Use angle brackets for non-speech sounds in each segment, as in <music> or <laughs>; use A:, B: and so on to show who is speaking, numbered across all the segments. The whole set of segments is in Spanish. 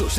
A: Los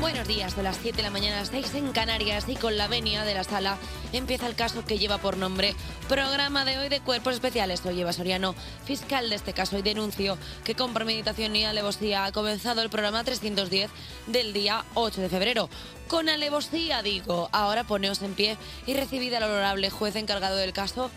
B: Buenos días, de las 7 de la mañana a las 6 en Canarias y con la venia de la sala empieza el caso que lleva por nombre Programa de hoy de Cuerpos Especiales. Soy Eva Soriano, fiscal de este caso y denuncio que con premeditación y alevosía ha comenzado el programa 310 del día 8 de febrero. Con alevosía digo, ahora poneos en pie y recibid al honorable juez encargado del caso,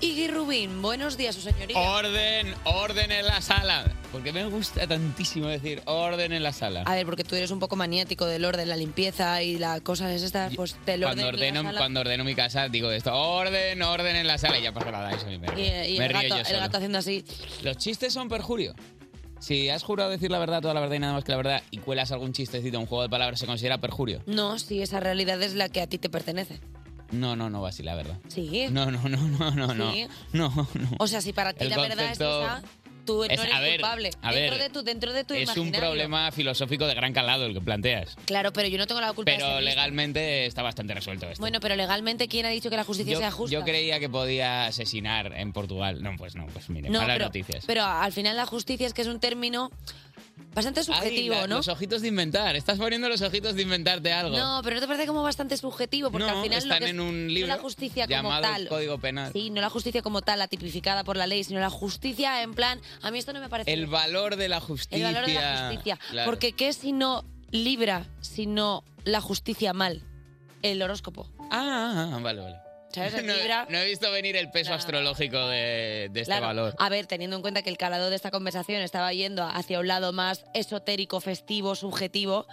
B: Iggy Rubín. Buenos días, su señoría.
C: Orden, orden en la sala. Porque me gusta tantísimo decir orden en la sala.
B: A ver, porque tú eres un poco maniático del orden, la limpieza y las cosas estas, pues del orden.
C: Cuando
B: y la
C: ordeno,
B: sala.
C: cuando ordeno mi casa digo esto, orden, orden en la sala y ya pasa nada, eso a mí me
B: Y,
C: río.
B: y
C: Me
B: el,
C: río
B: gato,
C: yo
B: el
C: solo.
B: gato haciendo así.
C: Los chistes son perjurio. Si has jurado decir la verdad, toda la verdad y nada más que la verdad y cuelas algún chistecito, un juego de palabras, se considera perjurio.
B: No, si esa realidad es la que a ti te pertenece.
C: No, no, no va así, la verdad.
B: Sí.
C: No, no, no, no, no, no.
B: Sí.
C: No, no.
B: O sea, si para ti
C: El
B: la verdad es
C: concepto
B: esa, tú no
C: es-
B: eres
C: a ver,
B: culpable.
C: a
B: dentro
C: ver,
B: de tu, dentro de tu
C: Es un
B: imaginario.
C: problema filosófico de gran calado el que planteas.
B: Claro, pero yo no tengo la culpa de
C: Pero
B: ser lista.
C: legalmente está bastante resuelto esto.
B: Bueno, pero legalmente, ¿quién ha dicho que la justicia
C: yo,
B: sea justa?
C: yo creía que podía asesinar en Portugal. No, pues no, pues mire,
B: No,
C: malas
B: pero,
C: noticias.
B: pero al final la justicia es que es un término bastante subjetivo,
C: Ay, la-
B: ¿no?
C: Los ojitos de inventar. Estás poniendo los ojitos de inventarte algo.
B: No, pero ¿no te parece como bastante subjetivo? Porque
C: No,
B: al final lo
C: están
B: que es-
C: en un
B: no
C: libro
B: la justicia como
C: llamado
B: tal.
C: Código Penal.
B: Sí, no la justicia como tal, la tipificada por la ley, sino la justicia en plan, a mí esto no me parece
C: El valor de la
B: el
C: justicia.
B: valor de la justicia.
C: Claro.
B: Porque ¿qué si no libra, si no la justicia mal? El horóscopo.
C: Ah, ah, ah, vale, vale.
B: ¿Sabes?
C: <laughs>
B: El
C: No,
B: libra-
C: no he visto venir el peso astrológico de, de este
B: Claro.
C: valor.
B: A ver, teniendo en cuenta que el calado de esta conversación estaba yendo hacia un lado más esotérico, festivo, subjetivo,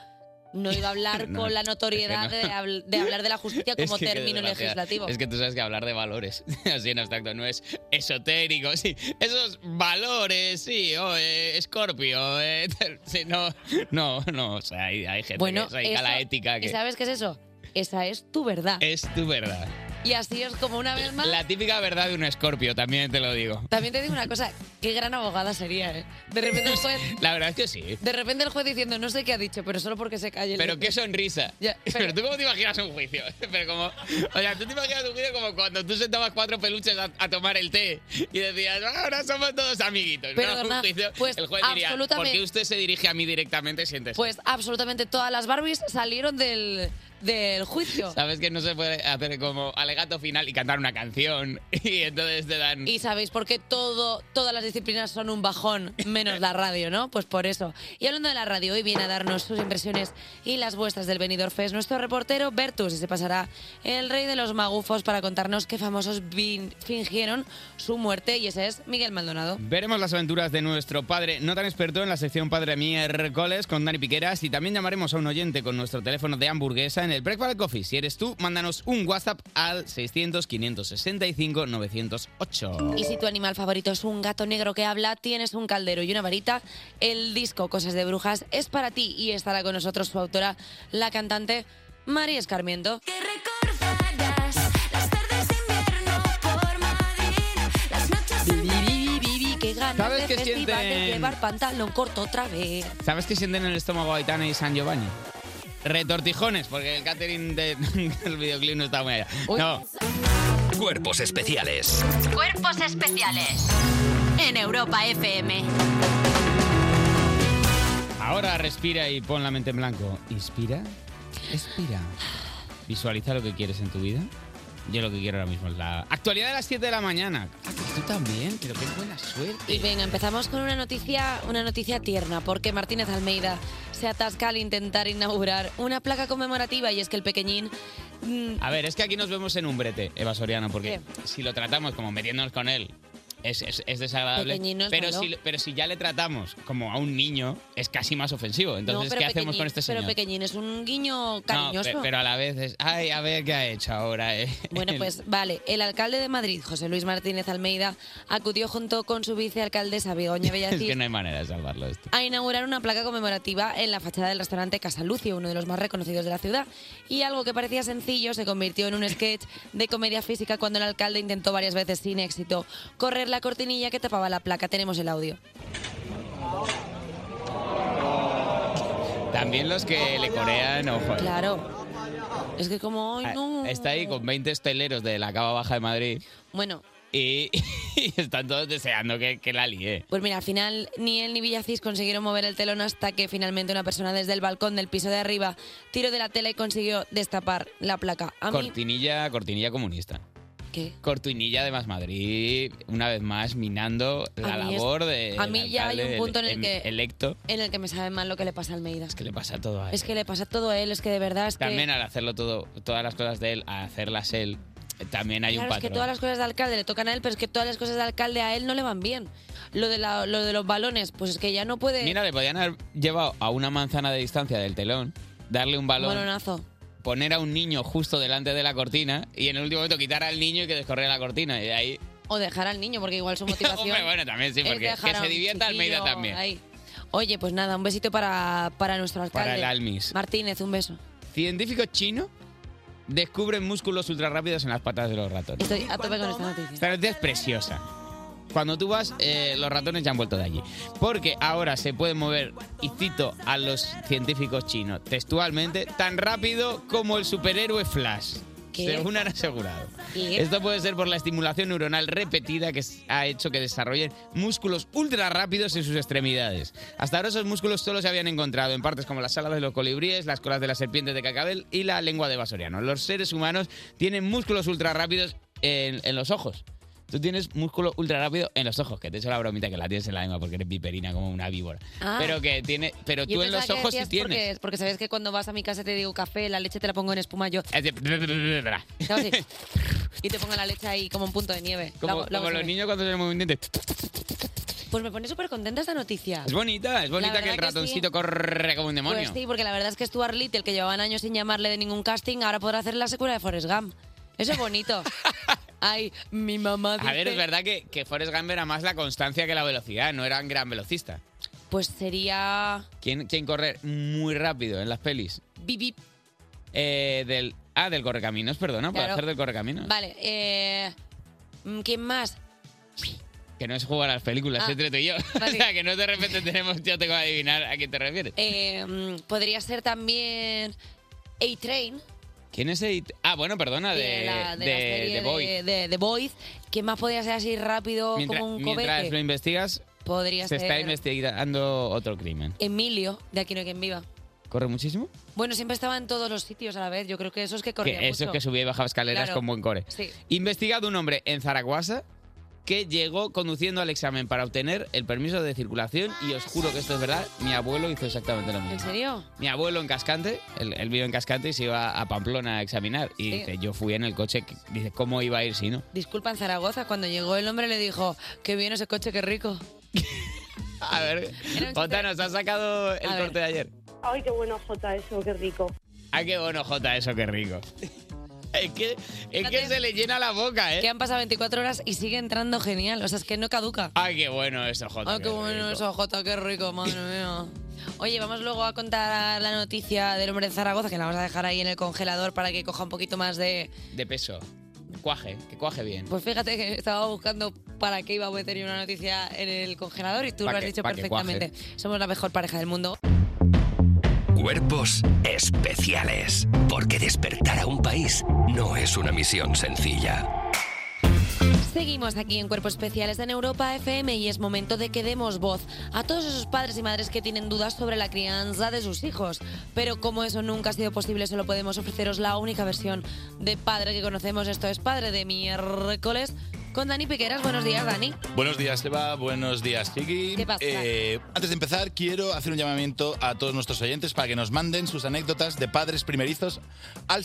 B: no iba a
C: <laughs>
B: hablar
C: No,
B: con la
C: es que
B: notoriedad
C: no.
B: de, habl- de hablar de la justicia
C: <laughs> Es
B: como
C: que qué
B: término
C: desgracia.
B: legislativo.
C: Es que tú sabes que hablar de valores, <laughs> así en abstracto, no es esotérico. Sí, esos valores, sí, o eh, Scorpio, eh, <laughs> sí, no, no, no, o sea, hay, hay gente
B: Bueno,
C: que se dedica a la
B: eso-
C: ética
B: ¿Y
C: que
B: sabes qué es eso? Esa es tu verdad.
C: es tu verdad.
B: Y así es como una vez más.
C: La típica verdad de un Scorpio, también te lo digo.
B: También te digo una cosa, qué gran abogada sería, ¿eh?
C: <laughs>
B: De repente el juez,
C: La verdad es que sí.
B: de repente el juez diciendo, no sé qué ha dicho, pero solo porque se calle. el
C: Pero
B: libro".
C: qué sonrisa.
B: Ya,
C: <laughs> pero... tú cómo te imaginas un juicio. <laughs> Pero como, o sea, tú te imaginas un juicio como cuando tú sentabas cuatro peluches a, a tomar el té y decías, "Ah, ahora somos todos amiguitos.
B: Pero,
C: No, un
B: Dona,
C: juicio,
B: pues,
C: el juez diría, ¿por
B: absolutamente-
C: qué usted se dirige a mí directamente? Siéntese.
B: Pues absolutamente todas las Barbies salieron del, del juicio.
C: Sabes que no se puede hacer como alegato final y cantar una canción. <laughs> Y entonces te dan...
B: Y sabéis por qué todo, todas las disciplinas son un bajón, menos la radio, ¿no? Pues por eso. Y hablando de la radio, hoy viene a darnos sus impresiones y las vuestras del Benidorm Fest nuestro reportero Bertus, y se pasará el rey de los magufos para contarnos qué famosos vin- fingieron su muerte, y ese es Miguel Maldonado.
C: Veremos las aventuras de nuestro padre no tan experto en la sección Padre Miércoles con Dani Piqueras y también llamaremos a un oyente con nuestro teléfono de hamburguesa en el Breakfast Coffee. Si eres tú, mándanos un WhatsApp al 600-565-908.
B: Y si tu animal favorito es un gato negro que habla, tienes un caldero y una varita, el disco Cosas de Brujas es para ti y estará con nosotros su autora, la cantante María Escarmiento. Vivi, vivi, qué ganas
C: ¿Sabes
B: de
C: qué
B: festival de
C: sienten?
B: llevar pantalón corto otra vez.
C: ¿Sabes qué sienten en el estómago Aitana y San Giovanni? Retortijones, porque el catering <laughs> del videoclip no está muy allá. No.
A: Cuerpos especiales.
D: Cuerpos especiales en Europa FM.
C: Ahora respira y pon la mente en blanco. Inspira, expira. Visualiza lo que quieres en tu vida. Yo lo que quiero ahora mismo es la actualidad de las 7 de la mañana. Ah, que tú también, pero qué buena
B: Y
C: suerte.
B: venga, empezamos con una noticia, una noticia tierna, porque Martínez Almeida se atasca al intentar inaugurar una placa conmemorativa y es que el pequeñín mm,
C: A ver, es que aquí nos vemos en un brete, Eva Soriano, porque si lo tratamos como metiéndonos con él, es, es- es desagradable.
B: Pequeñino es
C: pero,
B: malo.
C: si, pero si ya le tratamos como a un niño, es casi más ofensivo. Entonces,
B: pero
C: ¿qué hacemos
B: pequeñín-
C: con este señor?
B: Pero pequeñín es un guiño
C: No,
B: cariñoso.
C: pe- pero a la vez es, ay, a ver qué ha hecho ahora. eh. <laughs>
B: Bueno, pues vale, el alcalde de Madrid, José Luis Martínez Almeida, acudió junto con su
C: <laughs>
B: vicealcaldesa Begoña
C: es
B: Bellacís
C: que no hay manera de salvarlo esto.
B: a inaugurar una placa conmemorativa en la fachada del restaurante Casa Lucio, uno de los más reconocidos de la ciudad. Y algo que parecía sencillo se convirtió en un sketch de comedia física cuando el alcalde intentó varias veces sin éxito correr la cortinilla que tapaba la placa. Tenemos el audio.
C: También los que le corean, ojo. eh.
B: Claro. Es que como hoy
C: Ah,
B: no.
C: Está ahí con 20 esteleros de la cava baja de Madrid
B: Bueno,
C: y, <laughs> y están todos deseando que, que la líe.
B: Pues mira, al final ni él ni Villacís consiguieron mover el telón hasta que finalmente una persona desde el balcón del piso de arriba tiró de la tela y consiguió destapar la placa. A mí,
C: Cortinilla, cortinilla comunista.
B: ¿Qué?
C: Cortinilla de Más Madrid, una vez más minando la
B: A mí es-
C: labor de. em,
B: a mí ya hay un punto en el que-
C: Electo,
B: en el que me sabe mal lo que le pasa a Almeida.
C: que le pasa todo a él.
B: Es que le pasa todo a él, es que de verdad es que...
C: También al hacerlo todo, todas las cosas de él, a hacerlas él, también hay un
B: Claro, es
C: patrón.
B: que todas las cosas de alcalde le tocan a él, pero es que todas las cosas de alcalde a él no le van bien. Lo de, la- lo de los balones, pues es que ya no puede...
C: Mira, le podían haber llevado a una manzana de distancia del telón, darle un balón,
B: balonazo.
C: poner a un niño justo delante de la cortina y en el último momento quitar al niño y que descorriera la cortina. Y de ahí.
B: O dejar al niño, porque
C: <laughs>
B: igual su motivación...
C: Hombre, bueno, también sí,
B: es
C: porque
B: dejar
C: que
B: a
C: se
B: un
C: divierta Almeida
B: chiquillo
C: también.
B: ahí. Oye, pues nada, un besito para, para nuestro alcalde.
C: Para el Almis.
B: Martínez, un beso.
C: Científicos chinos descubren músculos ultrarrápidos en las patas de los ratones.
B: Estoy a tope con este esta noticia.
C: Esta noticia es preciosa. Cuando tú vas, eh, los ratones ya han vuelto de allí. Porque ahora se puede mover, y cito a los científicos chinos textualmente, tan rápido como el superhéroe Flash.
E: ¿Qué?
C: Según han asegurado.
E: ¿Qué?
C: Esto puede ser por la estimulación neuronal repetida que s- ha hecho que desarrollen músculos ultra rápidos en sus extremidades. Hasta ahora esos músculos solo se habían encontrado en partes como las alas de los colibríes, las colas de las serpientes de cacabel y la lengua de basoriano. Los seres humanos tienen músculos ultra rápidos en, en los ojos. Tú tienes músculo ultra rápido en los ojos, que te he hecho la bromita que la tienes en la lengua porque eres viperina como una víbora.
B: Ah.
C: Pero que tiene, pero
B: Yo
C: tú en
B: pensaba
C: los
B: que
C: ojos sí
B: decías
C: tienes.
B: Porque, porque sabes que cuando vas a mi casa te digo café, la leche te la pongo en espuma yo.
C: Es de- <laughs>
B: ¿sabes? Así. y te pongo la leche ahí como un punto de nieve. Lo
C: Como,
B: hago- lo hago
C: como los
B: siempre.
C: niños cuando se mueven dientes.
B: Pues me pone súper contenta esta noticia.
C: Es bonita, es
B: La
C: bonita que
B: verdad
C: el
B: que
C: ratoncito
B: sí.
C: corre como un demonio.
B: Pues sí, porque la verdad es que Stuart Little, que llevaban años sin llamarle de ningún casting, ahora podrá hacer la secuela de Forrest Gump. Eso
C: <laughs>
B: es bonito. Ay, mi mamá dice...
C: A ver, es verdad que, que Forrest Gump era más la constancia que la velocidad, no era un gran velocista.
B: Pues sería...
C: ¿Quién, quién corre muy rápido en las pelis?
B: Bibi.
C: Eh, del, ah, del correcaminos, perdona, para
B: Claro.
C: hacer del correcaminos.
B: Vale, eh... mm,
C: <laughs>
B: ¿Quién más?
C: Que no es jugar a las películas,
B: Ah,
C: entre tú y yo. <laughs> o sea, que no de
B: <laughs>
C: repente tenemos, yo tengo que adivinar a quién te refieres.
B: Eh, mm, podría ser también A-Train,
C: ¿Quién es el...? Ah, bueno, perdona, de,
B: de, la, de,
C: de-
B: la
C: de
B: serie
C: Boy.
B: de, de The Boys. ¿Quién más podría ser así rápido
C: mientras
B: como un
C: mientras lo
B: cobete?
C: investigas,
B: Podría
C: se está
B: ser
C: investigando otro crimen.
B: Emilio, de Aquí no hay quien viva.
C: ¿Corre muchísimo?
B: Bueno, siempre estaba en todos los sitios a la vez. Yo creo que eso es que corría
C: Que eso es
B: mucho.
C: que subía y bajaba escaleras
B: Claro.
C: con buen core.
B: Sí.
C: Investigado un hombre en Zaragoza que llegó conduciendo al examen para obtener el permiso de circulación y os juro que esto es verdad, mi abuelo hizo exactamente lo mismo.
B: ¿En serio?
C: Mi abuelo en Cascante, él, él vive en Cascante y se iba a Pamplona a examinar y
B: Sí.
C: dice, yo fui en el coche, que- dice, ¿cómo iba a ir si no?
B: Disculpa, en Zaragoza, cuando llegó el hombre le dijo, qué bien ese coche, qué rico.
C: A
B: <laughs>
C: ver, Jota, nos ha sacado el corte de ayer.
F: Ay, qué bueno, Jota, eso, qué rico.
C: Ah, qué bueno, Jota, eso, qué rico. <laughs> Es que, es que se le llena la boca, ¿eh?
B: Que han pasado 24 horas y sigue entrando genial. O sea, es que no caduca.
C: Ay, qué bueno eso, Jota.
B: Ah, qué
C: rico.
B: bueno eso, Jota, qué rico, madre mía. Oye, vamos luego a contar la noticia del hombre de Zaragoza, que la vamos a dejar ahí en el congelador para que coja un poquito más de...
C: De peso. Cuaje, que cuaje bien.
B: Pues fíjate que estaba buscando para qué iba a meter yo una noticia en el congelador y tú
A: Pa'
B: lo has
A: que-
B: dicho
A: pa' que cuaje.
B: perfectamente. Somos la mejor pareja del mundo.
A: Cuerpos especiales. Porque despertar a un país no es una misión sencilla.
B: Seguimos aquí en Cuerpos Especiales en Europa FM y es momento de que demos voz a todos esos padres y madres que tienen dudas sobre la crianza de sus hijos. Pero como eso nunca ha sido posible, solo podemos ofreceros la única versión de padre que conocemos. Esto es Padre de Miércoles con Dani Piqueras. Buenos días, Dani.
G: Buenos días, Eva. Buenos días, Chiqui.
B: ¿Qué pasa?
G: Eh, antes de empezar, quiero hacer un llamamiento a todos nuestros oyentes para que nos manden sus anécdotas de padres primerizos al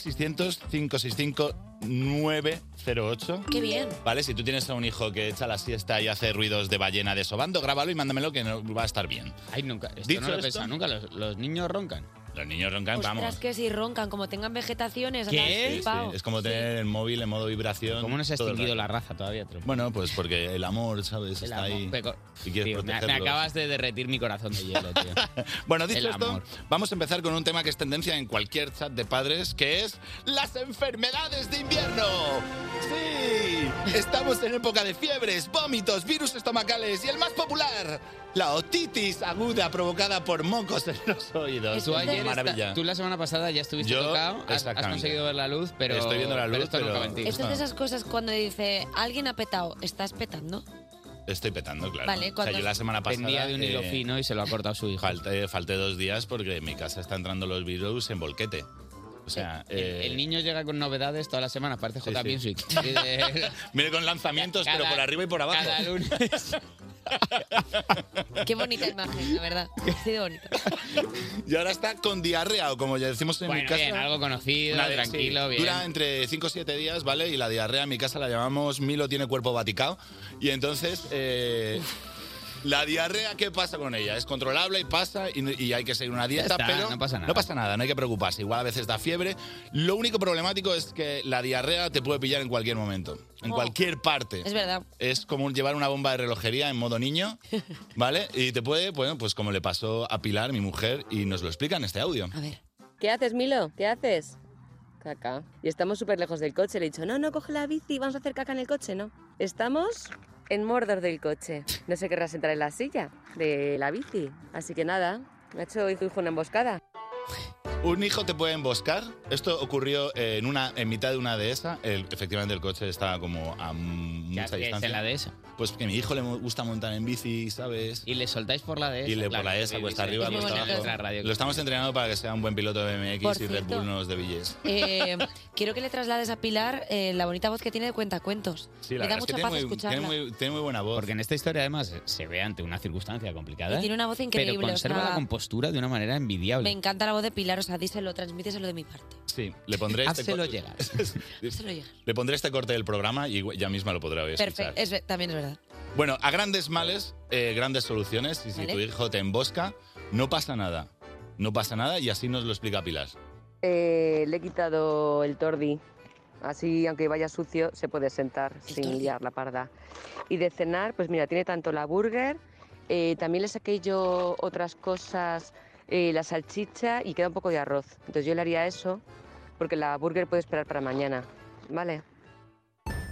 G: 600-565-908.
B: Qué bien.
G: Vale, si tú tienes a un hijo que echa la siesta y hace ruidos de ballena desobando, grábalo y mándamelo que no- va a estar bien.
C: Ay, nunca. Esto
G: Dicho
C: no lo he
G: esto-
C: pensado nunca. Los, los niños roncan.
G: Los niños roncan,
B: Ostras,
G: vamos.
B: que si roncan, como tengan vegetaciones, andan
G: Sí,
B: flipao.
G: sí, Es como tener el móvil en modo vibración. ¿Cómo no se ha extinguido
C: la raza todavía, Trump?
G: Bueno, pues porque el amor, ¿sabes?
C: El
G: Está
C: amor.
G: ahí.
C: Peco-
G: Y quieres
C: Tío, me, me
G: protegerlos.
C: acabas de derretir mi corazón de hielo,
B: <laughs>
C: tío.
G: <laughs> Bueno, dicho
C: El
G: esto,
C: amor.
G: vamos a empezar con un tema que es tendencia en cualquier chat de padres, que es las enfermedades de invierno. Sí, estamos en época de fiebres, vómitos, virus estomacales y el más popular, la otitis aguda provocada por mocos en los oídos.
C: Tú ayer esta-
G: maravilla.
C: tú la semana pasada ya estuviste
G: Yo,
C: tocado, has- has,
G: exactamente.
C: conseguido ver la luz, pero
G: Estoy viendo la luz,
C: esto
G: pero-
C: nunca va en ti.
B: Esto es de esas cosas cuando dice, alguien ha petado, ¿estás petando?
G: Estoy petando, claro.
B: Vale,
G: O sea,
B: cuando-
G: yo la semana pasada...
C: Pendía de un hilo fino
G: y se lo ha cortado su hijo. Falté, falté dos días porque en mi casa está entrando los virus en volquete. O sea,
C: El,
G: eh,
C: el niño llega con novedades todas las semanas, parece J
G: sí. <laughs>
C: Music. Y de-
G: Mire con lanzamientos, pero
C: Cada-
G: por arriba y por abajo.
C: cada lunes.
B: <laughs> Qué bonita imagen, la verdad. Sí, de bonito.
G: Y ahora está con diarrea, o como ya decimos en mi
C: Bueno,
G: casa.
C: bien, algo conocido,
G: una de-
C: tranquilo, bien.
G: Dura entre 5 o 7 días, ¿vale? Y la diarrea en mi casa la llamamos Milo tiene cuerpo vaticado. Y entonces. eh, la diarrea, ¿qué pasa con ella? Es controlable y pasa y, y hay que seguir una dieta,
C: Ya está,
G: pero
C: no pasa nada.
G: no pasa nada, no hay que preocuparse. Igual a veces da fiebre. Lo único problemático es que la diarrea te puede pillar en cualquier momento, en
B: Oh.
G: cualquier parte
B: Es verdad.
G: es como llevar una bomba de relojería en modo
C: <laughs>
G: niño, ¿vale? Y te puede, bueno, pues como le pasó a Pilar, mi mujer, y nos lo explica en este audio.
B: A ver.
E: ¿Qué haces, Milo? ¿Qué haces? Caca. Y estamos súper lejos del coche. Le he dicho, no, no, coge la bici, vamos a hacer caca en el coche, ¿no? Estamos en mordor del coche. No se querrá sentar en la silla de la bici. Así que nada, me ha hecho hoy tu hijo una emboscada.
G: Un hijo te puede emboscar. Esto ocurrió en una en mitad de una dehesa. El- efectivamente, el coche estaba como a m-
C: ¿Qué
G: mucha
C: hacéis
G: distancia.
C: en la dehesa?
G: Pues que a mi hijo le mo- gusta montar en bici, ¿sabes?
C: Y le soltáis por la dehesa.
G: Y le por
C: claro,
G: la dehesa,
C: sí,
G: cuesta
C: sí,
G: arriba,
C: sí,
G: cuesta
C: sí,
G: abajo.
C: sí, la radio.
G: Lo estamos entrenando para que sea un buen piloto de BMX
B: Por
G: y Red
B: cierto.
G: Bull nos de Villes.
B: Eh, quiero que le traslades a Pilar eh, la bonita voz que tiene de cuentacuentos. Me da mucha paz escucharla.
G: buena voz.
C: Porque en esta historia, además, se ve ante una circunstancia complicada.
B: Y tiene una voz increíble,
C: Pero
B: o
C: conserva
B: sea-
C: la compostura de una manera
B: Me
C: envidiable.
B: encanta la voz de Pilar, o sea, díselo, transmídeselo de mi parte.
G: Sí, le pondré este
C: Hazlo
G: corte- <laughs>
C: llegar.
B: Díselo ya.
G: Le pondré este corte del programa y ya misma lo podrá escuchar. Eh,
B: Perfecto, es ve- también es verdad.
G: Bueno, a grandes males, eh, grandes soluciones. Y si
B: Vale.
G: tu hijo te embosca, no pasa nada. No pasa nada y así nos lo explica
C: <laughs>
G: Pilar.
E: Eh, le he quitado el tordi. Así, aunque vaya sucio, se puede sentar sin liar la parda. Y de cenar, pues mira, tiene tanto la burger, eh, también le saqué yo otras cosas, eh, la salchicha y queda un poco de arroz. Entonces yo le haría eso, porque la burger puede esperar para mañana, ¿vale?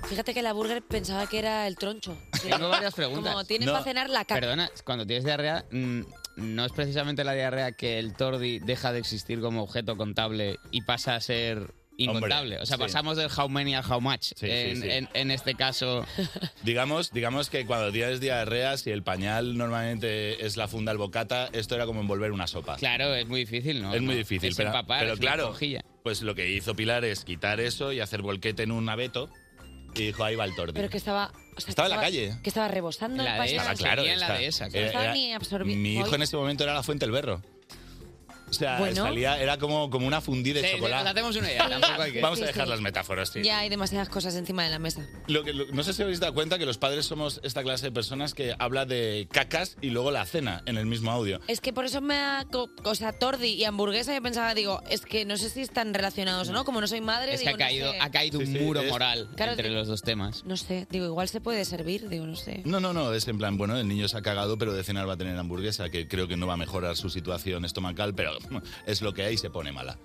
B: Fíjate que la burger pensaba que era el troncho. <laughs>
C: Tengo varias preguntas.
B: Como tienes para cenar la caca.
C: Perdona, cuando tienes diarrea, mm, no es precisamente la diarrea que el tordi deja de existir como objeto contable y pasa a ser incontable. o sea,
G: sí.
C: pasamos del how many al how much.
G: sí,
C: en,
G: sí.
C: en- en
G: <laughs>
C: este caso,
G: Digamos, digamos que cuando tienes diarrea, si el pañal normalmente es la funda al bocata, esto era como envolver una sopa.
C: claro, es muy difícil, ¿no?
G: es muy
C: No,
G: difícil,
C: es
G: pero,
C: empapar,
G: pero
C: es una
G: claro,
C: esponjilla.
G: pues lo que hizo Pilar es quitar eso y hacer volquete en un abeto y dijo, ahí va el tordi.
B: Pero que estaba. o sea,
G: Estaba en
B: que
G: la calle.
B: Que estaba rebosando
G: En la
B: el pastel.
G: dehesa, pues, claro,
C: Sería en la
G: está.
C: dehesa,
B: No
C: claro.
B: estaba
G: Era-
B: ni absorbiendo.
G: Mi hijo en ese momento era la fuente del berro. O sea,
B: Bueno.
G: salía, era como, como una fundí de
C: Sí, sí,
G: chocolate.
C: nos hacemos una
G: <laughs>
C: idea, tampoco hay que-
G: Vamos
B: Sí,
G: a
B: sí.
G: dejar las metáforas, sí.
B: Ya hay demasiadas cosas encima de la mesa.
G: Lo que, lo- no sé si habéis dado cuenta que los padres somos esta clase de personas que habla de cacas y luego la cena en el mismo audio.
B: Es que por eso me ha. co- O sea, tordi y hamburguesa, yo pensaba, digo, es que no sé si están relacionados o no. Como no soy madre,
C: Es que
B: digo,
C: ha caído,
B: no sé.
C: ha caído un muro
G: es-
C: moral
B: Claro,
C: entre
B: di-
C: los dos temas.
B: No sé, digo, igual se puede servir, digo, no sé.
G: No, no, no, es en plan, bueno, el niño se ha cagado, pero de cenar va a tener hamburguesa, que creo que no va a mejorar su situación estomacal, pero <laughs> es lo que hay y se pone mala.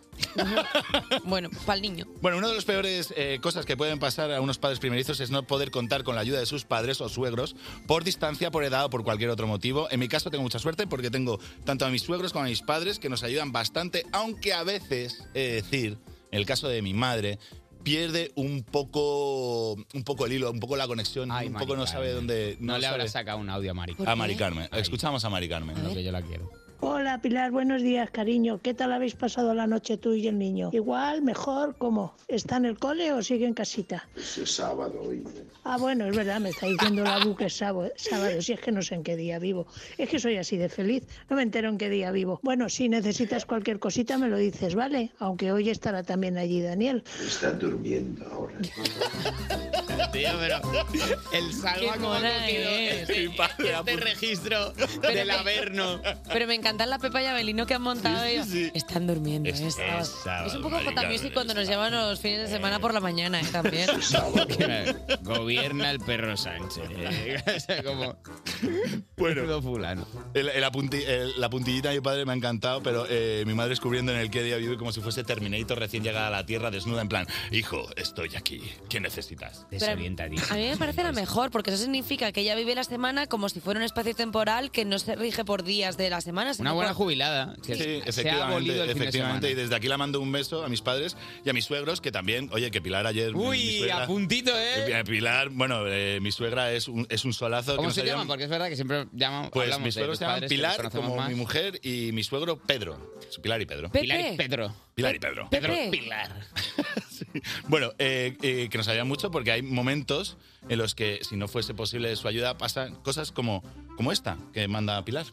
B: Bueno, para el niño.
G: Bueno, una de las peores eh, cosas que pueden pasar a unos padres primerizos es no poder contar con la ayuda de sus padres o suegros por distancia, por edad o por cualquier otro motivo. En mi caso tengo mucha suerte porque tengo tanto a mis suegros como a mis padres que nos ayudan bastante, aunque a veces, he de decir, en el caso de mi madre, pierde un poco, un poco el hilo, un poco la conexión, un poco no sabe dónde...
C: No, le habrá
G: sabe.
C: sacado un audio a Mari.
G: A Mari Carmen. Escuchamos a Mari Carmen.
C: Lo que yo la quiero.
H: Hola Pilar, buenos días cariño. ¿Qué tal habéis pasado la noche tú y el niño? Igual, mejor, ¿cómo? ¿Está en el cole o sigue en casita?
I: Es sábado hoy.
H: Ah, bueno, es verdad, me está diciendo la buque sábado, sábado, si es que no sé en qué día vivo. Es que soy así de feliz, no me entero en qué día vivo. Bueno, si necesitas cualquier cosita me lo dices, ¿vale? Aunque hoy estará también allí Daniel.
I: Está durmiendo ahora.
C: Tío, pero el salva
B: Qué
C: como ha
B: mona
C: cogido
B: es.
G: <laughs>
C: este, este registro del Averno.
B: Pero me encantan las Pepa y Abelino que han montado ellos. Están durmiendo.
J: Es,
B: Es un poco J Music cuando nos llaman los fines de semana por la mañana, ¿eh? También.
C: <laughs> Gobierna el perro Sánchez. <laughs> ¿eh? O sea, como-
G: Bueno, El- el apunti- el- la puntillita de mi padre me ha encantado, pero eh, mi madre descubriendo en el que día vive como si fuese Terminator recién llegada a la Tierra desnuda, en plan, hijo, estoy aquí, ¿qué necesitas?
B: Pero A mí me parece la mejor, porque eso significa que ella vive la semana como si fuera un espacio temporal que no se rige por días de la semana.
C: <laughs>
B: sino
C: Una buena
B: por-
C: jubilada. Que
G: Sí,
C: se ha
G: efectivamente,
C: abolido el fin de
G: efectivamente,
C: semana.
G: y desde aquí la mando un beso a mis padres y a mis suegros, que también, oye, que Pilar ayer... mi-
C: Uy,
G: mi suegra-
C: a puntito, ¿eh?
G: Eh, Pilar, bueno, eh, mi suegra es un, es un solazo. que
C: ¿Cómo
G: no
C: se llaman?
G: sabíamos-
C: Porque es verdad que siempre llaman.
G: Pues
C: hablamos
G: mis
C: de
G: suegros
C: los
G: se llaman
C: padres, que los
G: Pilar,
C: conocemos
G: como
C: más.
G: mi mujer, y mi suegro Pedro. Pilar y Pedro.
C: Pepe. Pilar y Pedro.
G: Pilar y Pedro.
C: Pedro Pilar. <laughs>
G: Bueno, eh, eh, que nos ayudan mucho porque hay momentos en los que, si no fuese posible su ayuda, pasan cosas como, como esta que manda Pilar.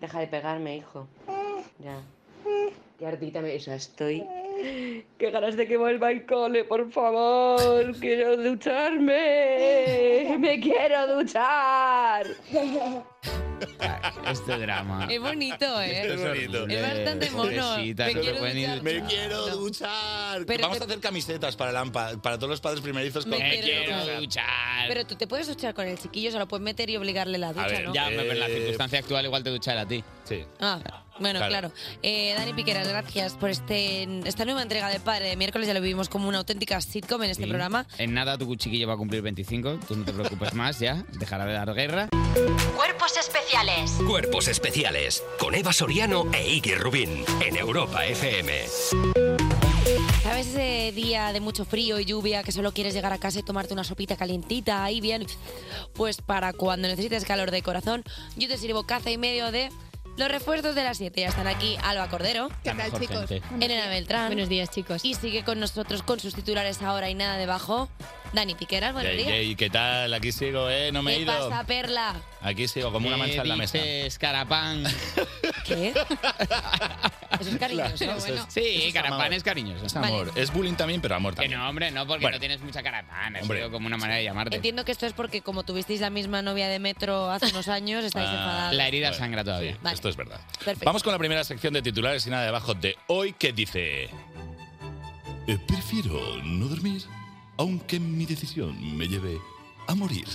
E: Deja de pegarme, hijo.
I: Eh.
E: Ya. Qué ardita me... O sea, estoy... Qué ganas de que vuelva al cole, por favor. Quiero ducharme. Me quiero duchar.
C: Este
B: <laughs>
C: drama.
B: Es bonito,
G: <laughs>
B: ¿eh?
G: Es bonito. Eh,
B: Es bastante mono.
G: Pobrecita,
B: Me
G: no se
B: quiero
G: pueden ni
B: duchar.
G: duchar. Me quiero duchar.
B: Pero
G: Vamos
B: te-
G: a hacer camisetas para Lampa, para todos los padres primerizos.
B: Me
G: con-
B: quiero duchar.
G: duchar.
B: Pero tú te puedes duchar con el chiquillo, se lo puedes meter y obligarle la ducha, ¿no?
C: Ya, pero en la circunstancia actual igual te duchar a ti.
G: eh, Sí.
B: Ah, bueno,
C: Claro.
B: claro. Eh, Dani Piqueras, gracias por este, esta nueva entrega de Padre de Miércoles. Ya lo vivimos como una auténtica sitcom en este
C: Sí.
B: programa.
C: En nada tu chiquillo va a cumplir 25, tú no te preocupes más ya, dejará de dar guerra.
D: Cuerpos especiales.
A: Cuerpos especiales con Eva Soriano e Iggy Rubín en Europa FM.
B: ¿Sabes ese día de mucho frío y lluvia que solo quieres llegar a casa y tomarte una sopita calientita ahí bien? Pues para cuando necesites calor de corazón, yo te sirvo caza y medio de los refuerzos de las 7. Ya están aquí Alba Cordero.
K: ¿Qué tal, mejor chicos? gente. Buenos
B: Elena
K: días.
B: Beltrán.
K: Buenos
B: días, chicos. Y sigue con nosotros con sus titulares ahora y nada debajo. Dani Piqueras, buenos
G: Yay,
B: días.
G: yay, ¿qué tal? Aquí sigo, ¿eh? No me he
B: ¿Qué
G: ido.
B: pasa, Perla?
G: Aquí sigo, como una
C: ¿Qué
G: mancha en la mesa. <laughs>
C: dices, carapán?
B: ¿Qué? Eso ¿Eh? es cariñoso.
C: Claro, eso es- sí, carapán es cariñoso.
G: Es amor. Es bullying también, pero amor
C: Que
G: también.
C: no, hombre, no, porque
G: Bueno.
C: no tienes mucha carapán. Es
G: Hombre.
C: digo, como una manera de llamarte.
B: Entiendo que esto es porque como tuvisteis la misma novia de metro hace unos años, estáis
G: Ah,
B: enfadados.
G: Bueno, sí,
B: Vale.
G: Esto es verdad.
B: Perfecto.
G: Vamos con la primera sección de titulares y nada de abajo de hoy que dice... "Eh, prefiero no dormir, aunque mi decisión me lleve a morir.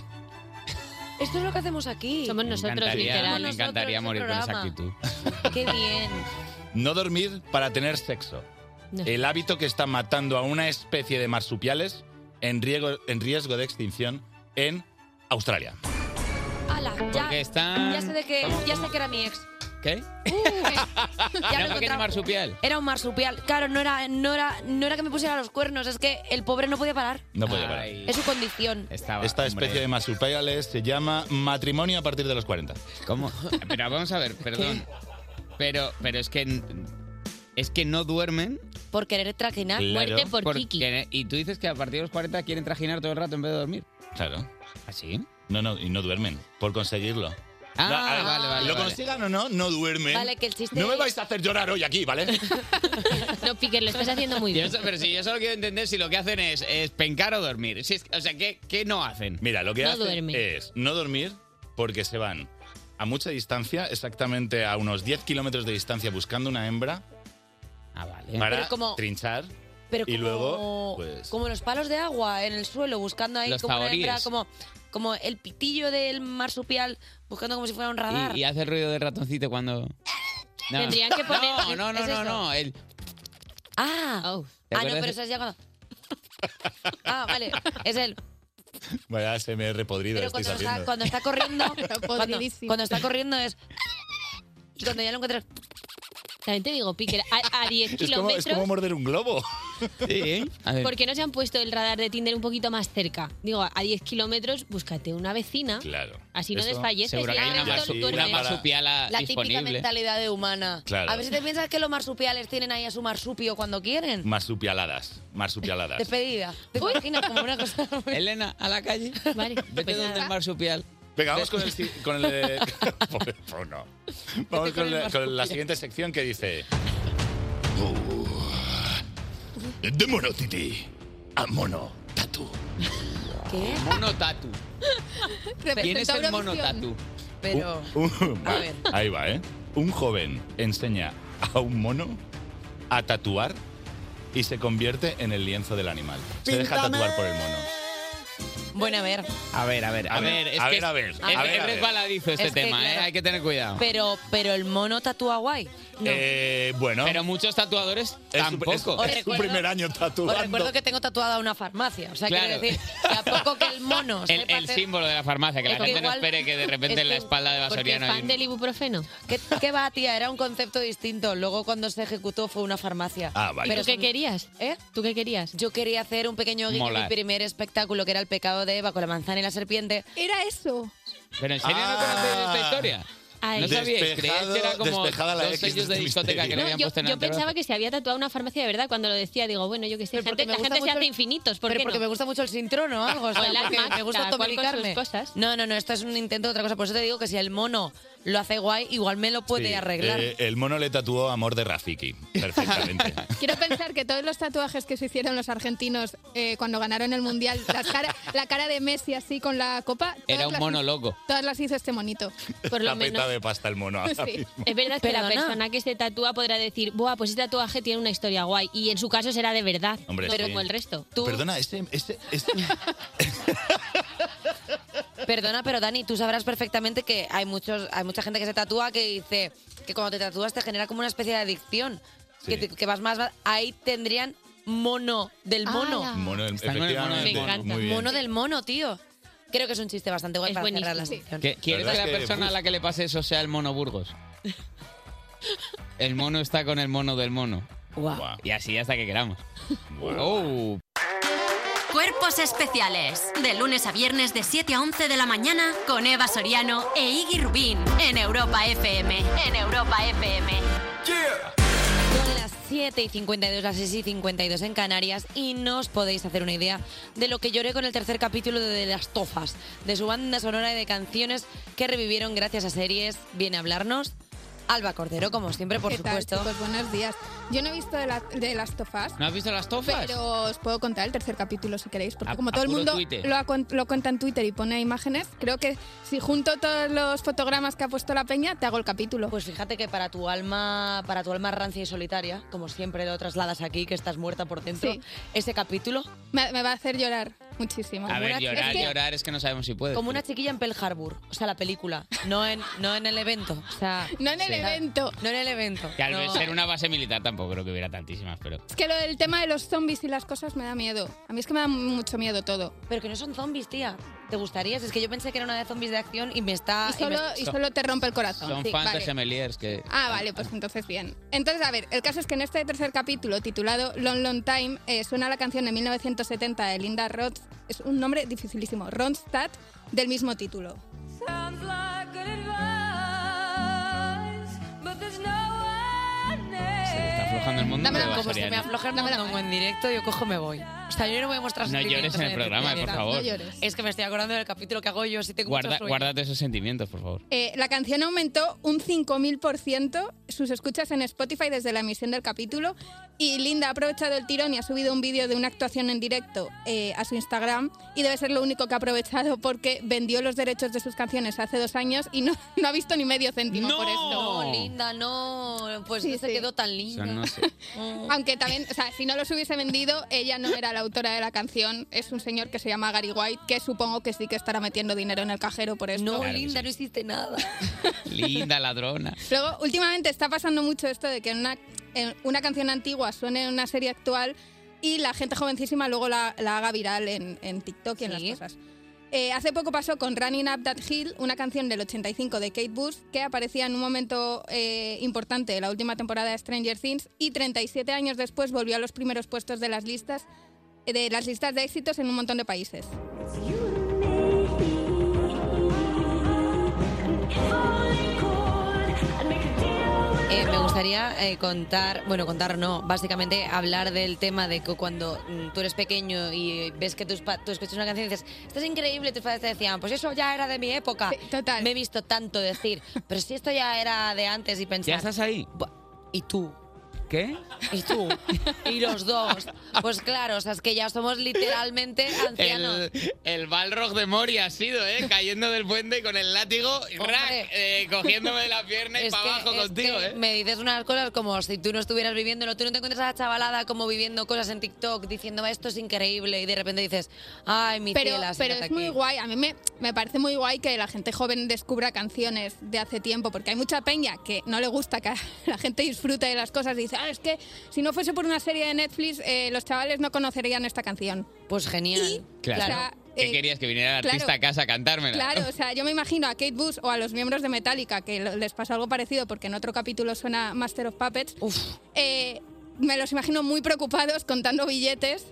B: Esto es lo que hacemos aquí. Somos
G: me
B: este
G: encantaría morir con esa actitud.
B: Qué
G: <laughs>
B: bien. Eh,
G: No dormir para tener sexo.
B: No.
G: El hábito que está matando a una especie de marsupiales en riesgo, en riesgo de extinción en Australia.
B: Ala, ya.
G: Porque están-
B: Ya sé de que, ya sé que era mi ex. Uh,
C: ¿Qué?
G: <laughs>
C: ¿No
B: Ya lo he
C: porque es
B: encontrado.
C: marsupial?
B: Era un marsupial. Claro, no era, no era, no era que me pusiera los cuernos, es que el pobre no podía parar.
G: No podía parar.
B: Es su condición.
G: Esta especie de marsupiales se llama matrimonio a partir de los 40.
C: ¿Cómo? <laughs> Pero vamos a ver, perdón. Pero, pero es que es que no duermen.
B: Por querer traquinar. Muerte por, Kiki.
C: porque- Y tú dices que a partir de los 40 quieren trajinar todo el rato en vez de dormir.
G: Claro.
C: ¿Así?
G: No, no, y no duermen por conseguirlo.
C: Ah,
G: No, a ver,
C: vale, vale,
G: Lo
C: vale.
G: consigan o no, no duermen.
K: Vale, que el chiste
G: No me
K: es-
G: vais a hacer llorar hoy aquí,
B: <laughs>
G: ¿vale?
K: No, Piquer, lo estás haciendo muy
C: Yo
K: bien.
C: so- pero si yo solo quiero entender si lo que hacen es, es pencar o dormir. Si es- o sea, ¿qué, qué no hacen?
G: Mira, lo que
C: No
G: hacen
C: duermen.
G: es no dormir porque se van a mucha distancia, exactamente a unos 10 kilómetros de distancia buscando una hembra.
C: Ah, vale.
G: Para
B: Pero como-
G: trinchar.
B: Pero
G: y
B: como,
G: luego, pues...
B: como los palos de agua en el suelo, buscando ahí
C: Los
B: como una hembra,
C: saboríes.
B: como, como el pitillo del marsupial, buscando como si fuera un radar.
C: Y, y hace ruido de ratoncito cuando. No.
B: Tendrían que poner-
C: No, no, no,
B: ¿Es
C: no,
B: eso?
C: no. el-
B: Ah,
C: Oh. ¿Te
B: ah no,
C: acuerdas
B: pero
C: de-
B: eso es ya cuando- <laughs> Ah, vale, es él.
G: Vaya SMR podrido
B: Pero
G: estáis
B: cuando está,
G: haciendo.
B: cuando está <laughs> corriendo, cuando, cuando está corriendo es... Y cuando ya lo encuentras...
K: También te digo, Piquer,
G: <laughs>
K: a, a 10
G: Es como, es
K: kilómetros,
G: como morder un globo.
C: Sí, ¿eh? a ver.
K: ¿por qué no se han puesto el radar de Tinder un poquito más cerca? Digo, a 10 kilómetros, búscate una vecina.
G: Claro.
K: Así no
C: Eso-
K: desfalleces.
C: Seguro que
K: ya
C: hay una,
K: ves todo
C: marsu-
K: el túnel.
C: una marsupiala
B: La típica
C: disponible.
B: mentalidad de humana.
G: Claro.
B: A ver si te piensas que los marsupiales tienen ahí a su marsupio cuando quieren.
G: Marsupialadas. Marsupialadas.
B: Despedida. ¿Te imaginas como una
C: <laughs>
B: cosa?
C: Elena, a la calle.
K: Vale.
C: Vete donde el marsupial.
G: Venga, vamos con el... si- Con el eh, <laughs> pobre- pobre, no. Vamos con, la, con la siguiente sección que dice... "Oh, De mono titi a mono
B: ¿Qué?
C: Mono tatu. ¿Quién es el mono tatu?
B: Pero...
G: Uh, uh, va, Ahí va, ¿eh? un joven enseña a un mono a tatuar y se convierte en el lienzo del animal. Se deja
B: Píntame.
G: tatuar por el mono.
B: Bueno, a ver.
C: A ver, a ver, a,
G: A ver,
C: ver, es
G: a
C: que
G: ver, a ver,
C: es-
G: a ver, a
C: Es
G: ver.
C: resbaladizo este
B: Es que,
C: tema, ¿eh?
B: claro.
C: Hay que tener cuidado.
B: Pero, pero el mono tatúa guay. No.
G: Eh, bueno.
C: Pero muchos tatuadores tampoco.
B: es- es su recuerdo- primer
G: año
B: Os Pues recuerdo que tengo tatuada una farmacia. O sea,
C: Claro.
B: quiero decir, que a poco que el mono
C: <laughs> El,
B: sepa
C: el
B: hacer-
C: símbolo de la farmacia, que la
B: Es que
C: gente no
B: igual-
C: espere que de repente
B: es
C: en la
B: que-
C: espalda de
K: Porque
C: Basoriano hay
K: fan
C: un-
K: del ibuprofeno.
B: ¿Qué, qué va, tía? Era un concepto distinto. Luego, cuando se ejecutó, fue una farmacia.
C: Ah, vaya.
K: ¿Tú qué
B: querías?
K: ¿Eh? ¿Tú qué querías?
B: Yo quería hacer un pequeño guiño en mi
C: Molar.
B: primer espectáculo, que era El pecado de Eva con la manzana y la serpiente.
J: ¿Era eso?
C: Pero en serio no conocéis esta historia.
K: Ay.
C: No sabíais, creíais
G: Ah. Despejado-
C: que era como
G: despejada la
C: dos
G: X
C: sellos
G: de
C: de discoteca que le
G: misterio.
C: habían
K: yo,
C: puesto en
K: yo
C: el antebrazo.
K: pensaba que se había tatuado una farmacia de verdad cuando lo decía. Digo, bueno, yo qué sé, gente-
B: porque me
K: la
B: gusta
K: gente se
B: mucho
K: hace
B: el-
K: infinitos. ¿por
B: pero
K: qué
B: porque
K: no?
B: me gusta mucho el sintrono o algo, o sea,
K: O el
B: porque
K: Atmax,
B: me gusta
K: cada cual con
B: tomarme
K: sus cosas.
B: No, no, no, esto es un intento de otra cosa. Por eso te digo que si el mono lo hace guay, igual me lo puede
G: Sí,
B: arreglar.
G: eh, el mono le tatuó amor de Rafiki. Perfectamente.
J: Quiero pensar que todos los tatuajes que se hicieron los argentinos eh, cuando ganaron el mundial, las cara- la cara de Messi así con la copa. todas
G: Era un
J: las
G: mono
J: hizo-
G: loco.
J: Todas las hizo este monito.
K: Por lo
G: Está
K: menos-
G: peta de pasta el mono ahora
J: <laughs> Sí.
G: mismo.
K: Es verdad que la
B: Perdona.
K: persona que se tatúa podrá decir, Buah, pues ese tatuaje tiene una historia guay. Y en su caso será de verdad,
G: Hombre,
K: no
G: sí.
K: como el resto.
G: Perdona, este, este, este-
B: Perdona, pero Dani, tú sabrás perfectamente que hay muchos, hay mucha gente que se tatúa que dice que cuando te tatúas te genera como una especie de adicción.
G: Sí.
B: Que, te- que vas más, ahí tendrían mono del mono.
G: ¡Hala! Mono del-
B: Están con el mono del
G: efectivamente,
B: mono.
G: Me encanta. muy bien.
B: Mono del mono, tío. Creo que es un chiste bastante guay para cerrar la sección.
C: ¿Qué- ¿Quieres
G: La
C: que
G: verdad
C: la
G: es que,
C: persona a
G: uf.
C: la que le pase eso sea el mono Burgos? El mono está con el mono del mono. Y así hasta que queramos. Oh.
D: Cuerpos especiales. De lunes a viernes de 7 a 11 de la mañana con Eva Soriano e Iggy Rubín en Europa FM. En Europa FM.
B: Son las 7 y 52, las 6 y 52 en Canarias y no os podéis hacer una idea de lo que lloré con el tercer capítulo de, De Las Tofas, de su banda sonora y de canciones que revivieron gracias a series. Viene a hablarnos Alba Cordero, como siempre, por
J: ¿Qué tal,
B: supuesto.
J: chicos? buenos días. Yo no he visto de, la, de las tofas.
C: ¿No has visto las tofas?
J: Pero os puedo contar el tercer capítulo si queréis, porque
C: A-
J: como
C: a
J: todo el
C: puro
J: mundo
C: Twitter.
J: lo, ha cuen- lo cuenta en Twitter y pone imágenes, creo que si junto todos los fotogramas que ha puesto la peña, te hago el capítulo.
B: Pues fíjate que para tu alma, para tu alma rancia y solitaria, como siempre lo trasladas aquí, que estás muerta por dentro, ese capítulo.
J: Me, me va a hacer llorar muchísimo.
C: A ver,
B: una-
C: llorar,
B: es que-
C: llorar, es que no sabemos si puedes.
B: Como una chiquilla en Pearl Harbor, o sea, la película, no en, no en el evento. O sea,
J: No en el evento.
B: No en el evento.
C: Que al
B: no.
C: ser una base militar tampoco creo que hubiera tantísimas, pero...
J: Es que lo del tema de los zombies y las cosas me da miedo. A mí es que me da mucho miedo todo.
B: Pero que no son zombies, tía. ¿Te gustaría? Es que yo pensé que era una de zombies de acción y me
K: Ah,
B: está...
J: Y solo, y
C: Son-
J: solo te rompe el corazón.
C: Son
J: Sí,
C: fans
J: vale.
C: de gemeliers que...
J: Ah, vale, pues entonces bien. Entonces, a ver, el caso es que en este tercer capítulo, titulado Long Long Time, eh, suena la canción de 1970 de Linda Roth, es un nombre dificilísimo, Ronstadt, del mismo título.
L: Sounds like good advice, but there's no one
C: Está aflojando el mundo.
B: Dámela,
C: pero
B: como se me
C: Soriano.
B: afloja el mundo en directo, yo cojo y me voy. O sea, yo no voy a mostrar
C: No llores
B: sentimientos
C: en el programa,
B: directo.
C: por favor. No llores.
B: Es que me estoy acordando del capítulo que hago yo, si tengo
C: Guarda-
B: mucho sueño.
C: guárdate esos sentimientos, por favor.
J: Eh, la canción aumentó un 5.000% sus escuchas en Spotify desde la emisión del capítulo y Linda ha aprovechado el tirón y ha subido un vídeo de una actuación en directo eh, a su Instagram y debe ser lo único que ha aprovechado porque vendió los derechos de sus canciones hace dos años y no, <laughs> no ha visto ni medio céntimo por esto.
B: No, linda, no. Pues
J: Sí,
B: no se
J: sí.
B: quedó tan linda.
J: Aunque también, o sea, si no los hubiese vendido, ella no era la autora de la canción. Es un señor que se llama Gary White, que supongo que sí que estará metiendo dinero en el cajero por esto.
B: No, linda, no hiciste nada.
C: Linda ladrona.
J: Luego, últimamente está pasando mucho esto de que una, en una canción antigua suene en una serie actual y la gente jovencísima luego la, la haga viral en, en TikTok y en las cosas. Eh, hace poco pasó con Running Up That Hill, una canción del 85 de Kate Bush que aparecía en un momento eh, importante de la última temporada de Stranger Things y 37 años después volvió a los primeros puestos de las listas de las listas de éxitos en un montón de países.
B: Eh, me gustaría eh, contar, bueno, contar no, básicamente hablar del tema de que cuando mm, tú eres pequeño y ves que tus pa- tú escuchas una canción y dices, esto es increíble, tus padres te decían, pues eso ya era de mi época. total. Me he visto tanto decir, pero si esto ya era de antes y pensar.
C: ¿Ya estás ahí?
B: ¿Y tú?
C: ¿Qué?
B: Y tú. Y los dos. Pues claro, o sea, es que ya somos literalmente ancianos.
C: <laughs> El, el Balrog de Mori ha sido, ¿eh? Cayendo del puente con <laughs> el látigo, rack, eh, cogiéndome de la pierna y
B: Es
C: para
B: que-
C: abajo
B: es
C: contigo,
B: que
C: ¿eh?
B: Me dices unas cosas como si tú no estuvieras viviéndolo, tú no te encuentras a la chavalada como viviendo cosas en TikTok, diciendo esto es increíble y de repente dices, ay, mi
J: pero,
B: tela,
J: pero
B: siéntate
J: es
B: aquí".
J: muy guay, a mí me, me parece muy guay que la gente joven descubra canciones de hace tiempo, porque hay mucha peña que no le gusta que <laughs> la gente disfrute de las cosas y dice, ah, es que si no fuese por una serie de Netflix, eh, los chavales no conocerían esta canción.
B: Pues genial.
J: claro.
B: eh,
C: ¿Qué querías que viniera el
J: claro.
C: artista a casa a cantármela? <laughs>
J: Claro, o sea, yo me imagino a Kate Bush o a los miembros de Metallica que lo- les pasó algo parecido porque en otro capítulo suena Master of Puppets. Eh, me los imagino muy preocupados contando billetes.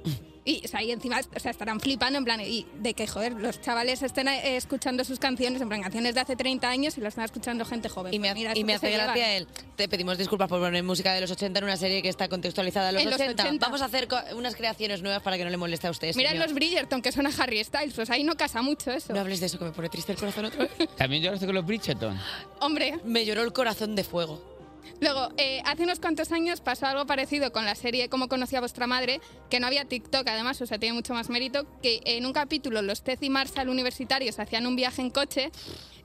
J: Y, o sea, y encima o sea, estarán flipando en plan y de que, joder, los chavales estén eh, escuchando sus canciones, en plan canciones de hace 30 años y las están escuchando gente joven.
B: Y me,
J: Pues mira,
B: y
J: esto
B: me
J: que
B: hace
J: se llevan.
B: gracia él. Te pedimos disculpas por poner música de los 80 en una serie que está contextualizada a los,
J: En los
B: 80. Vamos a hacer co- unas creaciones nuevas para que no le moleste a usted.
J: Mira en
B: señor.
J: los Bridgerton, que son a Harry Styles, pues ahí no casa mucho eso.
B: No hables de eso, que me pone triste el corazón otra vez.
C: También lloraste con los Bridgeton.
J: Hombre.
B: Me lloró el corazón de fuego.
J: Luego, eh, hace unos cuantos años pasó algo parecido con la serie Cómo conocí a vuestra madre, que no había TikTok además, o sea, tiene mucho más mérito, que en un capítulo los Ted y Marshall universitarios hacían un viaje en coche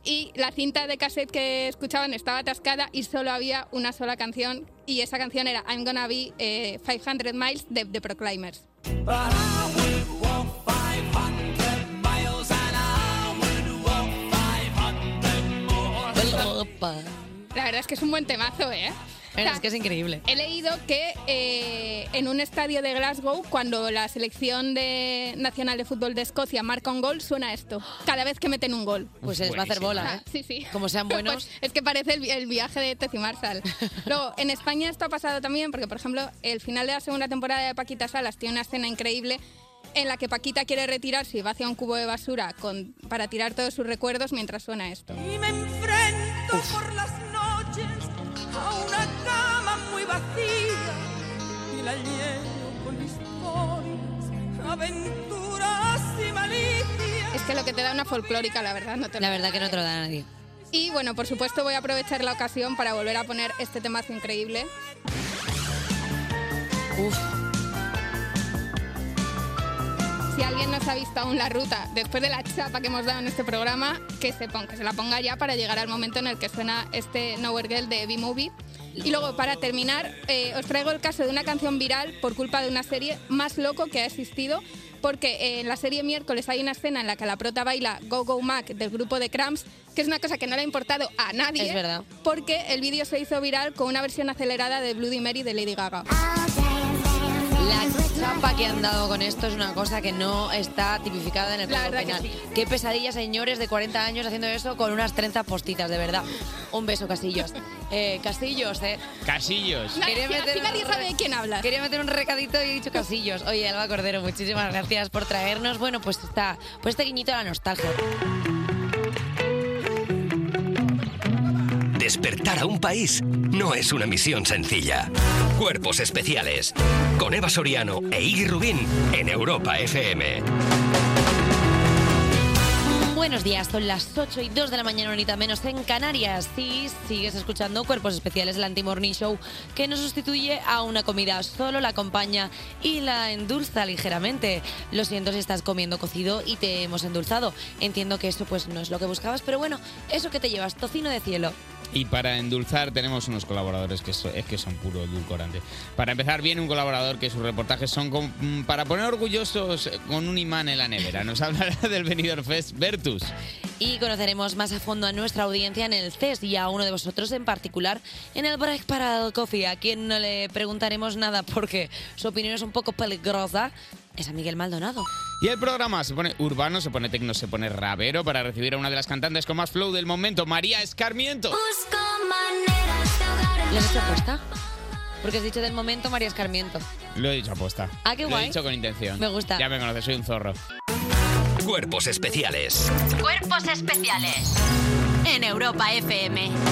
J: y la cinta de cassette que escuchaban estaba atascada y solo había una sola canción y esa canción era I'm Gonna Be eh, 500 Miles de The Proclaimers. La verdad es que es un buen temazo, ¿eh?
B: Bueno, es que es increíble.
J: He leído que eh, en un estadio de Glasgow, cuando la selección de- nacional de fútbol de Escocia marca un gol, suena esto. Cada vez que meten un gol.
B: Pues se les va a hacer bola,
J: O sea,
B: ¿eh?
J: Sí, sí.
B: Como sean buenos.
J: <laughs> Pues es que parece el, el viaje de Tezi Marsal. Luego, en España esto ha pasado también, porque por ejemplo, el final de la segunda temporada de Paquita Salas tiene una escena increíble en la que Paquita quiere retirarse y va hacia un cubo de basura con- para tirar todos sus recuerdos mientras suena esto.
L: Y me enfrento por las noches a una cama muy vacía y la lleno con historias, aventuras y malicias.
J: Es que lo que te da una folclórica, la verdad, no te
B: La verdad que no te lo da nadie.
J: Y bueno, por supuesto voy a aprovechar la ocasión para volver a poner este temazo increíble.
B: Uf.
J: Si alguien nos ha visto aún la ruta después de la chapa que hemos dado en este programa, que se, ponga, que se la ponga ya para llegar al momento en el que suena este Nowhere Girl de B-Movie. Y luego, para terminar, eh, os traigo el caso de una canción viral por culpa de una serie más loco que ha existido, porque eh, en la serie Miércoles hay una escena en la que la prota baila Go Go Mac del grupo de Cramps, que es una cosa que no le ha importado a nadie,
B: Es verdad.
J: porque el vídeo se hizo viral con una versión acelerada de Bloody Mary de Lady Gaga.
B: La chapa que han dado con esto es una cosa que no está tipificada en el
J: La
B: Código
J: verdad
B: Penal.
J: que
B: Qué pesadilla, señores de 40 años haciendo eso con unas trenzas postitas, de verdad. Un beso,
J: <laughs>
B: Casillos. Eh, Casillos, ¿eh?
C: Casillos.
J: Nadie- aquí nadie
B: un-
J: sabe de quién hablas.
B: Quería meter un recadito y he dicho Casillos. Oye, Alba Cordero, muchísimas gracias por traernos. Bueno, pues está, pues este guiñito a la nostalgia.
A: Despertar a un país no es una misión sencilla. Cuerpos especiales. Con Eva Soriano e Iggy Rubín en Europa FM.
B: Buenos días, son las 8 y 2 de la mañana, ahorita menos en Canarias. Sí, sigues escuchando Cuerpos Especiales, el Anti-Morning Show, que no sustituye a una comida, solo la acompaña y la endulza ligeramente. Lo siento si estás comiendo cocido y te hemos endulzado. Entiendo que eso pues no es lo que buscabas, pero bueno, eso que te llevas, tocino de cielo.
C: Y para endulzar tenemos unos colaboradores que so- es que son puro edulcorante. Para empezar, viene un colaborador que sus reportajes son con- mm, para poner orgullosos eh, con un imán en la nevera. Nos <laughs> hablará del Benidorm Fest Vertus.
B: Y conoceremos más a fondo a nuestra audiencia en el CES y a uno de vosotros en particular en el Break para el Coffee, a quien no le preguntaremos nada porque su opinión es un poco peligrosa. Es a Miguel Maldonado.
C: Y el programa se pone urbano, se pone tecno, se pone rabero para recibir a una de las cantantes con más flow del momento, María Escarmiento.
B: ¿Le has hecho apuesta? Porque has dicho del momento María Escarmiento.
C: Lo he dicho aposta.
B: Ah, qué
C: Lo
B: guay.
C: he dicho con intención.
B: Me gusta.
C: Ya me conoces, soy un zorro.
A: Cuerpos especiales.
D: Cuerpos especiales en Europa FM.
C: ¡No,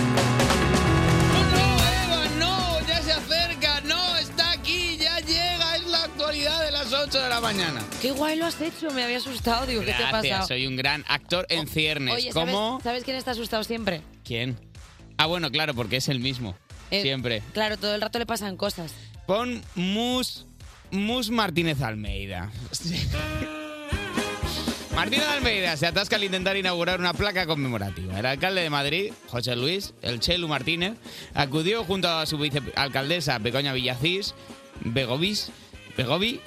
C: Eva, no! ¡Ya se acerca! ¡No, está aquí! ¡Ya llega! ¡Es la actualidad de las 8 de la mañana!
B: Qué guay lo has hecho, me había asustado. Digo, ¿qué te ha
C: Gracias,
B: pasado? Oh,
C: soy un gran actor en ciernes.
B: Oye, ¿sabes,
C: ¿Cómo?
B: ¿sabes quién está asustado siempre?
C: ¿Quién? Ah, bueno, claro, porque es el mismo.
B: Eh,
C: Siempre.
B: Claro, todo el rato le pasan cosas.
C: Pon Mus, Mus Martínez Almeida. Martínez Almeida se atasca al intentar inaugurar una placa conmemorativa. El alcalde de Madrid, José Luis, el Chelu Martínez, acudió junto a su vicealcaldesa, Begoña Villacís, Begovis, Begovi,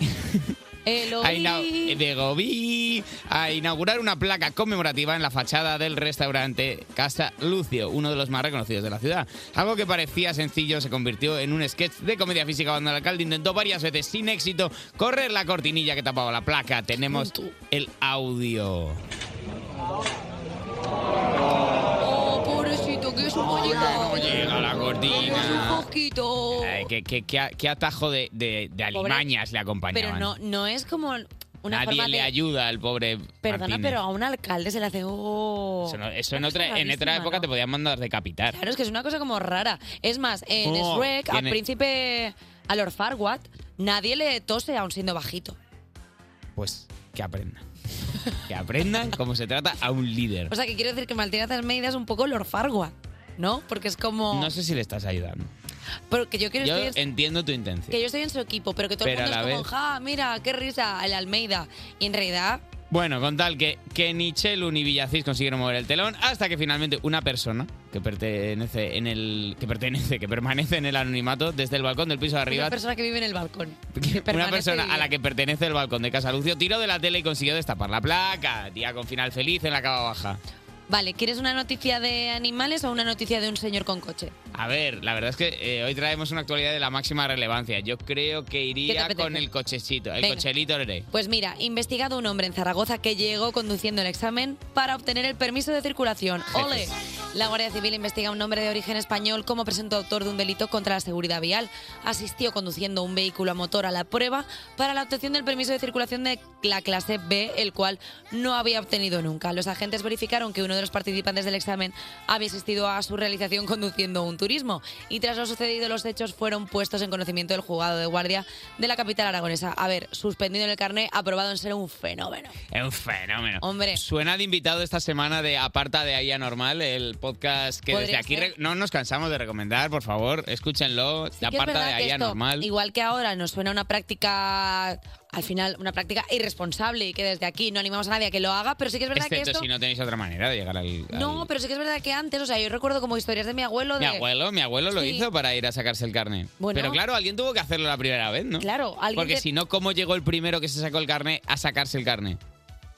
B: Eh, lo
C: a,
B: vi.
C: ina- de Gobí a inaugurar una placa conmemorativa en la fachada del restaurante Casa Lucio, uno de los más reconocidos de la ciudad. Algo que parecía sencillo se convirtió en un sketch de comedia física cuando el alcalde intentó varias veces sin éxito correr la cortinilla que tapaba la placa. Tenemos el audio.
B: Oh, pobrecito, que es un pollito.
C: No llega la cortina.
B: poquito.
C: Ay, qué, qué- qué a- qué atajo de, de, de alimañas le acompañaban.
B: Pero no, no es como una
C: Nadie
B: forma
C: le
B: de.
C: ayuda al pobre
B: Perdona,
C: Martínez.
B: pero a un alcalde se le hace. Oh.
C: Eso, no- eso en, otra, en
B: gravísima,
C: otra época te podían mandar decapitar.
B: Claro, es que es una cosa como rara. Es más, en
C: Oh,
B: Shrek, al
C: tiene-
B: príncipe, a Lord Farquaad, nadie le tose aun siendo bajito.
C: Pues que aprendan. Que aprendan cómo se trata a un líder.
B: O sea, que quiero decir que Martínez Almeida es un poco Lord Farquaad, ¿no? Porque es como...
C: no sé si le estás ayudando.
B: Porque yo quiero
C: Yo
B: decir
C: entiendo tu intención.
B: que yo estoy en su equipo, pero que todo
C: Pero
B: el mundo
C: a
B: es
C: la
B: como,
C: vez-
B: ja, mira, qué risa, el Almeida. Y en realidad,
C: Bueno, con tal que, que ni Chelu ni Villacís consiguieron mover el telón hasta que finalmente una persona que pertenece en el que pertenece que permanece en el anonimato desde el balcón del piso de arriba <laughs>
B: una persona que vive en el balcón.
C: una
B: permanece
C: persona a la
B: viviendo.
C: que pertenece el balcón de Casa Lucio tiró de la tele y consiguió destapar la placa día con final feliz en la cava baja.
B: Vale, ¿quieres una noticia de animales o una noticia de un señor con coche?
C: A ver, la verdad es que eh, hoy traemos una actualidad de la máxima relevancia. Yo creo que iría
B: apetece?
C: con el cochecito, el
B: Venga.
C: cochelito oré.
B: Pues mira, investigado un hombre en Zaragoza que llegó conduciendo el examen para obtener el permiso de circulación. ¡Ole! La Guardia Civil investiga a un hombre de origen español como presunto autor de un delito contra la seguridad vial. Asistió conduciendo un vehículo a motor a la prueba para la obtención del permiso de circulación de la clase B, el cual no había obtenido nunca. Los agentes verificaron que uno de los participantes del examen había asistido a su realización conduciendo un turismo y tras lo sucedido los hechos fueron puestos en conocimiento del juzgado de guardia de la capital aragonesa. A ver, suspendido en el carné, aprobado en ser un fenómeno.
C: Es un fenómeno.
B: Hombre.
C: Suena de invitado esta semana de Aparta de Ahí Anormal, el podcast que desde
B: Podría
C: aquí
B: ser.
C: re- no nos cansamos de recomendar, por favor, escúchenlo.
B: Sí que es
C: Aparta de
B: verdad que
C: Ahí
B: esto,
C: Anormal.
B: Igual que ahora nos suena una práctica, al final, una práctica irresponsable y que desde aquí no animamos a nadie a que lo haga, pero sí que es verdad
C: Excepto
B: que esto...
C: si no tenéis otra manera de llegar al. al-
B: No, pero sí que es verdad que antes, o sea, yo recuerdo como historias de mi abuelo
C: Mi
B: de...
C: abuelo, mi abuelo lo
B: Sí.
C: hizo para ir a sacarse el carnet.
B: Bueno.
C: Pero claro, alguien tuvo que hacerlo la primera vez, ¿no?
B: Claro, alguien
C: Porque
B: te-
C: si no, ¿cómo llegó el primero que se sacó el carnet a sacarse el carnet?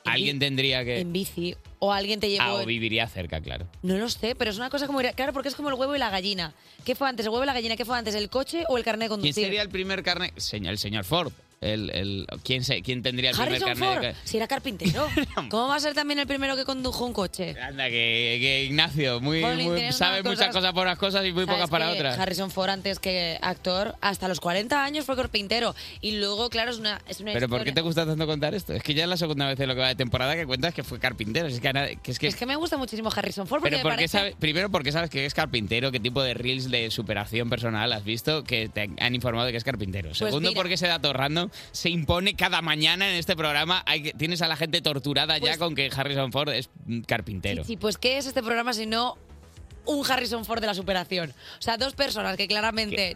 C: Alguien tendría que.
B: En bici. O alguien te llevó...
C: Ah, o
B: en-
C: viviría cerca, claro.
B: No lo sé, pero es una cosa como... ir- Claro, porque es como el huevo y la gallina. ¿Qué fue antes, el huevo y la gallina? ¿Qué fue antes, el coche o el carnet de
C: ¿Quién
B: conducir?
C: sería el primer carnet? Señor, el señor Ford. El, el- ¿quién, se- ¿Quién tendría el primer
B: Harrison
C: carnet?
B: Ford,
C: de ca-
B: si
C: <laughs>
B: era carpintero. ¿Cómo va a ser también el primero que condujo un coche?
C: Anda, que, que Ignacio, muy,
B: Jolín,
C: muy-
B: tienes
C: sabe
B: unas
C: muchas
B: cosas-
C: cosas para unas cosas y muy
B: ¿Sabes
C: pocas para
B: que
C: otras.
B: Harrison Ford antes que actor, hasta los 40 años fue carpintero. Y luego, claro, es una, es una
C: Pero ¿por qué
B: historia-
C: te gusta tanto contar esto? Es que ya es la segunda vez de lo que va de temporada que cuentas que fue carpintero. Es que, ana- que es que-
B: Es que me gusta muchísimo Harrison Ford porque
C: pero
B: me
C: ¿por qué
B: parece...
C: sabe- primero, porque sabes que es carpintero? ¿Qué tipo de reels de superación personal has visto que te han informado de que es carpintero? Segundo,
B: Pues mira.
C: porque ese dato random se impone cada mañana en este programa. Hay que- tienes a la gente torturada ya
B: Pues-
C: con que Harrison Ford es mm, carpintero.
B: Sí, pues ¿qué es este programa si no un Harrison Ford de la superación? O sea, dos personas que claramente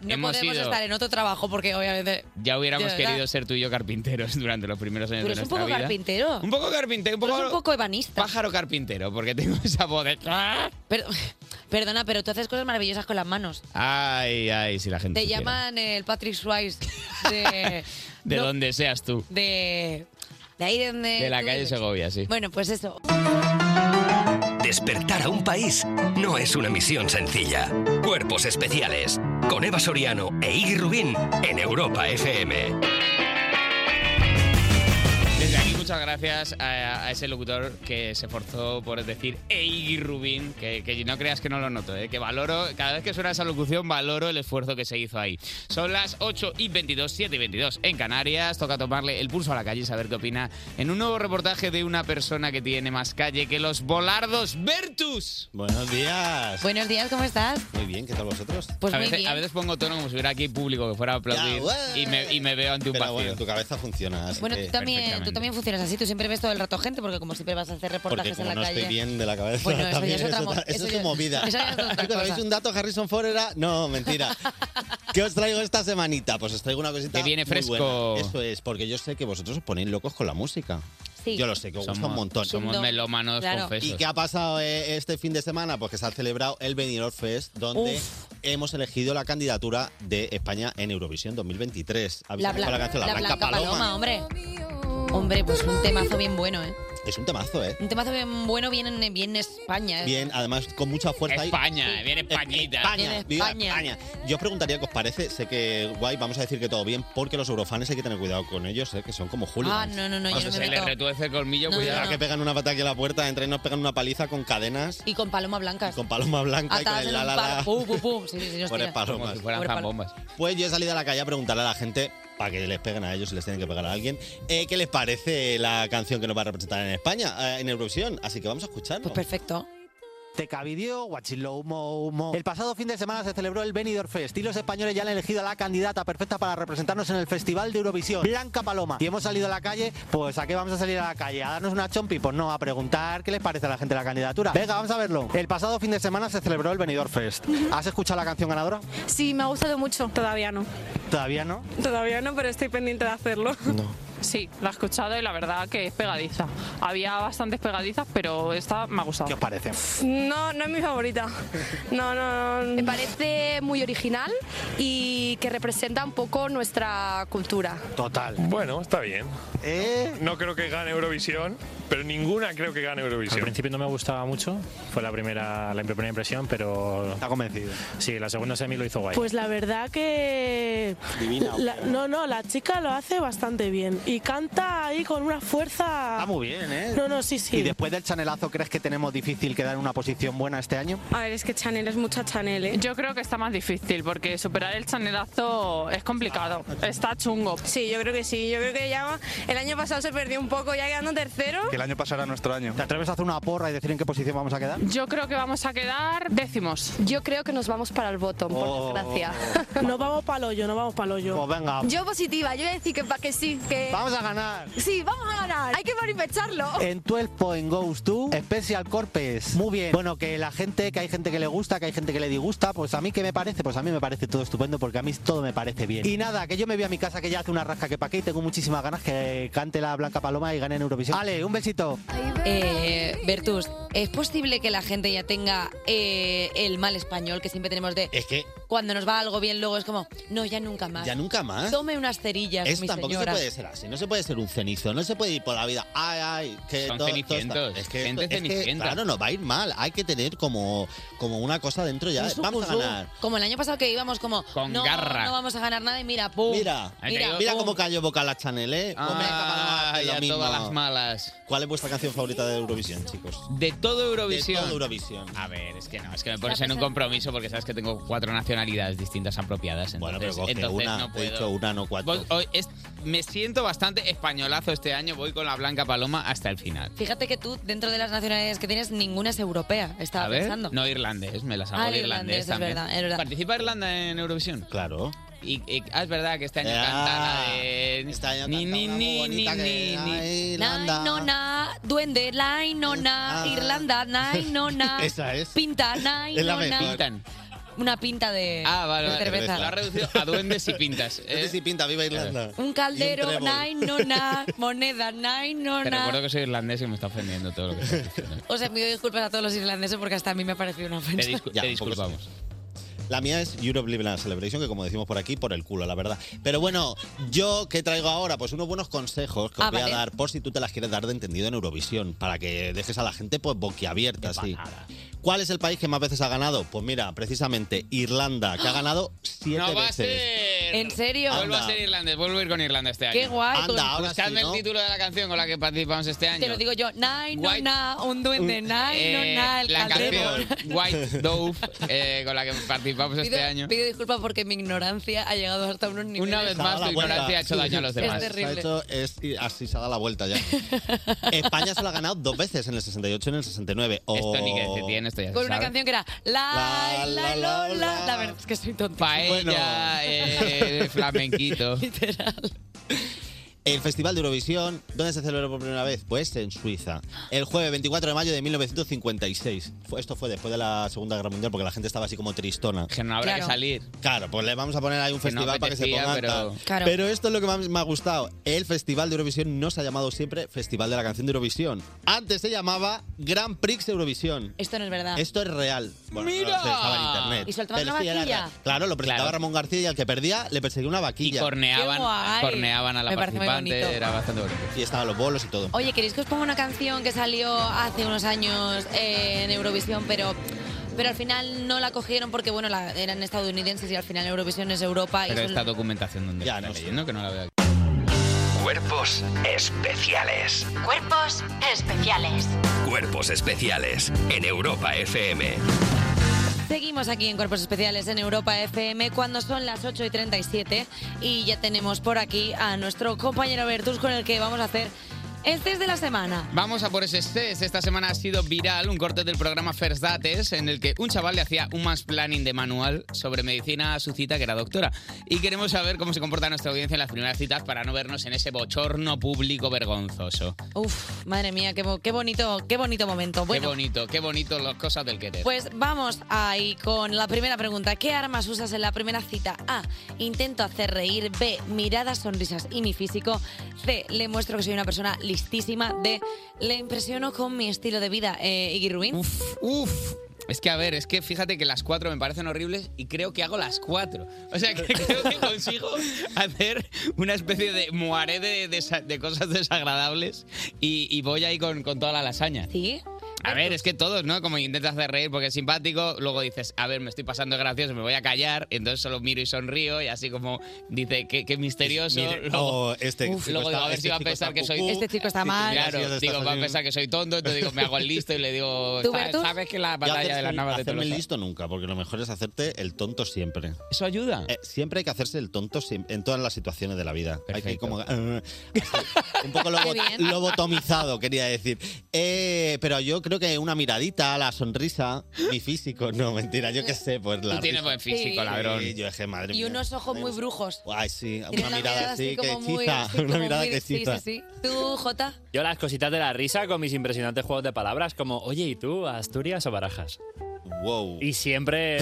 C: Que
B: no
C: hemos
B: podemos
C: ido-
B: estar en otro trabajo porque obviamente...
C: Ya hubiéramos
B: De verdad.
C: querido ser tú y yo carpinteros <laughs> durante los primeros años
B: Tú
C: de
B: eres un
C: nuestra
B: poco
C: vida.
B: carpintero.
C: Un poco carpintero, un poco,
B: un poco ebanista.
C: pájaro carpintero, porque tengo esa voz de... <laughs> "Ah".
B: Per- Perdona, pero tú haces cosas maravillosas con las manos.
C: Ay, ay, si la gente...
B: Te
C: supiera.
B: llaman el Patrick Swayze de,
C: De donde seas tú.
B: de, de ahí donde...
C: De la
B: tú
C: calle
B: vives.
C: Segovia, sí.
B: Bueno, pues eso.
A: Despertar a un país no es una misión sencilla. Cuerpos especiales con Eva Soriano e Iggy Rubín en Europa FM.
C: Desde aquí muchas gracias a, a ese locutor que se esforzó por decir Ey Rubín, que, que no creas que no lo noto, ¿eh? que valoro, cada vez que suena esa locución valoro el esfuerzo que se hizo ahí. Son las 8 y 22, 7 y 22 en Canarias, toca tomarle el pulso a la calle y saber qué opina en un nuevo reportaje de una persona que tiene más calle que los volardos Bertus.
M: Buenos días.
B: Buenos días, ¿cómo estás?
M: Muy bien, ¿qué tal vosotros?
B: Pues
C: a,
B: muy
C: veces,
B: bien.
C: a veces pongo tono como si hubiera aquí público que fuera a aplaudir
M: Ya, bueno.
C: y, me, y me veo ante un
M: Pero
C: vacío.
M: bueno, tu cabeza funciona. así
B: Bueno,
M: que-
B: tú también, tú también funcionas así, tú siempre ves todo el rato gente, porque como siempre vas a hacer
M: Porque
B: reportajes
M: como
B: en la
M: no
B: calle.
M: estoy bien de la cabeza.
B: Bueno, eso ya
M: también
B: es otra mo-
M: eso
B: eso
M: es
B: ya-
M: tu movida.
B: <laughs> eso ya es otra
M: Chicos, ¿habéis
B: cosa.
M: un dato? Harrison Ford era. No, mentira. ¿Qué os traigo esta semanita? Pues os traigo una cosita.
C: Que viene
M: muy
C: fresco.
M: buena. Eso es, porque yo sé que vosotros os ponéis locos con la música.
C: Sí.
M: Yo lo sé, que os gusta
C: Somos-
M: un montón.
C: somos Siendo- melómanos Claro. confesos.
M: ¿Y qué ha pasado eh, este fin de semana? Pues que se ha celebrado el Benidorm Fest, donde
B: Uf.
M: hemos elegido la candidatura de España en Eurovisión 2023. ¿Habéis
B: La,
M: escuchado
B: blan-
M: canción?
B: la Blanca Paloma. hombre. Hombre, pues un temazo bien bueno, ¿eh?
M: Es un temazo, ¿eh?
B: Un temazo bien bueno, bien en, bien en España, ¿eh?
M: Bien, además con mucha fuerza.
C: España,
M: ahí.
C: bien españita.
M: España,
B: Bien
M: viva
B: España.
M: España. Yo os preguntaría qué os parece. Sé que guay, vamos a decir que todo bien, porque los eurofans hay que tener cuidado con ellos, ¿eh? que son como Julio.
B: Ah, no, no, no, yo no me
C: se le
B: meto.
C: retuerce el colmillo,
B: No,
M: Cuidado
B: no, no.
M: que pegan una pata aquí a la puerta, entran y nos pegan una paliza con cadenas,
B: Y con paloma blancas.
M: con paloma blanca y con
B: Atadas
M: el
B: en
M: la
B: un
M: la la.
B: palo. Pum, pum, pum. Sí, sí, sí, nos
M: Pobres
B: tira.
M: palomas.
C: Como si fueran
B: Pobre
C: zambombas.
M: Pues yo he salido a la calle a preguntarle a la gente, para que les peguen a ellos si les tienen que pegar a alguien, eh, ¿qué les parece la canción que nos va a representar en España, eh, en Eurovisión? Así que vamos a escucharlo. Pues
B: perfecto.
N: Tecavidio, Guachilo Humo Humo. El pasado fin de semana se celebró el Benidorm Fest y los españoles ya han elegido a la candidata perfecta para representarnos en el Festival de Eurovisión, Blanca Paloma. Y hemos salido a la calle, pues ¿a qué vamos a salir a la calle? ¿A darnos una chompi? Pues no, a preguntar qué les parece a la gente la candidatura. Venga, vamos a verlo. El pasado fin de semana se celebró el Benidorm Fest. ¿Has escuchado la canción ganadora?
O: Sí, me ha gustado mucho. Todavía no.
N: Todavía no.
O: <laughs> Todavía no, pero estoy pendiente de hacerlo. Sí, la he escuchado y la verdad que es pegadiza. Había bastantes pegadizas, pero esta me ha gustado.
N: ¿Qué os parece?
O: No, no es mi favorita. No, no, Me parece muy original y que representa un poco nuestra cultura.
N: Total.
P: Bueno, está bien. No creo que gane Eurovisión, pero ninguna creo que gane Eurovisión.
Q: Al principio no me gustaba mucho, fue la primera, la primera impresión, pero... Está
N: convencido.
Q: Sí, la segunda semi lo hizo guay.
R: Pues la verdad que...
Q: Divina.
R: la- no, no, la chica lo hace bastante bien y canta ahí con una fuerza...
N: Está muy bien, ¿eh?
R: No, no, sí, sí.
N: ¿Y después del chanelazo crees que tenemos difícil quedar en una posición buena este año?
O: A ver, es que Chanel es mucha Chanel, ¿eh? Yo creo que está más difícil porque superar el chanelazo es complicado.
N: Ah,
O: Está chungo. Sí, yo creo que sí. Yo creo que ya el año pasado se perdió un poco ya quedando tercero.
N: Que el año pasará nuestro año. ¿Te atreves a hacer una porra y decir en qué posición vamos a quedar?
O: Yo creo que vamos a quedar décimos. Yo creo que nos vamos para el botón,
N: Oh.
R: No vamos para el hoyo, no vamos para el hoyo.
N: Pues venga.
O: positiva, yo voy a decir que, que sí, que...
N: Vamos a ganar.
O: Sí, vamos a ganar. Hay que manifestarlo.
M: Eh.
N: En 12 Point Goes to Special Corpes. Muy bien. Bueno, que la gente, que hay gente que le gusta, que hay gente que le disgusta, pues a mí qué me parece, pues a mí me parece todo estupendo porque a mí todo me parece bien. Y nada, que yo me voy a mi casa que ya hace una rasca que pa' qué y tengo muchísimas ganas que cante la Blanca Paloma y gane en Eurovisión. Ale, un besito.
B: Eh, Bertus, ¿es posible que la gente ya tenga eh, el mal español que siempre tenemos de
M: Es que
B: cuando nos va algo bien luego es como, no, ya nunca más?
M: ya nunca más.
B: Tome unas cerillas,
M: Eso
B: mi
M: tampoco
B: señora.
M: se puede ser así, no se puede ser un cenizo, no se puede ir por la vida, ay, ay, que
C: Son
M: todo- todo
C: cenicientos,
M: está- es que,
C: gente
M: esto- es que,
C: cenicienta.
M: claro, nos va a ir mal, hay que tener como, como una cosa dentro ya,
B: Usu,
M: vamos a
B: usu.
M: ganar.
B: Como el año pasado que íbamos como,
M: Con
B: no,
M: garra.
B: no vamos a ganar nada y mira, pum.
M: Mira, mira,
B: mira, pum.
M: cómo cayó boca la Chanel, ¿eh?
C: Ah, ya todas las malas.
M: ¿Cuál es vuestra canción favorita de Eurovisión, chicos?
C: De todo Eurovisión.
M: De todo Eurovisión.
C: A ver, es que no, es que me pones en un compromiso porque sabes que tengo cuatro nacionalidades distintas apropiadas. Entonces,
M: Bueno, pero coge
C: entonces
M: una,
C: no
M: te he
C: puedo.
M: dicho una, no cuatro.
C: Voy- hoy es- me siento bastante españolazo este año, voy con la Blanca Paloma hasta el final.
B: Fíjate que tú, dentro de las nacionalidades que tienes, ninguna es europea, estaba
C: A ver,
B: pensando.
C: no irlandés, me las hago
B: Ah,
C: de
B: el
C: irlandés
B: irlandés, es
C: también.
B: verdad, es verdad.
C: ¿Participa Irlanda en Eurovisión?
M: Claro.
C: Y, y- ah, es verdad que este año
M: Ah,
C: canta la de... Este año ni, ni, ni, ni,
M: bonita que-
C: ni, ni.
M: ay,
B: Nine no na, duende, nine no na,
M: Ah.
B: Irlanda, nine no na,
M: <laughs> Esa es.
B: pinta, nine
M: Es la
B: no na.
M: mejor.
B: Una pinta de,
C: Ah, vale,
B: de
C: vale.
B: cerveza.
C: Lo ha reducido a duendes ¿eh? y
M: <laughs>
C: pintas. Duendes
M: y pintas, viva Irlanda.
B: Un caldero,
C: Y un trébol.
B: nine no na, moneda, nine no
C: Te recuerdo
B: na.
C: que soy irlandés y me está ofendiendo todo lo que estás <laughs> diciendo.
B: Os pido disculpas a todos los irlandeses porque hasta a mí me ha parecido una
C: Te,
B: ofensa.
C: discu- te disculpamos.
M: La mía es Europe Live Land Celebration, que como decimos por aquí, por el culo, la verdad. Pero bueno, yo que traigo ahora, pues unos buenos consejos que
B: Ah,
M: os voy
B: vale.
M: a dar por si tú te las quieres dar de entendido en Eurovisión, para que dejes a la gente pues boquiabierta, así. ¿Cuál es el país que más veces ha ganado? Pues mira, precisamente Irlanda, que ha ganado siete
C: No va a
M: veces.
B: ¿En serio?
M: Anda.
C: Vuelvo a ser irlandés, vuelvo a ir con Irlanda este año.
B: Qué guay, Anda, con- ahora sí,
C: Buscadme
B: ¿no?
C: el título de la canción con la que participamos este año.
B: Te lo digo yo, nine no
C: White-
B: na, un duende, nine no
C: Eh,
B: na, el
C: la
B: caldero.
C: canción <laughs> White Dove eh, con la que participamos
B: Pido,
C: este año.
B: pido disculpas porque mi ignorancia ha llegado hasta unos niveles.
C: Una vez
M: dado
C: más, tu
M: la vuelta.
C: ignorancia ha hecho daño a los
M: Es
C: demás.
M: Se ha hecho- es- y así se ha dado la vuelta
C: <laughs>
M: ya. España se lo ha ganado dos veces, en el 68 y en el 69. O-
C: Esto ni que se tiene, esto ya se
B: Con una
M: ¿Sabe?
B: canción que era la, la, la, la. La verdad es
C: Ah,
B: que soy tonta.
C: eh, <laughs> Paella, eh, flamenquito.
M: El Festival de Eurovisión, ¿dónde se celebró por primera vez? Pues en Suiza. El jueves 24 de mayo de 1956. Fue- Esto fue después de la Segunda Guerra Mundial porque la gente estaba así como tristona.
C: Que no habrá que salir.
M: Claro, pues le vamos a poner ahí un
C: Que no
M: festival para que se
C: apetecía,
M: ponga
C: pero-
M: tal.
C: Claro.
M: Pero esto es lo que más me ha gustado. El Festival de Eurovisión no se ha llamado siempre Festival de la Canción de Eurovisión. Antes se llamaba Grand Prix Eurovisión.
B: Esto no es verdad.
M: Esto es real. Bueno, no
B: ¡Mira!
M: sé, estaba en internet.
B: Y soltaban
M: Pero
B: una
M: sí era
B: vaquilla.
M: real. Claro, lo presentaba
C: Claro.
M: Ramón García y al que perdía le perseguía una vaquilla.
C: Y corneaban- Qué guay. corneaban a la Me parece muy participante, bonito. era
M: bastante bonito. Y estaban los bolos y todo.
B: Oye, ¿queréis que os ponga una canción que salió hace unos años eh, en Eurovisión, pero, pero al final no la cogieron porque, bueno, la- eran estadounidenses y al final Eurovisión es Europa.
C: Pero
B: y son-
C: esta documentación donde ya, leyendo que no la veo aquí.
A: Cuerpos especiales.
D: Cuerpos especiales.
A: Cuerpos especiales en Europa FM.
B: Seguimos aquí en Cuerpos Especiales en Europa FM cuando son las 8 y 37 y ya tenemos por aquí a nuestro compañero Bertus con el que vamos a hacer el test de la semana.
C: Vamos a por ese test. Esta semana ha sido viral un corte del programa First Dates en el que un chaval le hacía un más planning de manual sobre medicina a su cita que era doctora. Y queremos saber cómo se comporta nuestra audiencia en las primeras citas para no vernos en ese bochorno público vergonzoso.
B: Uf, madre mía, qué, bo- qué bonito, qué bonito momento. Bueno,
C: Qué bonito, qué bonito las cosas del querer.
B: Pues vamos ahí con la primera pregunta. ¿Qué armas usas en la primera cita? A. Intento hacer reír. B. Miradas, sonrisas y mi físico. C. Le muestro que soy una persona listísima. D. Le impresiono con mi estilo de vida. Eh, Iggy Rubin.
C: Uf. Es que, a ver, es que fíjate que las cuatro me parecen horribles y creo que hago las cuatro. O sea, que <laughs> creo que consigo hacer una especie de moaré de, desa- de cosas desagradables y, y voy ahí con, con toda la lasaña.
B: ¿Sí?
C: A ver, es que todos, ¿no? Como intentas hacer reír porque es simpático, luego dices, a ver, me estoy pasando gracioso, me voy a callar, entonces solo miro y sonrío y así como dice, qué, qué misterioso.
M: Mire,
C: luego,
M: oh, este
C: Uf,
M: chico
C: luego digo,
M: está-
C: a ver
M: este
C: si va a
M: chico está
C: pensar que soy...
M: cucú. Este
B: chico está mal.
C: Claro,
M: Gracias,
C: digo,
M: estás
C: va a
M: haciendo-
C: pensar que soy tonto, entonces digo, me hago el listo y le digo,
B: <laughs> ¿Tú,
C: "Sabes-
B: Bertus?
C: ¿sabes que la batalla de las navas de
M: hacerme el
C: Tolosa?
M: listo nunca, porque lo mejor es hacerte el tonto siempre. Eh,
C: ¿Eso ayuda?
M: siempre hay que hacerse el tonto siem- en todas las situaciones de la vida. Hay que como... un poco
B: <laughs> Qué
M: lobo-
B: bien.
M: lobotomizado, quería decir. Eh, pero yo creo que una miradita, la sonrisa, mi físico... No, mentira, yo qué sé, pues la
C: Tú tienes
M: risa.
C: buen físico,
B: Sí.
C: ladrón.
M: Sí, yo dije, madre
B: Y
M: mía.
B: unos ojos muy brujos.
M: Ay, sí,
B: Tiene
M: una mirada así que
B: como muy-
M: hechiza.
B: así como
M: Una mirada
B: muy-
M: que
B: sí,
M: hechiza.
B: sí, sí. ¿Tú, Jota?
Q: Yo las cositas de la risa con mis impresionantes juegos de palabras como, oye, ¿y tú, Asturias o Barajas?
M: Wow.
Q: Y siempre,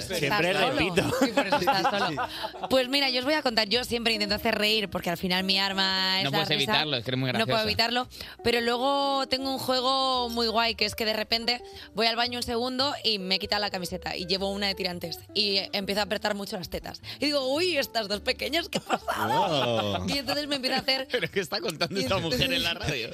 Q: siempre
B: estás
Q: repito.
B: Sí, por eso estás solo. Pues mira, yo os voy a contar, yo siempre intento hacer reír porque al final mi arma es
C: No
B: la
C: puedes
B: risa.
C: evitarlo, es que eres muy
B: No puedo
C: graciosa.
B: evitarlo, pero luego tengo un juego muy guay que es que de repente voy al baño un segundo y me quita la camiseta y llevo una de tirantes y empiezo a apretar mucho las tetas. Y digo, uy, estas dos pequeñas, ¿qué pasa?
C: Wow. <laughs>
B: <laughs> Y entonces me empiezo a hacer
C: Oh. Pero ¿qué está contando esta mujer en la radio?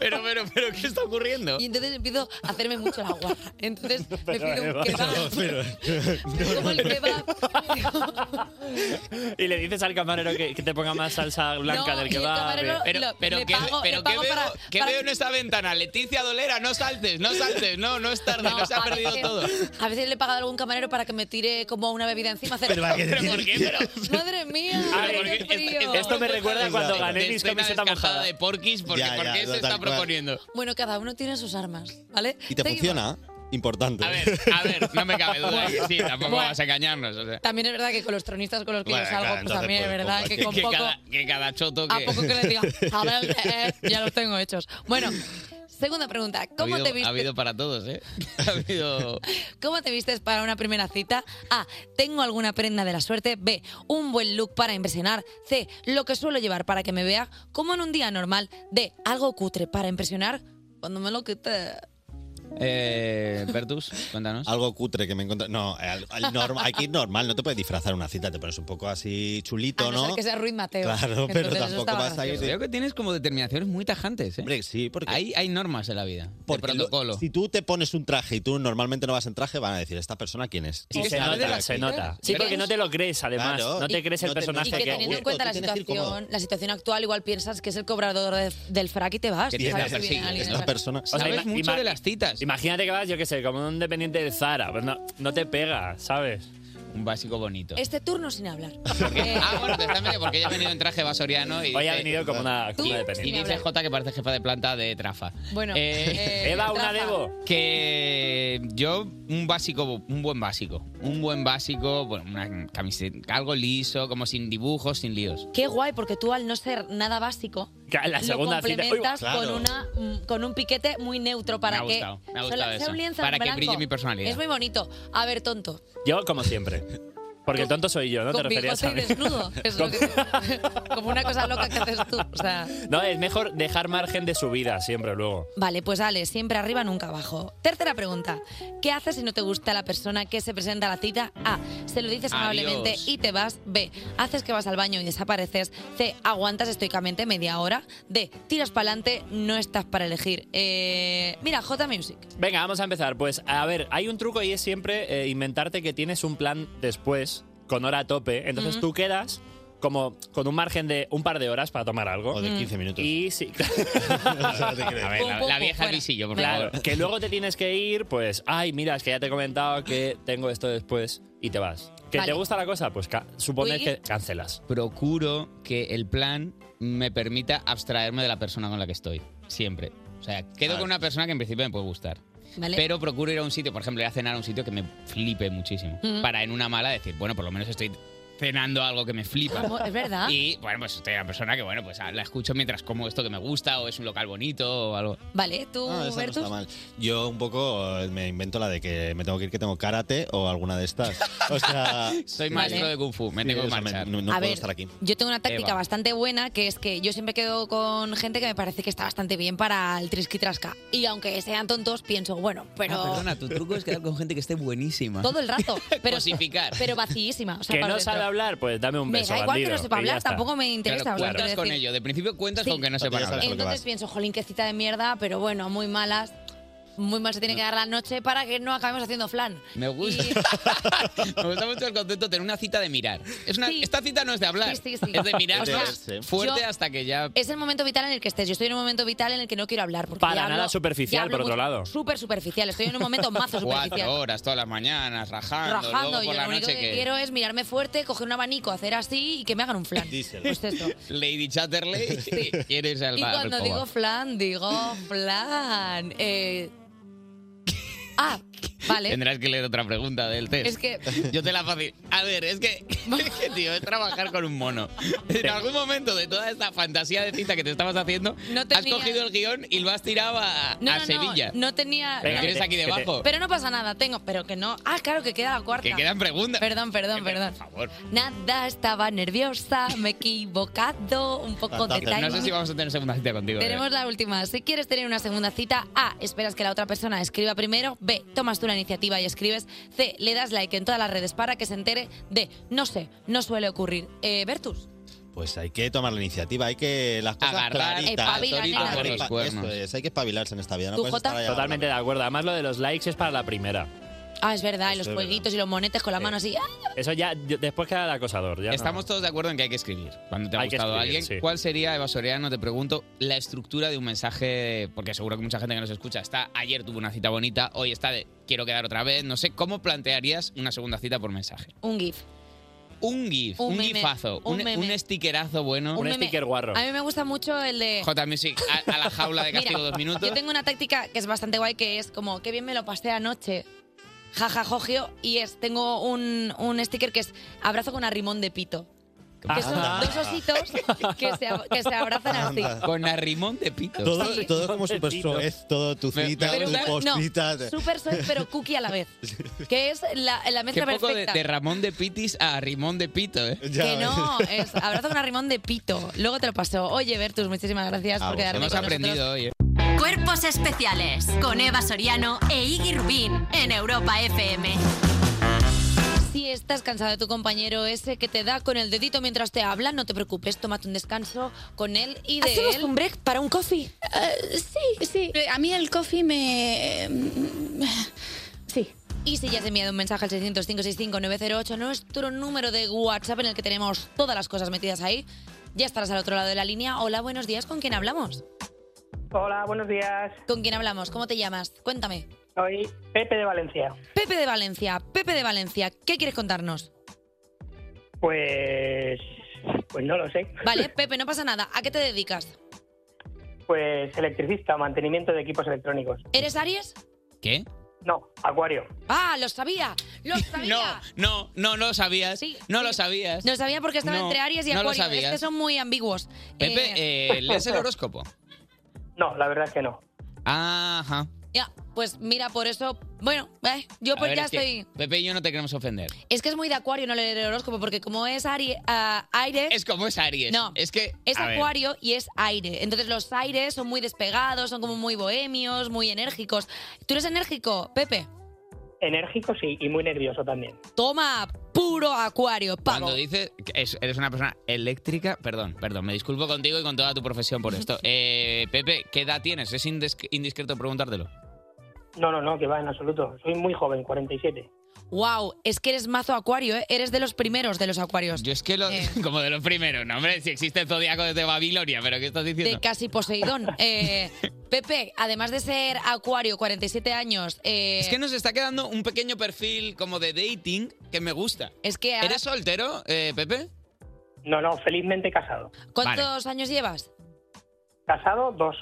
C: Pero, pero, pero, ¿qué está ocurriendo?
B: y entonces empiezo a hacerme mucho
C: <laughs>
B: la guarra. Entonces me pido un
C: Oh,
B: kebab.
M: Como
B: el kebab.
S: <laughs>
Q: Y le dices al camarero que, que te ponga más salsa blanca
B: <laughs> No,
Q: del
B: y
Q: que
B: el
Q: va.
B: camarero
C: Pero,
B: lo-
C: pero,
B: le
C: ¿qué,
B: pago-
C: pero ¿qué
B: le pago
C: veo,
B: para-
C: qué
B: para-
C: veo en esta ventana? Leticia Dolera, no saltes, no saltes, no, no es
B: <laughs>
C: tarde, no, se ha
B: a
C: perdido
B: veces-
C: todo.
B: A veces le he pagado a algún camarero para que me tire como una bebida encima. hacer-
C: Pero va, ¿qué ¿Pero por
Q: qué?
B: Madre mía,
C: Ah,
B: qué frío.
Q: Esto me recuerda cuando gané
C: Te
Q: mis
C: estoy una
Q: camisetas
C: descartada
Q: mojadas.
C: de porquis porque
M: Ya,
C: ¿por
M: ya,
C: qué
M: lo
C: se está
M: tal cual.
C: proponiendo.
B: Bueno, cada uno tiene sus armas, ¿vale?
M: Y te
B: Seguimos.
M: funciona, importante. A ver,
C: a ver, no me cabe duda que sí, tampoco
B: Bueno.
C: vas a engañarnos. O sea.
B: También es verdad que con los tronistas con los que yo salgo, pues también es verdad que con
C: que
B: poco...
C: Cada, que cada choto que...
B: A poco que le diga, a ver,
C: <laughs>
B: eh,
T: <laughs>
B: ya los tengo hechos. Bueno, segunda pregunta.
C: Ha
B: ¿Cómo
C: habido-
B: te
C: Ha
B: viste?
C: habido para todos, ¿eh? <laughs> Ha habido...
B: ¿Cómo te vistes para una primera cita? A. Tengo alguna prenda de la suerte. B. Un buen look para impresionar. C. Lo que suelo llevar para que me vea como en un día normal. D. Algo cutre para impresionar cuando me lo quite.
C: Eh, Bertus, cuéntanos.
M: Algo cutre que me encontré. No, al- al norm- aquí es normal, no te puedes disfrazar una cita, te pones un poco así chulito,
B: A no ser que sea Ruiz Mateo.
M: Claro, pero
B: Entonces eso
M: tampoco
B: estaba
M: vas a ir
B: gracioso.
M: de-
C: Creo que tienes como determinaciones muy tajantes, ¿eh? Hombre,
M: sí, porque...
C: Hay, hay normas en la vida, por
M: Porque lo-
C: protocolo.
M: si tú te pones un traje y tú normalmente no vas en traje, van a decir, ¿esta persona quién es?
Q: Y se nota, se nota. Sí, porque no te lo crees, además.
M: Claro.
Q: no te
M: Y-
Q: crees el
M: no te-
Q: personaje
B: Y que
Q: que...
B: teniendo en cuenta la situación, la situación actual, igual piensas que es el cobrador de- del frac y te vas.
Q: Que te
B: ¿Sabes?
Q: persigue.
B: Si viene alguien en el frac.
M: persona.
B: Sabes mucho de
C: las citas.
Q: Imagínate que vas, yo qué sé, como un dependiente de Zara. Pues no, no te pega, ¿sabes?
C: Un básico bonito.
B: Este turno sin hablar.
C: Ah, bueno, precisamente porque ella ha venido en traje vasoriano y.
S: Hoy ha
C: dice-
S: venido como una- como una
C: Y
S: dependiente.
C: dice Jota que parece jefa de planta de Trafa.
B: Bueno,
S: <laughs>
B: eh,
S: Eva, una
B: Rafa.
S: debo.
C: Que yo, un básico, un buen básico. Un buen básico, bueno, una camiseta, algo liso, como sin dibujos, sin líos.
B: Qué guay, porque tú al no ser nada básico,
C: Claro, la segunda
B: lo
C: cita-
B: complementas
C: Uy, claro.
B: con, una, mm, con un piquete muy neutro para
S: Me ha
B: que
S: gustado, me ha
B: sola-
S: gustado
B: sea
S: eso.
B: un lienzo
S: Para
B: en
S: que
B: blanco.
S: brille mi personalidad.
B: Es muy bonito. A ver, tonto,
S: Yo, como siempre. Porque el tonto soy yo, ¿no?
B: con
S: te referías
B: bigote
S: a
B: y
S: mí.
B: desnudo. Es lo que- <laughs> como una cosa loca que haces tú. O sea,
S: <laughs> No, es mejor dejar margen de su vida siempre luego.
B: Vale, pues Ale, siempre arriba, nunca abajo. Tercera pregunta. ¿Qué haces si no te gusta la persona que se presenta a la cita? A. Se lo dices
K: Adiós.
B: amablemente y te vas. B. Haces que vas al baño y desapareces. C. Aguantas estoicamente media hora. D. Tiras para adelante, no estás para elegir. Eh, mira, J Music.
S: Venga, vamos a empezar. Pues, a ver, hay un truco y es siempre eh, inventarte que tienes un plan después, con hora a tope. Entonces
B: Ujú.
S: tú quedas como con un margen de un par de horas para tomar algo. O
M: de 15 minutos.
S: Y
C: <laughs>
S: sí. <laughs>
M: sea, no te crees.
S: A ver,
M: Pum, pum, pum, fuera.
S: visillo,
M: por
S: claro,
M: favor.
S: Que luego te tienes que ir, pues, ay, mira, es que ya te he comentado que tengo esto después y te vas. ¿Que
C: Vale.
S: te gusta la cosa? Pues ca- supones
C: Wiggy.
S: que cancelas.
C: Procuro que el plan me permita abstraerme de la persona con la que estoy. Siempre. O sea, quedo
S: Ah.
C: con una persona que en principio me puede gustar.
B: Vale.
C: Pero procuro ir a un sitio, por ejemplo, ir a cenar a un sitio que me flipe muchísimo.
B: Ujú.
C: Para en una mala decir, bueno, por lo menos estoy cenando algo que me flipa.
B: Como- es verdad.
C: Y bueno, pues estoy una persona que, bueno, pues la escucho mientras como esto que me gusta o es un local bonito o algo.
B: Vale, tú,
M: Ah, esa no
B: Bertus.
M: está mal. <laughs> Yo un poco eh, me invento la de que me tengo que ir, que tengo karate o alguna de estas. O
B: <laughs>
M: sea,
C: soy
B: maestro Vale. de
C: kung fu, me
M: tengo que marchar. No, no
B: A
M: puedo
B: ver,
M: estar aquí.
B: Yo tengo una táctica
M: Eva.
B: bastante buena, que es que yo siempre quedo con gente que me parece que está bastante bien para el trisqui trasca. Y aunque sean tontos, pienso, bueno,
M: Ah,
B: pero...
C: Ah, perdona, tu truco es quedar con gente que esté buenísima.
B: Todo
M: <laughs>
B: el rato. Pero, pero vacíísima. o sea,
S: que
B: por
S: no
B: dentro.
S: sabe hablar, pues dame un
B: Me
S: beso.
B: da igual que no
S: bandido,
B: sepa
S: y ya
B: hablar,
S: está.
B: tampoco me interesa, o sea,
C: cuentas
B: quiero
C: con
B: decir-
C: ello. De principio cuentas con que no sepan hablar.
B: Entonces pienso, jolín, qué cita de mierda, pero bueno, muy malas. Muy mal se tiene que dar la noche para que no acabemos haciendo flan.
C: Me gusta. <laughs> Me gusta mucho el concepto de tener una cita de mirar. Es una, Esta cita no es de hablar.
B: Sí, sí, sí.
C: Es de mirar
B: Es de
C: más
B: verse.
C: fuerte
B: Yo-
C: hasta que ya.
B: Es el momento vital en el que estés. Yo estoy en un momento vital en el que no quiero hablar. Porque
C: Para
B: ya hablo-
C: nada superficial,
B: ya hablo
C: por otro
B: mucho-
C: lado.
B: Súper superficial. Estoy en
C: <laughs>
B: un momento mazo superficial.
C: Cuatro horas todas las mañanas, rajando,
B: Rajando.
C: luego
B: Yo
C: por
B: lo
C: la
B: único
C: noche
B: que, quiero es mirarme fuerte, coger un abanico, hacer así y que me hagan un flan. Pues eso.
C: Lady Chatterley, <laughs> quieres al
B: Y
C: bar,
B: cuando
C: al
B: digo
C: cobar.
B: flan, digo flan.
C: <laughs>
B: Eh, Ah, vale.
C: Tendrás que leer otra pregunta del test.
B: Es que-
C: Yo te la fácil. A ver, es que. <laughs> es que, tío, es trabajar con un mono. En algún momento de toda esta fantasía de cita que te estabas haciendo, has
B: tenía-
C: cogido el guión y lo has tirado a,
B: No,
C: a
B: no, no,
C: Sevilla.
B: No, tenía.
C: Venga,
B: no-
C: que tienes aquí debajo.
B: Pero no pasa nada, tengo. Pero que no. Ah, claro, que queda la cuarta.
C: Que quedan preguntas.
B: Perdón, perdón, perdón.
C: Por favor.
B: Nada, estaba nerviosa, me he equivocado, un poco de timing.
C: No sé si vamos a tener segunda cita contigo. eh.
B: Tenemos la última. Si quieres tener una segunda cita, A. Esperas que la otra persona escriba primero. B. Tomas tú la iniciativa y escribes. C. Le das like en todas las redes para que se entere. D. No sé, no suele ocurrir. Eh, Bertus.
M: Pues hay que tomar la iniciativa, hay que las cosas
S: Agarrar
M: claritas.
S: el torito
M: Agarrar
S: por
M: el
S: los
M: pa-
S: cuernos.
M: Eso es, hay que espabilarse en esta vida. No
B: ¿Tú,
M: puedes
B: Jota?
M: estar ahí hablando.
S: Totalmente de acuerdo. Además, lo de los likes es para la primera.
B: Ah, es verdad, y los
S: Eso es
B: jueguitos y los monetes con la mano así. ¡ah!
S: Eso ya yo- después queda el acosador. Ya no.
C: Estamos todos de acuerdo en que hay que escribir. Cuando te ha
S: Hay que
C: gustado
S: escribir,
C: alguien,
S: sí.
C: ¿cuál sería, Eva Soriano, te pregunto, la estructura de un mensaje? Porque seguro que mucha gente que nos escucha está, ayer tuvo una cita bonita, hoy está de quiero quedar otra vez, no sé, ¿cómo plantearías una segunda cita por mensaje?
B: Un GIF.
C: Un GIF,
B: Un
C: un,
B: meme,
C: GIfazo,
B: un
C: un,
B: meme.
C: un stickerazo bueno.
B: Un meme. A mí me gusta mucho el de.
C: J Music, a, a la jaula de castigo
B: <laughs> Mira,
C: dos minutos.
B: Yo tengo una táctica que es bastante guay, que es como, qué bien me lo pasé anoche. Jaja, Jogio. Y es, tengo un, un sticker que es abrazo con arrimón de pito. Que son
C: Ah.
B: dos ositos que se, ab- que se abrazan así.
C: Con arrimón de pito.
M: Todo, todo como súper soez, todo tu cita,
B: Pero
M: tu
B: claro,
M: postita. <laughs>
B: no, súper soy, pero cookie a la vez. Que es la, la
C: Qué
B: mezcla
C: poco de,
B: perfecta.
C: de Ramón de Pitis a Rimón de Pito, ¿eh?
B: que
M: <laughs>
B: no, es abrazo con arrimón de pito. Luego te lo paso. Oye, Bertus, muchísimas
M: Ah,
B: gracias por quedarme
C: Hemos
B: con nosotros.
C: aprendido hoy. ¿eh?
D: Cuerpos especiales con Eva Soriano e Iggy Rubín en Europa FM.
B: Si estás cansado de tu compañero ese que te da con el dedito mientras te habla, no te preocupes, tómate un descanso con él y de
U: ¿Hacemos
B: él. Eh,
U: un
B: break para un coffee?
U: sí, sí. A mí el coffee me... eh, Sí.
B: Y si ya has enviado un mensaje al 600-565-908, nuestro número de WhatsApp en el que tenemos todas las cosas metidas ahí, ya estarás al otro lado de la línea. Hola, buenos días, ¿con quién hablamos?
F: Hola, buenos días.
B: ¿Con quién hablamos? ¿Cómo te llamas? Cuéntame.
V: Soy Pepe de Valencia.
B: Pepe de Valencia, Pepe de Valencia, ¿qué quieres contarnos?
V: Pues. Pues no lo sé.
B: Vale, Pepe, no pasa nada. ¿A qué te dedicas?
V: Pues electricista, mantenimiento de equipos electrónicos.
B: ¿Eres Aries?
C: ¿Qué?
V: No, Acuario.
B: Ah, lo sabía,
C: <laughs>
B: lo sabía.
C: No, no, no lo sabías. no lo sabías.
B: No, sabía porque estaba
C: No,
B: entre Aries y
C: no lo
B: Acuario. es
C: sabías.
B: que son muy ambiguos.
C: Pepe,
B: Eh,
C: eh, ¿lees el horóscopo?
V: No, la verdad es que no.
C: Ajá.
B: <laughs> Ya, pues mira, por eso, bueno, eh, yo
C: A
B: pues
C: ver,
B: ya
C: es que
B: estoy...
C: Pepe y yo no te queremos ofender.
B: Es que es muy de acuario no leer el horóscopo, porque como es Aries, aire...
C: Es como es Aries.
B: No,
C: Es que.
B: es
C: a ver,
B: acuario y es aire. Entonces los aires son muy despegados, son como muy bohemios, muy enérgicos. ¿Tú eres enérgico, Pepe?
V: Enérgico sí, y muy nervioso también.
B: Toma, puro acuario, pavo.
C: Cuando dices que es- eres una persona eléctrica, perdón, perdón, me disculpo contigo y con toda tu profesión por
B: <laughs>
C: esto. Eh, Pepe, ¿qué edad tienes? Es indesc- indiscreto preguntártelo.
V: No, no, no, que va en absoluto. Soy muy joven, 47.
B: Wow, es que eres mazo acuario, ¿eh? Eres de los primeros de los acuarios.
C: Yo es que lo,
B: Eh.
C: <laughs> como de los primeros, no, hombre, si existe el zodiaco desde Babilonia, pero ¿qué estás diciendo?
B: De
C: <laughs>
B: casi Poseidón. Eh, Pepe, además de ser acuario, 47 años... eh,
C: Es que nos está quedando un pequeño perfil como de dating que me gusta.
B: es que ahora-
C: ¿Eres soltero, eh, Pepe?
V: No, no, felizmente casado.
B: ¿Cuántos años llevas?
V: Casado, dos.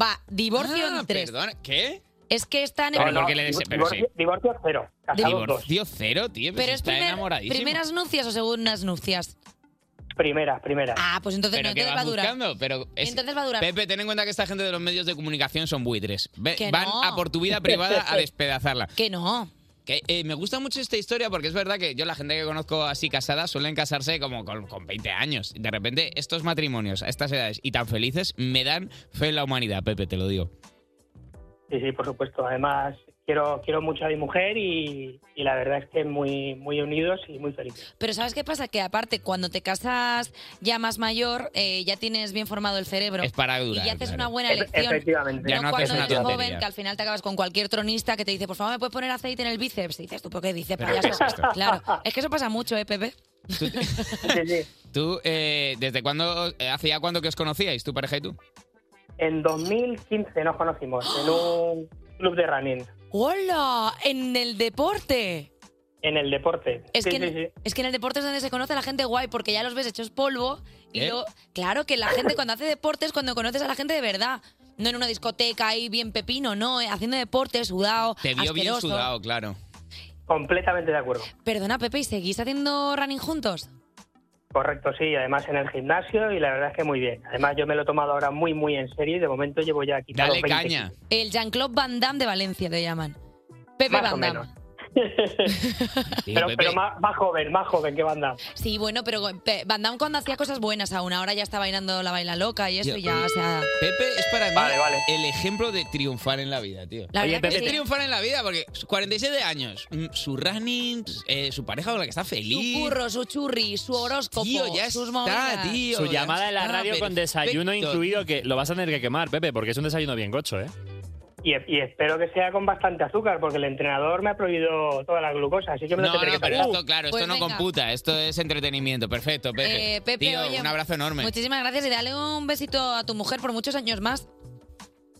B: Va, divorcio en tres.
C: ¿Qué?
B: Es que están en...
C: Pero Ah, porque le des- pero sí.
V: divorcio, divorcio cero. Casado dos.
C: Divorcio cero, tío. pues
B: Pero
C: si
B: es
C: está
B: primer-
C: enamoradísimo.
B: primeras nupcias o segundas nupcias.
V: Primeras, primeras.
B: Ah, pues entonces
C: pero
B: no,
C: que
B: entonces
C: vas
B: va a durar.
C: buscando, pero es-
B: Entonces va a durar.
C: Pepe, ten en cuenta que esta gente de los medios de comunicación son buitres. Ve-
B: Que
C: van
B: no.
C: a por tu vida privada
B: <laughs>
C: a despedazarla.
B: Que no.
C: Que, eh, me gusta mucho esta historia porque es verdad que yo la gente que conozco así casada suelen casarse como con, con 20 años. De repente estos matrimonios a estas edades y tan felices me dan fe en la humanidad, Pepe, te lo digo.
V: Sí, sí, por supuesto. Además, quiero, quiero mucho a mi mujer y, y la verdad es que muy, muy unidos y muy felices.
B: Pero ¿sabes qué pasa? Que aparte, cuando te casas ya más mayor, eh, ya tienes bien formado el cerebro.
C: Es para durar,
B: Y ya haces
C: claro.
B: una buena
C: Efe-
B: elección.
C: efectivamente. Ya no haces
B: cuando
C: una
B: eres
C: tontería.
B: joven, que al final te acabas con cualquier tronista que te dice, por favor, ¿me puedes poner aceite en el bíceps? Y dices, ¿tú por qué dices,
C: Pero
B: payaso?
C: ¿qué es esto?
B: claro. Es que eso pasa mucho, ¿eh, Pepe?
C: ¿Tú, eh, desde cuándo, eh, hace ya cuándo que os conocíais, tu pareja y tú?
V: En 2015 nos conocimos en
B: ¡Oh!
V: un club de running,
B: ¡Hola! ¡En el deporte!
V: en el deporte.
B: Es,
V: Sí,
B: que
V: sí,
B: en,
V: sí.
B: es que en el deporte es donde se conoce a la gente guay, porque ya los ves hechos polvo. Y
V: ¿Eh?
B: luego, claro que la gente cuando hace deporte es cuando conoces a la gente de verdad. No en una discoteca ahí bien pepino, no, eh, haciendo deporte, sudado,
C: Te vio bien
B: asqueroso.
C: sudado, claro.
V: Completamente de acuerdo.
B: Perdona, Pepe, ¿y seguís haciendo running juntos?
V: Correcto, sí. Además en el gimnasio y la verdad es que muy bien. Además yo me lo he tomado ahora muy, muy en serio y de momento llevo ya aquí.
C: Dale caña.
B: El Jean-Claude Van Damme de Valencia te llaman. Pepe
V: Más o
B: Van Damme.
C: <laughs>
V: menos. pero pero más, más joven, más joven que banda.
B: Sí, bueno, pero Pe- Van Damme cuando hacía cosas buenas aún, ahora ya está bailando la baila loca y eso
C: Yo-
B: ya, o sea...
C: Pepe es para mí el ejemplo de triunfar en la vida, tío.
B: La verdad Oye, que
C: de
B: sí.
C: triunfar en la vida, porque 47 años, mm, su running, eh, su pareja con la que está feliz.
B: Su curro, su churri, su horóscopo,
C: Tío, ya
B: sus
C: está,
B: movidas.
C: tío.
S: Su
C: ya
S: llamada en la
C: está,
S: radio con
C: perfecto.
S: desayuno incluido, que lo vas a tener que quemar, Pepe, porque es un desayuno bien gocho, ¿eh?
V: Y, y espero que sea con bastante azúcar porque el entrenador me ha prohibido toda la glucosa, así que me
C: No,
V: lo
C: no,
V: tendré que
C: pero
V: saltar.
C: esto, claro,
B: Pues
C: esto no
B: venga.
C: computa, esto es entretenimiento. Perfecto, Pepe.
B: Eh, Pepe,
C: tío,
B: oye,
C: un abrazo enorme.
B: Muchísimas gracias y dale un besito a tu mujer por muchos años más.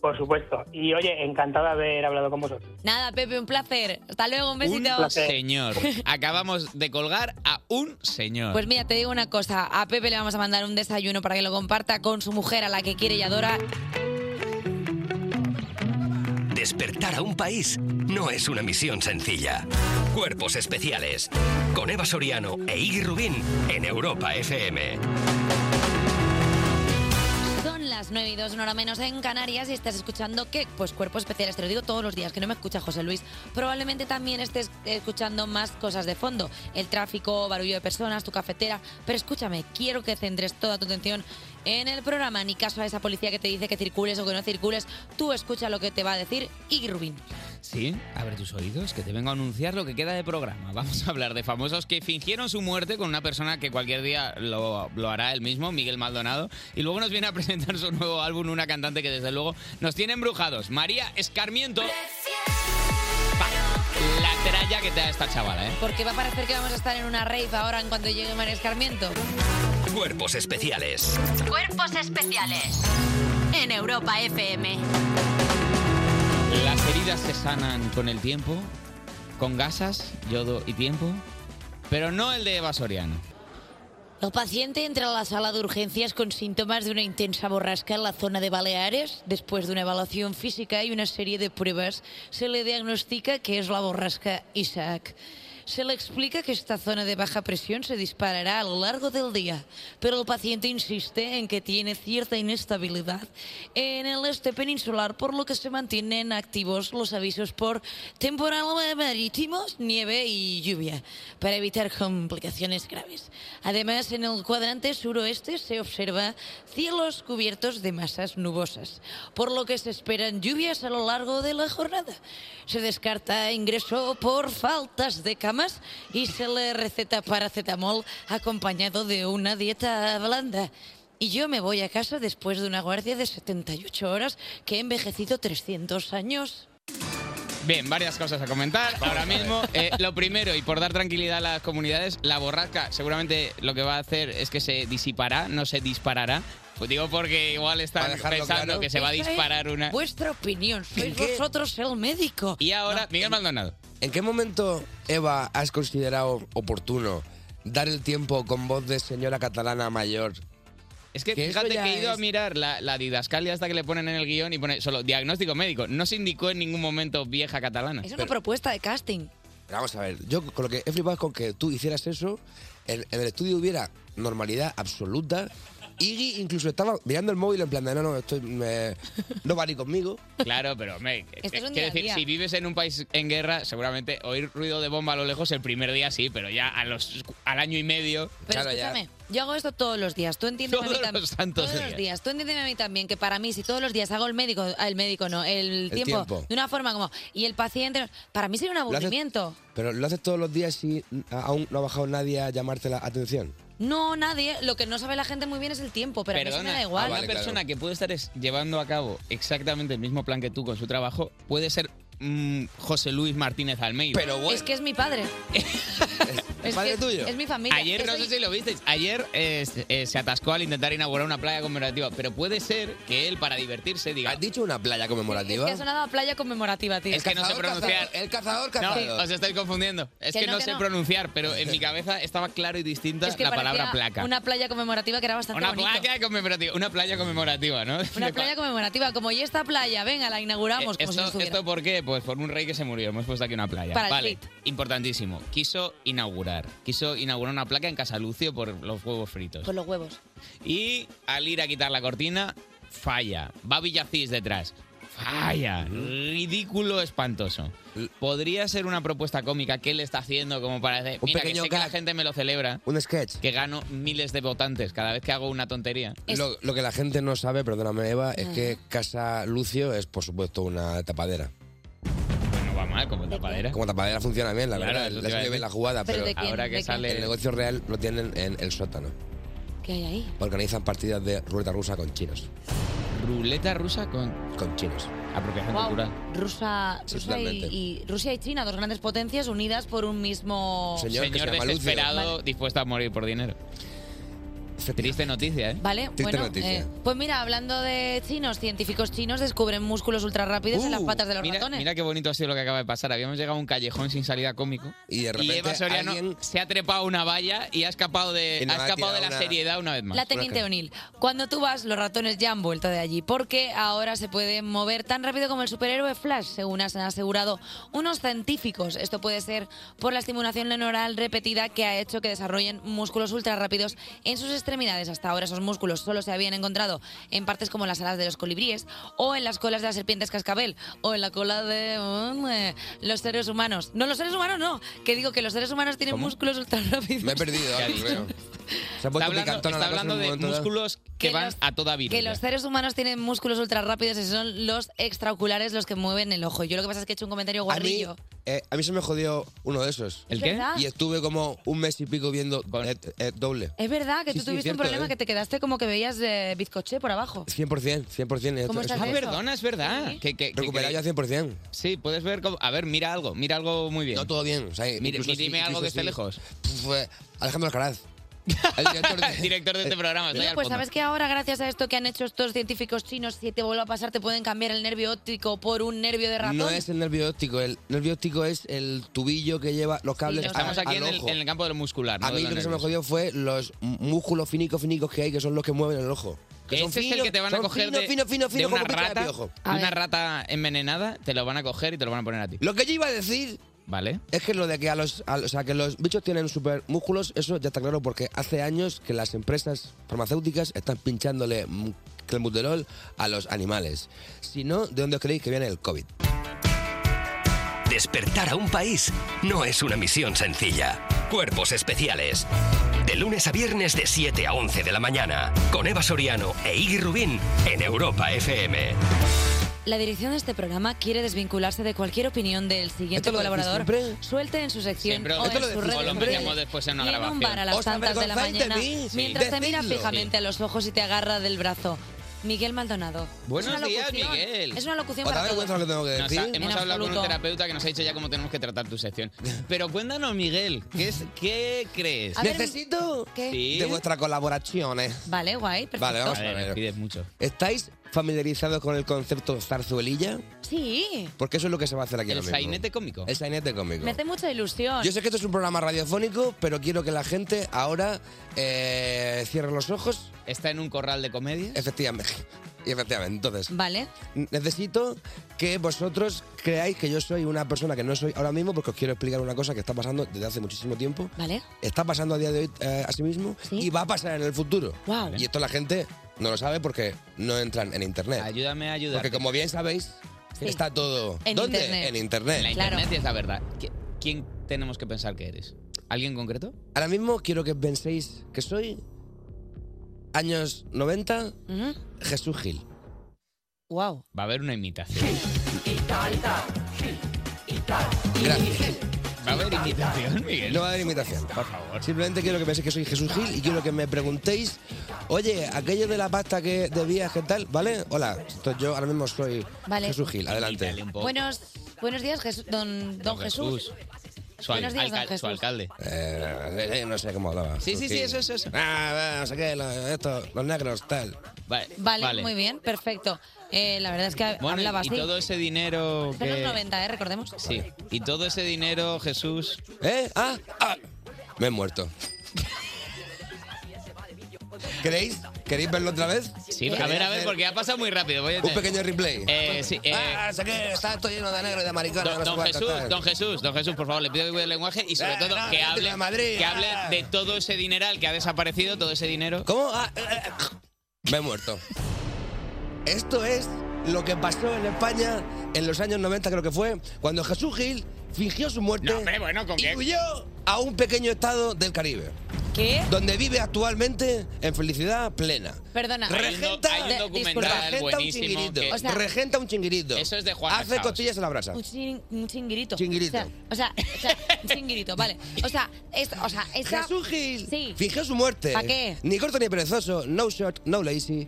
V: Por supuesto. Y oye, encantado de haber hablado con vosotros.
B: Nada, Pepe, un placer. Hasta luego, un
C: Un
B: besito. <laughs>
C: señor. Acabamos de colgar a un señor.
B: Pues mira, te digo una cosa, a Pepe le vamos a mandar un desayuno para que lo comparta con su mujer a la que quiere y adora.
A: Despertar a un país no es una misión sencilla. Cuerpos especiales. Con Eva Soriano e Iggy Rubín en Europa FM.
B: Son las 9 y 2, una hora menos en Canarias y estás escuchando que, pues cuerpos especiales, te lo digo todos los días, que no me escucha José Luis. Probablemente también estés escuchando más cosas de fondo, el tráfico, barullo de personas, tu cafetera, pero escúchame, quiero que centres toda tu atención en el programa, ni caso a esa policía que te dice que circules o que no circules, tú escucha lo que te va a decir Iggy Rubín.
C: Sí, abre tus oídos, que te vengo a anunciar lo que queda de programa. Vamos a hablar de famosos que fingieron su muerte con una persona que cualquier día lo, lo hará él mismo, Miguel Maldonado. Y luego nos viene a presentar su nuevo álbum, una cantante que desde luego nos tiene embrujados, María Escarmiento. Pa, la tralla que te da esta chavala, ¿eh?
B: Porque va a parecer que vamos a estar en una rave ahora en cuanto llegue María Escarmiento.
A: Cuerpos especiales.
D: Cuerpos especiales en Europa FM.
C: Las heridas se sanan con el tiempo, con gasas, yodo y tiempo, pero no el de Eva Soriano.
B: El paciente entra a la sala de urgencias con síntomas de una intensa borrasca en la zona de Baleares. Después de una evaluación física y una serie de pruebas, se le diagnostica que es la borrasca Isaac. Se le explica que esta zona de baja presión se disparará a lo largo del día, pero el paciente insiste en que tiene cierta inestabilidad en el este peninsular, por lo que se mantienen activos los avisos por temporal marítimos, nieve y lluvia, para evitar complicaciones graves. Además, en el cuadrante suroeste se observa cielos cubiertos de masas nubosas, por lo que se esperan lluvias a lo largo de la jornada. Se descarta ingreso por faltas de camas y se le receta paracetamol acompañado de una dieta blanda. Y yo me voy a casa después de una guardia de 78 horas que he envejecido 300 años.
C: Bien, varias cosas a comentar. Ahora mismo, eh, lo primero, y por dar tranquilidad a las comunidades, la borrasca seguramente lo que va a hacer es que se disipará, no se disparará. Pues digo porque igual están
B: Para
C: pensando
B: dejarlo claro.
C: que se va a
B: Esta es
C: disparar una...
B: Vuestra opinión, sois
C: qué?
B: vosotros el médico.
C: Y ahora, Miguel Maldonado.
H: ¿En qué momento, Eva, has considerado oportuno dar el tiempo con voz de señora catalana mayor?
C: Es que,
H: Que eso
C: fíjate
H: ya
C: que he ido a
H: es-
C: mirar la, la didascalia hasta que le ponen en el guión y pone solo diagnóstico médico. No se indicó en ningún momento vieja catalana.
B: Es una propuesta de casting.
H: Pero vamos a ver, yo con lo que he flipado es con que tú hicieras eso, en, en el estudio hubiera normalidad absoluta. Iggy incluso estaba mirando el móvil en plan de no, no, estoy, me- no va ni conmigo.
C: Claro, pero hombre,
H: Esto es
C: eh,
H: un día
C: quiero
H: a
C: decir,
H: día.
C: si vives en un país en guerra, seguramente oír ruido de bomba a lo lejos el primer día sí, pero ya a los al año y medio.
B: Pero escúchame, yo hago esto todos los días. Tú entiendes a mí
C: Todos
B: también.
C: los santos
B: todos los
C: días.
B: días. Tú entiendes a mí también que para mí, si todos los días hago el médico, ah, el médico no, el tiempo,
H: tiempo.
B: de una forma como. Y el paciente, para mí sería un
H: haces-
B: aburrimiento.
H: Pero lo haces todos los días y a- aún no ha bajado nadie a llamarte la atención.
B: No, nadie. Lo que no sabe la gente muy bien es el tiempo, pero a mí se me da igual.
C: Ah, una persona que puede estar es- llevando a cabo exactamente el mismo plan que tú con su trabajo puede ser mm, José Luis Martínez Almeida. Pero
B: Es que es mi padre. es
C: padre
B: que es-
C: tuyo.
B: Es mi familia.
C: Ayer,
B: Que
C: no
B: soy-
C: sé si lo visteis, ayer eh, se- eh, se atascó al intentar inaugurar una playa conmemorativa, pero puede ser que él, para divertirse, diga... ¿Has
H: dicho una playa
B: Es
C: conmemorativa?
B: que ha sonado a playa conmemorativa, tío.
C: Es que no sé pronunciar.
B: Sí.
C: No, os estáis confundiendo. Es
B: Que
C: que,
B: no,
C: no,
B: que
C: sé
B: no.
C: pronunciar, pero en mi cabeza estaba claro y distinta
B: Es que
C: la
B: parecía
C: palabra placa.
B: Una playa conmemorativa que era bastante
C: Una
B: bonito.
C: playa conmemorativa, una playa conmemorativa, <laughs> ¿no?
B: Una playa conmemorativa, como y esta playa, venga, la inauguramos como si no
C: Eh, esto,
B: estuviera.
C: ¿Esto por qué? Pues por un rey que se murió. Hemos puesto aquí una playa.
B: Para el
C: vale,
B: tweet.
C: importantísimo. Quiso inaugurar. Quiso inaugurar una placa en Casalucio por los huevos fritos.
B: Con los huevos.
C: Y al ir a quitar la cortina, falla. Va Villacís detrás. Falla. Ridículo, espantoso. Podría ser una propuesta cómica que él está haciendo como para decir,
H: Un
C: mira, que
H: pequeño
C: sé que la
H: gag.
C: gente me lo celebra,
H: Un sketch.
C: que gano miles de votantes cada vez que hago una tontería.
H: Lo, lo que la gente no sabe, perdóname Eva, es que Casa Lucio es por supuesto una tapadera.
C: No va mal como tapadera.
H: Como tapadera funciona bien, la
C: Claro,
H: verdad.
C: eso
H: Le
C: te iba a
H: salió
C: decir.
H: bien la jugada,
C: ¿Pero
H: pero,
C: de quién? Ahora que ¿De quién? sale-
H: el negocio real lo tienen en el sótano.
B: ¿Qué hay ahí?
H: Organizan partidas de ruleta rusa con chinos.
C: Ruleta rusa con Ah,
H: con chinos.
C: Apropiación
B: Guau. Rusa,
H: Sí,
B: Rusia y,
H: totalmente.
B: y- Rusia y China, dos grandes potencias unidas por un mismo
C: Señor, desesperado, dispuesto a morir por dinero. Triste noticia, ¿eh?
B: Vale, bueno, eh, pues mira, hablando de chinos, científicos chinos descubren músculos ultra rápidos en las
C: Uh,
B: patas de los
C: mira,
B: ratones.
C: Mira qué bonito ha sido lo que acaba de pasar. Habíamos llegado a un callejón sin salida cómico.
H: Y de repente
C: Eva Soriano
H: alguien-
C: se ha trepado una valla y ha escapado de,
H: Y nos
C: ha
H: ha
C: escapado de la
H: tirado una-
C: seriedad una vez más.
B: La Teniente O'Neill. Cuando tú vas, los ratones ya han vuelto de allí, porque ahora se pueden mover tan rápido como el superhéroe Flash, según has- han asegurado unos científicos. Esto puede ser por la estimulación neuronal repetida que ha hecho que desarrollen músculos ultra rápidos en sus extremidades. Hasta ahora esos músculos solo se habían encontrado en partes como las alas de los colibríes, o en las colas de las serpientes cascabel, o en la cola de mm, eh, los seres humanos. No, los seres humanos no, que digo que los seres humanos tienen
H: ¿Cómo?
B: músculos ultra rápidos.
H: Me he
C: <laughs>
H: perdido
C: ¿Qué ha
H: algo,
C: dicho?
H: creo. Se ha
C: Está
H: puesto
C: hablando,
H: picantona
C: está
H: la cosa en
C: hablando
H: un
C: de
H: momento dado.
C: músculos que, van a toda vida.
B: Que los seres humanos tienen músculos ultra rápidos y son los extraoculares los que mueven el ojo. Yo lo que pasa es que he hecho un comentario
H: A mí,
B: guarrillo.
H: eh, a mí se me jodió uno de esos.
B: ¿El qué? ¿Verdad?
H: Y estuve como un mes y pico viendo eh, eh, doble.
B: Es verdad que
H: Sí,
B: tú
H: sí,
B: tuviste un
H: cierto,
B: problema
H: ¿eh?
B: que te quedaste como que veías eh, bizcoché por abajo.
H: 100%, 100%.
B: ¿Cómo
H: esto-
B: estás
H: esto-
B: de eso?
C: Perdona, es verdad. Que, que- que-
H: este Recuperado ya 100%.
C: Sí, puedes ver. cómo- a ver, mira algo, mira algo muy bien. No
H: todo bien. O sea,
C: Mire,
H: incluso sí,
C: dime algo
H: incluso
C: que esté
H: sí.
C: lejos.
H: Pf, eh, Alejandro Alcaraz.
C: <laughs> Director de este programa. estoy
B: Oye,
C: al
B: pues
C: fondo.
B: sabes que ahora, gracias a esto que han hecho estos científicos chinos, si te vuelve a pasar, te pueden cambiar el nervio óptico por un nervio de ratón.
H: No es el nervio óptico, el nervio óptico es el tubillo que lleva los cables a-
C: Estamos aquí
H: al
C: en el,
H: ojo.
C: en el campo del muscular. ¿no?
H: A
C: De
H: mí
C: los
H: lo que se me
C: nervios.
H: jodió fue los m- músculos finicos, finicos que hay, que son los que mueven el ojo. Que son
C: Ese es el
H: finos,
C: que te van a
H: son
C: coger
H: fino,
C: de,
H: fino, fino,
C: de
H: fino,
C: una
H: como pica de
C: rata,
H: piojo.
C: de una rata envenenada, te lo van a coger y te lo van a poner a ti.
H: Lo que yo iba a decir
C: Vale.
H: es que lo de que a los, a los- o sea, que los bichos tienen super músculos, eso ya está claro porque hace años que las empresas farmacéuticas están pinchándole mm, clenbuterol a los animales. Si no, ¿de dónde os creéis que viene el COVID?
A: Despertar a un país no es una misión sencilla. Cuerpos especiales. De lunes a viernes de 7 a 11 de la mañana. Con Eva Soriano e Iggy Rubín en Europa FM.
B: La dirección de este programa quiere desvincularse de cualquier opinión del siguiente
C: ¿Esto lo
B: colaborador.
C: decís
B: Suelte en su sección
C: Siempre
B: o en
C: lo
B: sus
C: decimos, o
B: redes
C: lo
B: sociales.
C: metemos después en una
B: Y en un
C: grabación.
B: bar a las tantas de la mañana, mientras te mira fijamente a los ojos y te agarra del brazo. Miguel Maldonado.
C: Buenos
B: Es una
C: días,
B: locución.
C: Miguel.
B: Es una locución
H: Otra
B: para
H: vez
B: todos.
H: cuento lo que tengo que
C: Nos
H: decir.
C: ha- hemos
B: En
C: hablado con un
B: absoluto.
C: terapeuta que nos ha dicho ya cómo tenemos que tratar tu sección. Pero cuéntanos, Miguel, ¿qué, es, qué crees?
B: A ver, ¿Qué?
H: De vuestras colaboraciones.
B: Vale, guay, perfecto.
H: Vale, vamos a ver.
C: Pides mucho.
H: ¿Estáis familiarizados con el concepto zarzuelilla?
B: Sí,
H: Porque eso es lo que se va a hacer aquí
C: El
H: ahora mismo.
C: sainete cómico.
H: El sainete cómico.
B: me hace mucha ilusión.
H: Yo sé que esto es un programa radiofónico, pero quiero que la gente ahora eh, cierre los ojos.
C: ¿Está en un corral de comedia?
H: Efectivamente. Y efectivamente, entonces.
B: Vale.
H: Necesito que vosotros creáis que yo soy una persona que no soy ahora mismo, porque os quiero explicar una cosa que está pasando desde hace muchísimo tiempo.
B: Vale.
H: Está pasando a día de hoy eh, a sí mismo y va a pasar en el futuro.
B: Guau.
H: Y esto la gente no lo sabe porque no entran en internet.
C: Ayúdame a ayudar.
H: Porque como bien sabéis,
C: Sí.
H: está todo.
C: En
H: ¿Dónde?
C: internet.
H: En internet.
C: En la internet es la verdad. ¿Qui- ¿Quién tenemos que pensar que eres? ¿Alguien concreto?
H: Ahora mismo quiero que penséis que soy años 90, Jesús Gil.
B: Wow.
C: Va a haber una imitación.
H: Gracias.
C: ¿Va a haber imitación, Miguel?
H: No va a haber imitación. Por favor. Simplemente quiero que penséis que soy Jesús Gil y quiero que me preguntéis, oye, aquello de la pasta que debías, ¿qué tal? ¿Vale? Hola, esto- yo ahora mismo soy
B: Vale.
H: Jesús Gil. Adelante.
B: Buenos, buenos días, Jesús- don, don Jesús.
H: Su,
B: Buenos días, don Jesús.
C: alcalde.
H: Eh, no sé cómo hablaba.
C: Sí,
H: Jesús
C: sí, sí,
H: Gil.
C: eso, eso, eso.
H: Ah, no sé qué, lo- esto, los negros, tal.
C: Vale,
B: Vale, muy bien, perfecto. Eh, la verdad es que
C: Bueno,
B: hablaba
C: y,
B: así.
C: y todo ese dinero
B: Son los
C: que...
B: 90, ¿eh? Recordemos.
C: Sí. Y todo ese dinero, Jesús...
H: ¿Eh? Ah, ah. Me he muerto. ¿Queréis? ¿Queréis verlo otra vez?
C: Sí, a ver, a
B: Eh,
C: ver, porque ha pasado muy rápido. Voy a
H: Un pequeño replay.
C: Eh, sí, eh,
H: Ah, sé qué, está todo lleno de negro y de maricones.
C: Don,
H: no sé
C: don
H: cuánto,
C: Jesús,
H: tal.
C: don Jesús, don Jesús, por favor, le pido que cuide el lenguaje y sobre
H: Ah,
C: todo
H: no,
C: que,
H: vete
C: hable,
H: a Madrid,
C: que
H: ah.
C: hable de todo ese dineral que ha desaparecido, todo ese dinero.
H: ¿Cómo? Ah, Me he muerto. Esto es lo que pasó en España en los años 90, creo que fue, cuando Jesús Gil fingió su muerte y huyó a un pequeño estado del Caribe.
B: ¿Qué?
H: Donde vive actualmente en felicidad plena.
B: Perdona.
H: Regenta,
B: Hay un
H: de-
B: documental
H: regenta
B: buenísimo
H: un chinguirito.
B: que- O sea-
H: regenta un chinguirito.
C: Eso es de Juan
H: Hace
C: Casaos.
H: costillas en la brasa.
B: Un, chin- un chinguirito.
H: Chinguirito.
B: O sea, o sea, o sea, un chinguirito, vale. O sea, es, o sea esa...
H: Jesús Gil.
B: Sí.
H: Fingió su muerte.
B: ¿Para qué?
H: Ni corto ni perezoso, no shot, no lazy.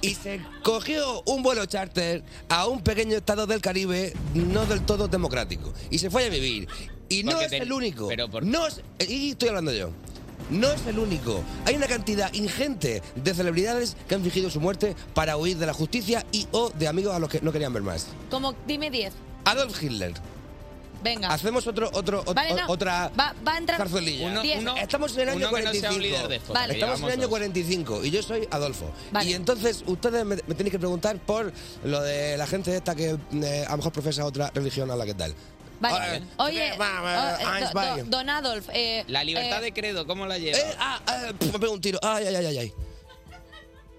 H: Y se cogió un vuelo charter a un pequeño estado del Caribe no del todo democrático. Y se fue a vivir. Y no
C: Porque
H: es
C: ten-
H: el único.
C: pero por-
H: No es- eh, Y estoy hablando yo. No es el único. Hay una cantidad ingente de celebridades que han fingido su muerte para huir de la justicia y o de amigos a los que no querían ver más.
B: Como, dime 10.
H: Adolf Hitler.
B: Venga.
H: Hacemos otro, otro, ot-
B: Vale, no.
H: otra
B: Va, va a entrar...
H: zarzuelilla.
B: Diez.
H: Estamos en el año
C: uno que no sea un
H: 45.
C: líder de estos, que
H: Estamos en
C: llevamos
H: el año
C: dos.
H: 45 y yo soy Adolfo. Y entonces ustedes me, me tenéis que preguntar por lo de la gente esta que eh, a lo mejor profesa otra religión a la que tal.
B: Vale. Oye,
H: va,
B: o- eh, do-
H: Einstein.
B: do- don Adolf... eh,
C: La libertad
B: eh,
C: de credo, ¿cómo la lleva?
H: Eh, ah, ah, pf, me pego un tiro. Ay, ay, ay, ay, ay.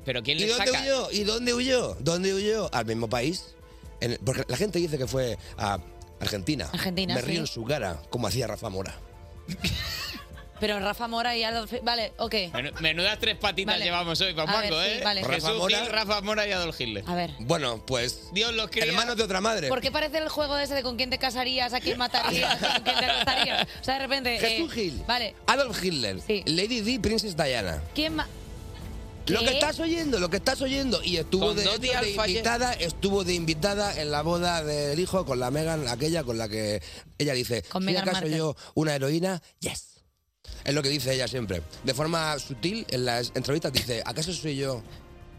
C: Pero ¿quién
H: ¿Y
C: le
H: dónde
C: saca?
H: huyó? ¿Y dónde huyó? ¿Dónde huyó? Al mismo país. En- porque la gente dice que fue a Argentina.
B: Argentina,
H: Me
B: sí.
H: río en su cara, como hacía Rafa Mora.
B: Pero Rafa Mora y Adolf... Vale, ok.
C: Menu- Menudas tres patitas
B: Vale.
C: llevamos hoy,
B: A ver,
C: Papango,
B: sí,
C: ¿eh?
B: vale. Rafa
C: Jesús
H: Mora.
C: Gil, Rafa Mora y Adolf Hitler.
B: A ver.
H: Bueno, pues.
C: Dios los cría.
H: Hermanos de otra madre.
B: ¿Por qué parece el juego ese de con quién te casarías,
H: <laughs>
B: a quién matarías, con quién te acostarías? O sea, de repente...
H: Jesús
B: eh,
H: Gil.
B: Vale.
H: Adolf Hitler. Lady Di, Princess Diana.
B: ¿Quién ma-
H: Lo
B: ¿Qué?
H: que estás oyendo, lo que estás oyendo. Y estuvo
C: Con
H: de,
C: dos
H: hecho
C: días
H: de
C: falle-
H: invitada, estuvo de invitada en la boda del hijo con la Megan, aquella con la que ella dice,
B: Con
H: ¿soy
B: Meghan
H: acaso
B: Markle.
H: yo una heroína? Yes. Es lo que dice ella siempre. De forma sutil, en las entrevistas dice, ¿acaso soy yo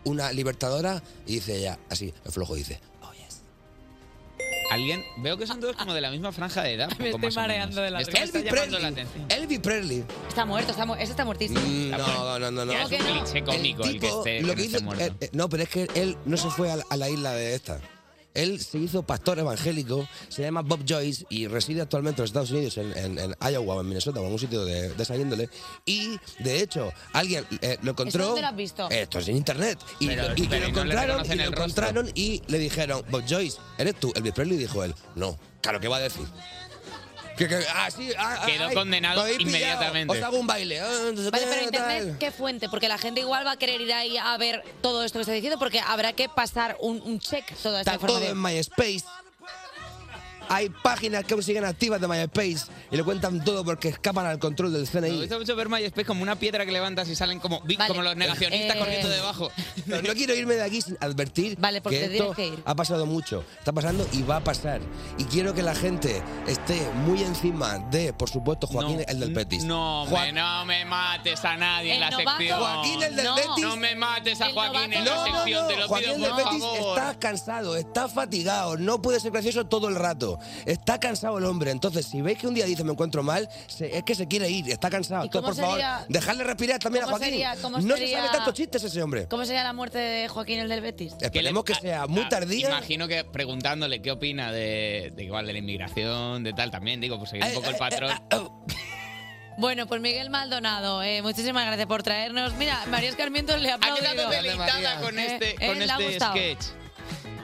H: una libertadora? Y dice ella, así, el flojo dice,
C: Alguien, veo que son todos como de la misma franja de edad.
H: Me
C: poco
H: estoy
C: más o menos.
H: mareando de la
C: Esto
H: risa.
C: me está
H: Elvis
C: llamando la
H: Presley.
C: atención.
H: Elvis Presley.
I: Está muerto, está, mu- ese está muertísimo.
H: Mm, No, no, no, no.
C: Ya es un ¿Cómo que no? cliché cómico el que esté- que no esté muerto.
H: eh, eh, no, pero es que él no se fue a la, a la isla de esta. Él se hizo pastor evangélico, se llama Bob Joyce y reside actualmente en los Estados Unidos, en, en- en Iowa o en Minnesota o en algún sitio de, de esa índole. Y, de hecho, alguien eh, lo encontró...
I: ¿Eso dónde lo has visto?
H: Esto es en internet. Y,
I: Pero-
H: lo, y que
I: pero
H: lo
I: no le
H: encontraron, y
I: reconocen
H: lo
I: el rostro.
H: encontraron y le dijeron, Bob Joyce, ¿eres tú Elvis Presley? Y dijo él, no. Claro, ¿qué va a decir? Que, que- ah, sí, ah, ah,
C: Quedó
H: ay,
C: condenado
H: lo habéis pillado.
C: inmediatamente.
H: Os hago un baile. ah, no sé
B: Vale,
H: qué,
B: pero
L: eh,
B: internet,
H: tal.
B: ¿qué fuente? Porque la gente igual va a querer ir ahí a ver todo esto que está diciendo, porque habrá que pasar un, un check toda esta
H: Está todo en
B: información.
H: MySpace. Hay páginas que aún siguen activas de MySpace y lo cuentan todo porque escapan al control del
C: Me
H: CNI.
C: gusta mucho ver MySpace como una piedra que levantas y salen como, vi- como los negacionistas
H: Eh.
C: corriendo debajo.
H: Pero no quiero irme de aquí sin advertir
C: porque
H: que
C: pues te tienes
H: esto
C: que ir.
H: ha pasado mucho, está pasando y va a pasar. Y quiero que la gente esté muy encima de, por supuesto, Joaquín el del Betis.
C: No,
H: Joa-
C: me, no me mates a nadie en
H: El
C: la
H: novato.
C: sección.
H: Joaquín, el del
C: no.
H: Betis.
C: No me mates a Joaquín en la
H: No, no,
C: sección,
H: no,
C: te lo
H: Joaquín
C: pido
H: del
C: por
H: Betis
C: favor.
H: está cansado, está fatigado, no puede ser gracioso todo el rato. Está cansado el hombre. Entonces, si veis que un día dice me encuentro mal, se- es que se quiere ir, está cansado. Entonces,
I: cómo
H: por favor,
I: sería-
H: dejadle respirar también a
I: cómo
H: Joaquín.
I: sería- cómo
H: no
I: sería-
H: se sabe tantos chistes ese hombre.
I: ¿Cómo sería la muerte de Joaquín el del Betis?
H: Esperemos que sea muy
C: Ah,
H: tardía.
C: Imagino que preguntándole qué opina de, de igual de la inmigración, de tal también, digo, por
I: Eh,
C: seguir un poco el patrón.
I: Bueno, pues Miguel Maldonado, eh, muchísimas gracias por traernos. Mira, María Escarmiento le ha aplaudido.
C: quedado deleitada con
I: Eh,
C: este,
I: eh,
C: con
I: le ha
C: este
I: gustado.
C: sketch.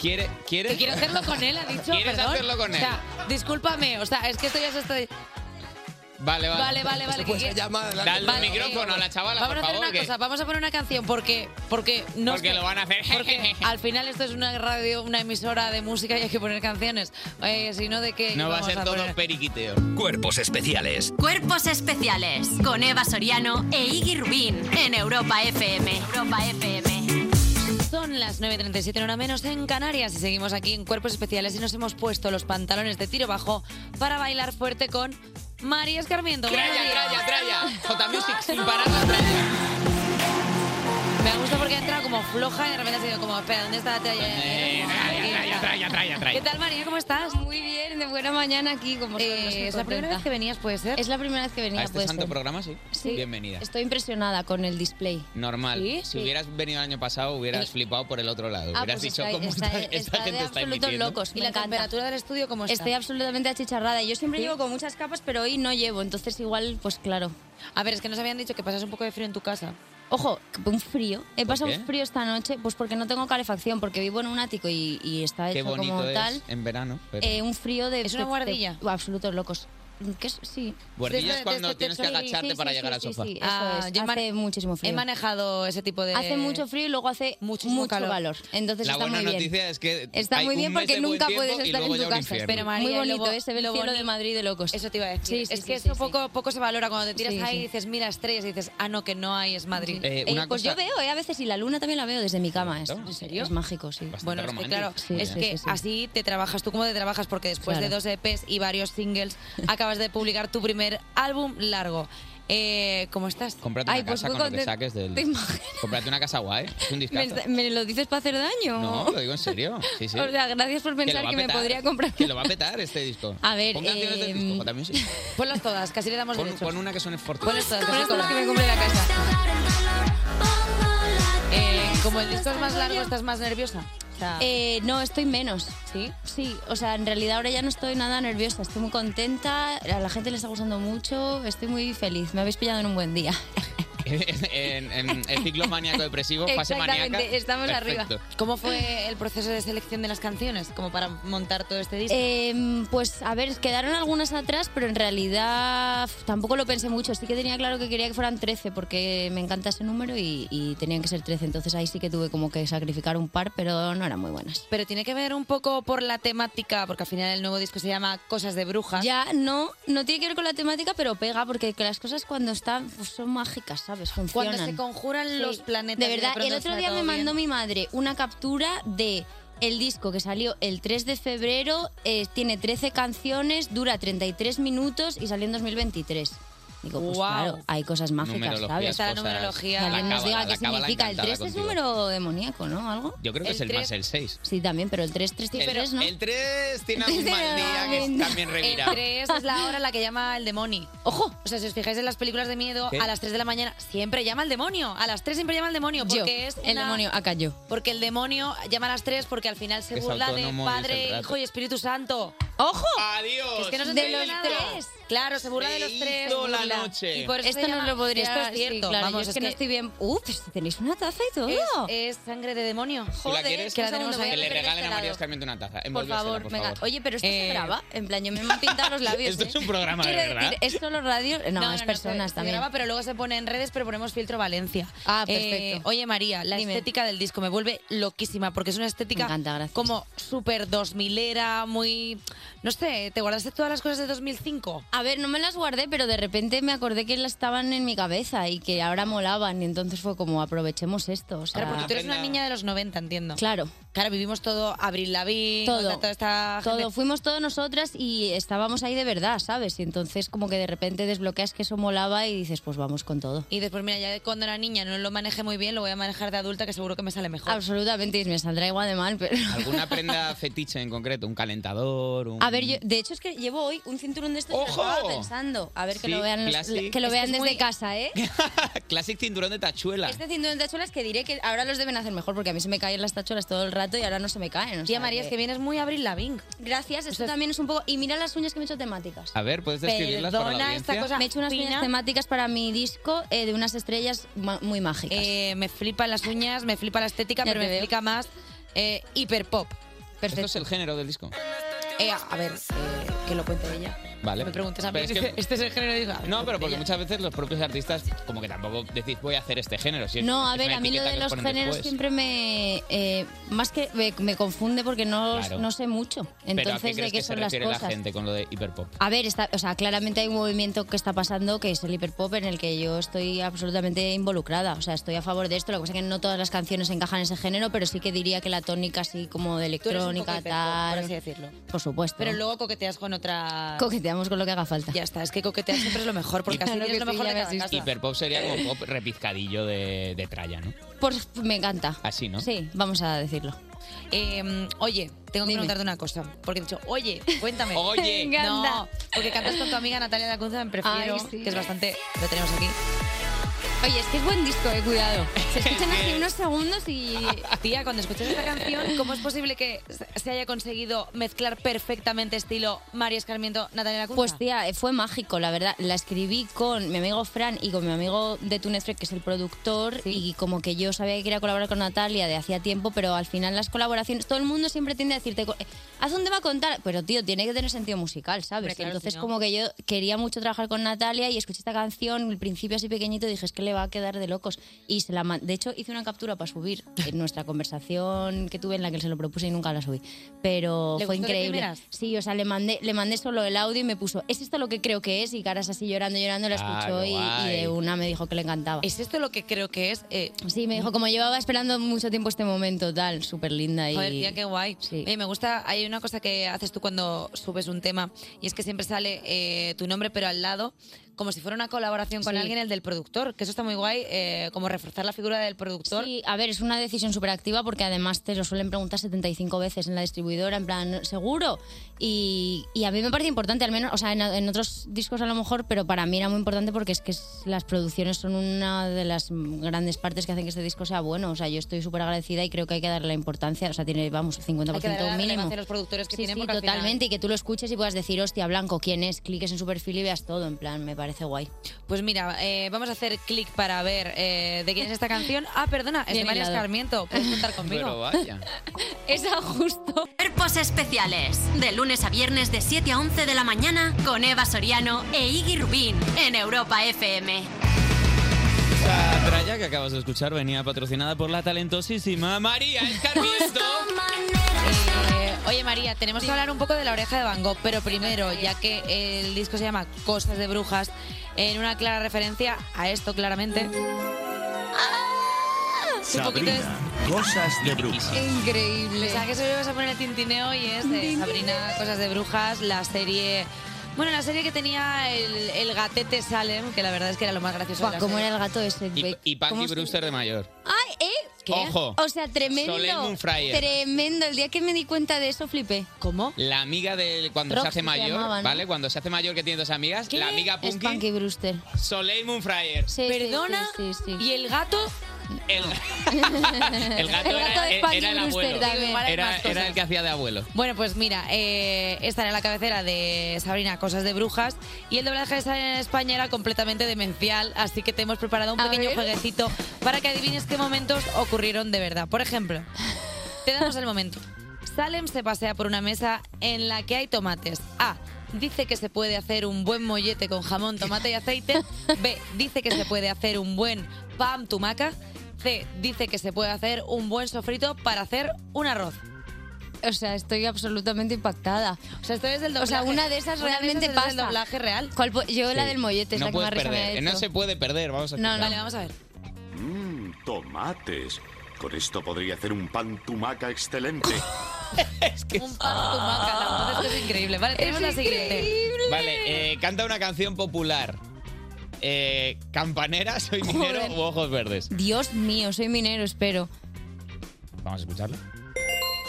C: ¿Quiere, quiere...
I: Que quiero hacerlo con él, ha dicho.
C: ¿Quieres
I: perdón.
C: hacerlo con él?
I: O sea, discúlpame, o sea, es que esto ya se está...
C: Vale, vale.
I: Vale, vale, vale. que quiere-
C: Dale
I: Vale,
C: el micrófono
I: vale.
C: a la chavala,
I: Vamos
C: por
I: a hacer
C: favor.
I: una
C: que-
I: cosa, vamos a poner una canción porque... Porque, no
C: Porque
I: sé,
C: lo van a hacer.
I: Porque al final esto es una radio, una emisora de música y hay que poner canciones. Eh, si no, ¿de qué
C: No va a
I: vamos
C: ser todo
I: poner?
C: periquiteo.
A: Cuerpos especiales
D: Cuerpos especiales con Eva Soriano e Iggy Rubín en Europa FM. Europa FM.
B: Son las 9.37 en hora menos en Canarias y seguimos aquí en Cuerpos Especiales y nos hemos puesto los pantalones de tiro bajo para bailar fuerte con María Escarmiento. Buenos
C: Traya,
B: días.
C: traya, traya. J Music sin parar la traya.
B: Me gusta porque ha entrado como floja y de repente ha sido como, espera, ¿dónde está la talla?
C: Eh, Traya, traya, traya, traya, traya.
B: ¿Qué tal, María? ¿Cómo estás?
T: Muy bien, de buena mañana aquí con vosotros.
B: Eh,
T: muy
B: ¿es la primera
T: contenta.
B: vez que venías, puede ser?
T: Es la primera vez que venía,
C: A este
T: puede
I: pues,
C: santo
T: ser.
C: programa, sí.
T: Sí.
C: Bienvenida.
T: Estoy impresionada con el display.
C: Normal.
T: Sí,
C: Si
T: sí.
C: hubieras venido el año pasado, hubieras
T: Eh.
C: flipado por el otro lado.
T: Ah,
C: hubieras
T: pues
C: dicho
T: está-
C: cómo
T: está-
C: esta, esta
T: está de
C: gente está
T: absolutos
C: emitiendo.
T: locos.
B: ¿Y
T: Me
B: la
T: encanta.
B: temperatura del estudio cómo está?
T: Estoy absolutamente achicharrada. Yo siempre
B: ¿Sí?
T: llevo con muchas capas, pero hoy no llevo. Entonces igual, pues claro.
B: A ver, es que nos habían dicho que pasas un poco de frío en tu casa.
T: Ojo, un frío. He pasado
C: qué?
T: un frío esta noche, pues porque no tengo calefacción, porque vivo en un ático y, y está
C: Qué
T: hecho
C: bonito
T: como
C: es
T: tal.
C: en verano. pero-
T: Eh, un frío de...
B: ¿Es una
T: de-
B: guardilla?
T: de- absolutos locos. ¿Qué es? Sí.
C: Guardilla es
T: Desde-
C: cuando
T: desde
C: tienes que
T: techo-
C: agacharte para llegar al
T: sí,
C: sofá.
T: sí, eso
B: Ah,
T: es.
B: yo he man-
T: Hace muchísimo frío.
B: He manejado ese tipo de...
T: Hace mucho frío y luego hace mucho calor. Entonces
C: la
T: está
C: buena
T: muy bien.
C: noticia es que
T: Está
C: hay
T: muy
C: un
T: bien
C: mes de
T: porque
C: buen
T: nunca
C: tiempo
T: puedes
C: y
T: estar en
C: luego ya
T: tu
C: un
T: casa.
C: infierno.
T: Pero María,
B: Muy bonito
T: luego-
B: ese, ve el
T: lo
B: cielo de
T: boni-
B: Madrid de locos. Eso te iba a decir.
T: Sí, sí,
B: es
T: sí,
B: que
T: sí,
B: eso
T: sí.
B: poco, poco se valora cuando te tiras
T: Sí,
B: ahí
T: sí.
B: y dices, mira estrellas y dices, ah, no, que no hay, es Madrid.
T: Eh, pues yo veo, eh, a veces, y la luna también la veo desde mi cama. Es,
B: ¿En serio?
T: es mágico, sí.
B: Bueno, es que claro,
T: Sí,
B: es
T: sí,
B: que
T: sí, sí.
B: así te trabajas tú como te trabajas, porque después de
T: Claro.
B: dos EPs y varios singles acabas de publicar tu primer álbum largo. Eh, ¿Cómo estás?
C: Cómprate una casa con lo que saques del...
T: pues <laughs> ¿Te imaginas?
C: Cómprate una casa guay.
T: <laughs>
C: Es un
T: ¿Me,
C: discazo.
T: está- me lo dices para hacer daño?
C: No, lo digo en serio. Sí, sí.
T: <laughs> O sea, gracias por
C: Que lo
T: pensar
C: va a
T: que me
C: petar.
T: podría comprar.
C: Que lo va a petar este disco.
T: <laughs> A ver,
C: Pon canciones del
T: eh,
C: disco, Jota
T: <laughs>
C: Music.
B: Ponlas todas, casi le damos
C: Pon,
B: derechos.
C: pon una que suene
T: Pues
C: fuerte.
B: Pon esto, pon esto, que me cumple la casa. Eh, como el disco es más largo, estás más nerviosa. O sea,
T: Eh, no, estoy menos.
B: ¿Sí?
T: Sí, o sea, en realidad ahora ya no estoy nada nerviosa, estoy muy contenta, a la gente le está gustando mucho, estoy muy feliz, me habéis pillado en un buen día.
C: <laughs> en, en el ciclo maníaco depresivo, fase maníaca. Perfecto.
B: ¿Cómo fue el proceso de selección de las canciones? Como para montar todo este disco.
T: Eh, pues a ver, quedaron algunas atrás, pero en realidad f- tampoco lo pensé mucho. Sí que tenía claro que quería que fueran 13 porque me encanta ese número y, y tenían que ser 13. Entonces ahí sí que tuve como que sacrificar un par, pero no eran muy buenas.
B: Pero tiene que ver un poco por la temática, porque al final el nuevo disco se llama Cosas de Brujas.
T: Ya no, no tiene que ver con la temática, pero pega porque que las cosas cuando están pues, son mágicas, ¿sabes? Funcionan.
B: Cuando se conjuran los planetas
T: De
B: y de
T: verdad,
B: pronto
T: el otro
B: está
T: día
B: todo
T: me mandó
B: bien.
T: mi madre una captura de el disco que salió el 3 de febrero, eh, tiene 13 canciones, dura 33 minutos y salió en 2023. Digo, pues
B: Wow.
T: claro, hay cosas mágicas,
C: Numerología,
T: ¿sabes?
C: Está la cosas- numerología.
T: Ah, Que alguien
C: La
T: nos diga
C: cábala,
T: qué
C: la cábala
T: significa. El
C: encantada
T: 3 es
C: contigo.
T: número demoníaco, ¿no? ¿Algo?
C: Yo creo que es el
T: tres-
C: más el 6.
T: Sí, también, pero el 3, 3, 3,
C: Pero
T: 3, ¿no?
C: el 3
T: <laughs>
C: tiene algún mal día que es también
B: El
C: revirado.
B: 3 es la hora en la que llama el demonio. Ojo, o sea, si os fijáis en las películas de miedo,
T: ¿Qué?
B: a las 3 de la mañana siempre llama el demonio. A las 3 siempre llama el demonio
T: Yo,
B: porque es
T: el
B: una-
T: demonio, acá yo.
B: Porque el demonio llama a las 3 porque al final se
T: Es
B: burla de
T: autónomo y es el
B: Padre,
T: rato.
B: Hijo y Espíritu Santo.
T: ¡Ojo!
C: ¡Adiós!
B: Que es que no se
T: De
B: entere
T: los
B: nada.
T: tres.
B: Claro, se burla de los
T: Se
B: tres.
T: hizo
B: se
T: la
B: burla.
T: noche.
B: Y por eso
T: Esto
B: se
T: no
B: llama-
T: lo podría-
B: Esto es
T: sí,
B: cierto.
T: claro, yo
B: Vamos,
T: es que no estoy bien. Uf, si tenéis una taza y todo.
B: Es, es sangre de demonio.
C: ¿Tú la
B: Joder,
C: quieres?
B: que la tenemos ahí.
C: Que le
T: pero de
C: regalen
T: este
C: a María
T: lado.
C: Escarmiento una taza.
T: Por
C: Envuélvesela,
T: favor,
C: por
T: venga.
C: favor.
T: Oye, <laughs> pero esto se
C: Eh,
T: graba. En plan, yo me he pintado los labios.
C: Esto
T: ¿eh?
C: es un programa de
T: Quiero
C: verdad.
T: decir, es solo radio. No, es personas
B: pues, se- se
T: también.
B: graba, pero luego se pone en redes, pero ponemos filtro Valencia. Eh,
T: Ah, perfecto.
B: oye, María, la estética del disco me vuelve loquísima porque es una estética como súper 2000 era, muy. No sé, ¿te guardaste todas las cosas de 2005?
T: A ver, no me las guardé, pero de repente me acordé que las estaban en mi cabeza y que ahora molaban. Y entonces fue como, aprovechemos esto. o sea-
B: Claro, porque tú eres una niña de los 90, entiendo.
T: Claro.
B: Claro, vivimos todo Abril Lavigne,
T: Todo.
B: o sea, toda esta
T: Todo,
B: gente-
T: fuimos todos nosotras y estábamos ahí de verdad, ¿sabes? Y entonces como que de repente desbloqueas que eso molaba y dices, pues vamos con todo.
B: Y después, mira, ya cuando era niña no lo manejé muy bien, lo voy a manejar de adulta que seguro que me sale mejor.
T: Absolutamente, y me saldrá igual de mal, pero...
C: ¿Alguna prenda fetiche en concreto? ¿Un calentador? Un...
T: A ver, yo, de hecho es que llevo hoy un cinturón de estos que
C: ¡Ojo!
T: estaba pensando. A ver que
C: Sí,
T: lo vean, los-
C: classic.
T: que lo Es que vean es desde muy-
C: <laughs>
T: casa, ¿eh?
C: Classic cinturón de tachuela.
T: Este cinturón de tachuelas que diré que ahora los deben hacer mejor porque a mí se me caen las tachuelas todo el rato y ahora no se me caen.
B: Tía María, es que
T: vienes muy Abril Lavín. Gracias, esto también es un poco... Y mira las uñas que me he hecho temáticas.
C: A ver, Ah, ¿puedes describirlas para la audiencia?
T: Me he hecho unas uñas temáticas para mi disco eh, de unas estrellas ma- muy mágicas.
B: Eh, me flipan las uñas, me flipa la estética,
T: Ya
B: pero
T: te
B: me
T: veo.
B: flipa más eh, hiperpop.
C: Esto es el género del disco.
B: Eh, a ver, eh, que lo cuente ella.
C: Vale.
B: Me preguntes a mí.
C: Pero es
T: <laughs>
C: que-
B: Este es el género, digo.
C: No, pero porque muchas veces los propios artistas como que tampoco decís voy a hacer este género. si es-
T: No, a
C: es
T: ver,
C: una
T: a mí lo
C: etiqueta
T: de
C: que os
T: los
C: ponen
T: géneros
C: después.
T: siempre me... eh, más que me, me confunde porque no,
C: Claro.
T: no sé mucho.
C: pero ¿a qué
T: Entonces,
C: crees
T: ¿de qué
C: que se
T: son las
C: refiere
T: cosas?
C: la gente con lo de hiperpop?
T: A ver, está, o sea, claramente hay un movimiento que está pasando que es el hiperpop en el que yo estoy absolutamente involucrada. O sea, estoy a favor de esto. Lo que pasa es que no todas las canciones encajan en ese género, pero sí que diría que la tónica así como de
B: Tú eres un poco
T: electrónica,
B: hiperpop,
T: tal.
B: por así decirlo.
T: Por supuesto.
B: Pero luego coqueteas con otra...
T: coqueteamos con lo que haga falta.
B: Ya está, es que coquetear siempre es lo mejor porque así
T: Claro
B: tienes
T: que
B: lo
T: sí,
B: mejor
T: <laughs> ya
B: de
T: me
B: cada casa.
C: Hiperpop sería como pop repizcadillo de, de tralla, ¿no?
T: Por- me encanta.
C: Así, ¿no?
T: Sí, vamos a decirlo.
B: Eh, oye, tengo que preguntarte una cosa. Porque he dicho, oye, cuéntame.
T: Oye. Me encanta.
B: <laughs> No, porque cantas con tu amiga Natalia Lacunza en Prefiero,
T: Ay, sí.
B: que es bastante... Lo tenemos aquí.
T: Oye, es que es buen disco, eh, cuidado. Se escuchan así unos segundos y...
B: Tía, cuando escuchas esta canción, ¿cómo es posible que se haya conseguido mezclar perfectamente estilo María Escarmiento, Natalia Lacunza?
T: Pues tía, eh, fue mágico, la verdad. La escribí con mi amigo Fran y con mi amigo de Túnez Fred, que es el productor, y como que yo sabía que quería colaborar con Natalia de hacía tiempo, pero al final las colaboraciones, todo el mundo siempre tiende a decirte, co- eh, haz un tema con tal, pero tío, tiene que tener sentido musical, ¿sabes?
B: Hombre, claro,
T: Entonces
B: si no.
T: como que yo quería mucho trabajar con Natalia y escuché esta canción, el principio así pequeñito, y dije, es que le va a quedar de locos. Y se la man- de hecho hice una captura para subir en nuestra conversación que tuve en la que se lo propuse y nunca la subí, pero
B: ¿Le
T: fue
B: gustó de
T: increíble.
B: primeras?
T: Sí, o sea, le mandé, le mandé solo el audio y me puso, ¿es esto lo que creo que es? Y caras así llorando, llorando, la
B: Ah,
T: escuchó
B: qué
T: y- y,
B: guay.
T: de una me dijo que le encantaba.
B: ¿Es esto lo que creo que es? Eh,
T: Sí, me dijo, como llevaba esperando mucho tiempo este momento, tal, súper linda. Y...
B: Joder, tía, qué guay. Oye, me gusta, hay una cosa que haces tú cuando subes un tema y es que siempre sale eh, tu nombre, pero al lado, como si fuera una colaboración con
T: Sí.
B: alguien, el del productor, que eso está muy guay, eh, como reforzar la figura del productor.
T: Sí, a ver, es una decisión súper activa porque además te lo suelen preguntar 75 veces en la distribuidora, en plan, ¿seguro? Y, y a mí me parece importante, al menos, o sea, en, en otros discos a lo mejor, pero para mí era muy importante porque es que es- las producciones son una de las mm, grandes partes que hacen que este disco sea bueno. O sea, yo estoy súper agradecida y creo que hay que darle la importancia, o sea, tiene, vamos, el 50%
B: Hay que darle la
T: mínimo.
B: relevancia a los productores que
T: Sí,
B: tienen
T: sí,
B: porque al final-
T: totalmente, y que tú lo escuches y puedas decir, hostia, Blanco, ¿quién es? Cliques en su perfil y veas todo, en plan, me parece guay.
B: Pues mira, eh, vamos a hacer clic para ver eh, de quién es esta canción. Ah, perdona, es de
T: Bien
B: María
T: hilado.
B: Escarmiento. Puedes
C: <laughs>
B: contar conmigo.
C: Pero
T: <laughs>
C: vaya.
T: Esa justo.
D: Cuerpos especiales. De lunes a viernes de 7 a 11 de la mañana con Eva Soriano e Iggy Rubín en Europa FM.
C: Esa tralla que acabas de escuchar venía patrocinada por la talentosísima María Escarmiento.
B: Eh, oye María, tenemos que hablar un poco de la oreja de Van Gogh, pero primero, ya que el disco se llama Cosas de Brujas, en una clara referencia a esto claramente. Un poquito de...
E: cosas de brujas.
B: Increíble. O sea, que solo ibas a poner el tintineo y es de Sabrina, Cosas de Brujas, la serie Bueno, la serie que tenía el, el gatete Salem, que la verdad es que era lo más gracioso de
T: Buah,
B: la
T: ¿Cómo
B: serie.
T: era el gato ese?
C: Y, y Panky Brewster de mayor.
T: ¡Ay, eh! ¿Qué?
C: Ojo.
T: O sea, tremendo.
C: Solemn Fryer.
T: Tremendo. El día que me di cuenta de eso, flipé.
B: ¿Cómo?
C: La amiga del cuando
T: Roxy
C: se hace
T: se
C: mayor,
T: llamaba, ¿no?
C: ¿vale? Cuando se hace mayor que tiene dos amigas, la amiga
T: Es
C: Punky,
T: Punky Brewster.
C: Soleil Moonfryer.
B: Perdona. Y el gato. <laughs>
C: El, el gato,
B: El gato
C: era,
B: de
C: e-
B: Panky
C: era el
B: Brewster
C: abuelo.
B: también. Igual hay
C: Era,
B: más cosas.
C: era el que hacía de abuelo.
B: Bueno, pues mira, eh, esta era la cabecera de Sabrina, Cosas de Brujas, y el doblaje de Sabrina en España era completamente demencial, así que te hemos preparado un pequeño jueguecito para que adivines qué momentos ocurrieron de verdad. Por ejemplo, te damos el momento. Salem se pasea por una mesa en la que hay tomates. A. Dice que se puede hacer un buen mollete con jamón, tomate y aceite. B. Dice que se puede hacer un buen pan tumaca. C. Dice que se puede hacer un buen sofrito para hacer un arroz.
T: O sea, estoy absolutamente impactada.
B: O sea, esto es del
T: O sea,
B: doblaje.
T: una de esas
B: Una de
T: realmente
B: esas es
T: pasa.
B: del doblaje real.
T: ¿Cuál po- yo la
C: Sí.
T: del mollete, es
C: no
T: la que más
C: puedes
T: risa me ha
C: perder. ¿eh?
T: hecho.
C: No se puede perder, vamos a
T: No, no.
C: explicar.
T: Vale,
C: <laughs>
T: vamos
B: a ver.
E: Mmm, tomates. Con esto podría hacer un pan tumaca excelente.
B: Un pan tumaca, la verdad es que es increíble. Vale, tenemos la siguiente.
C: Vale, eh, canta una canción popular. Eh, campanera, soy minero
T: Joder.
C: u ojos verdes.
T: Dios mío, soy minero, espero.
C: Vamos a escucharlo.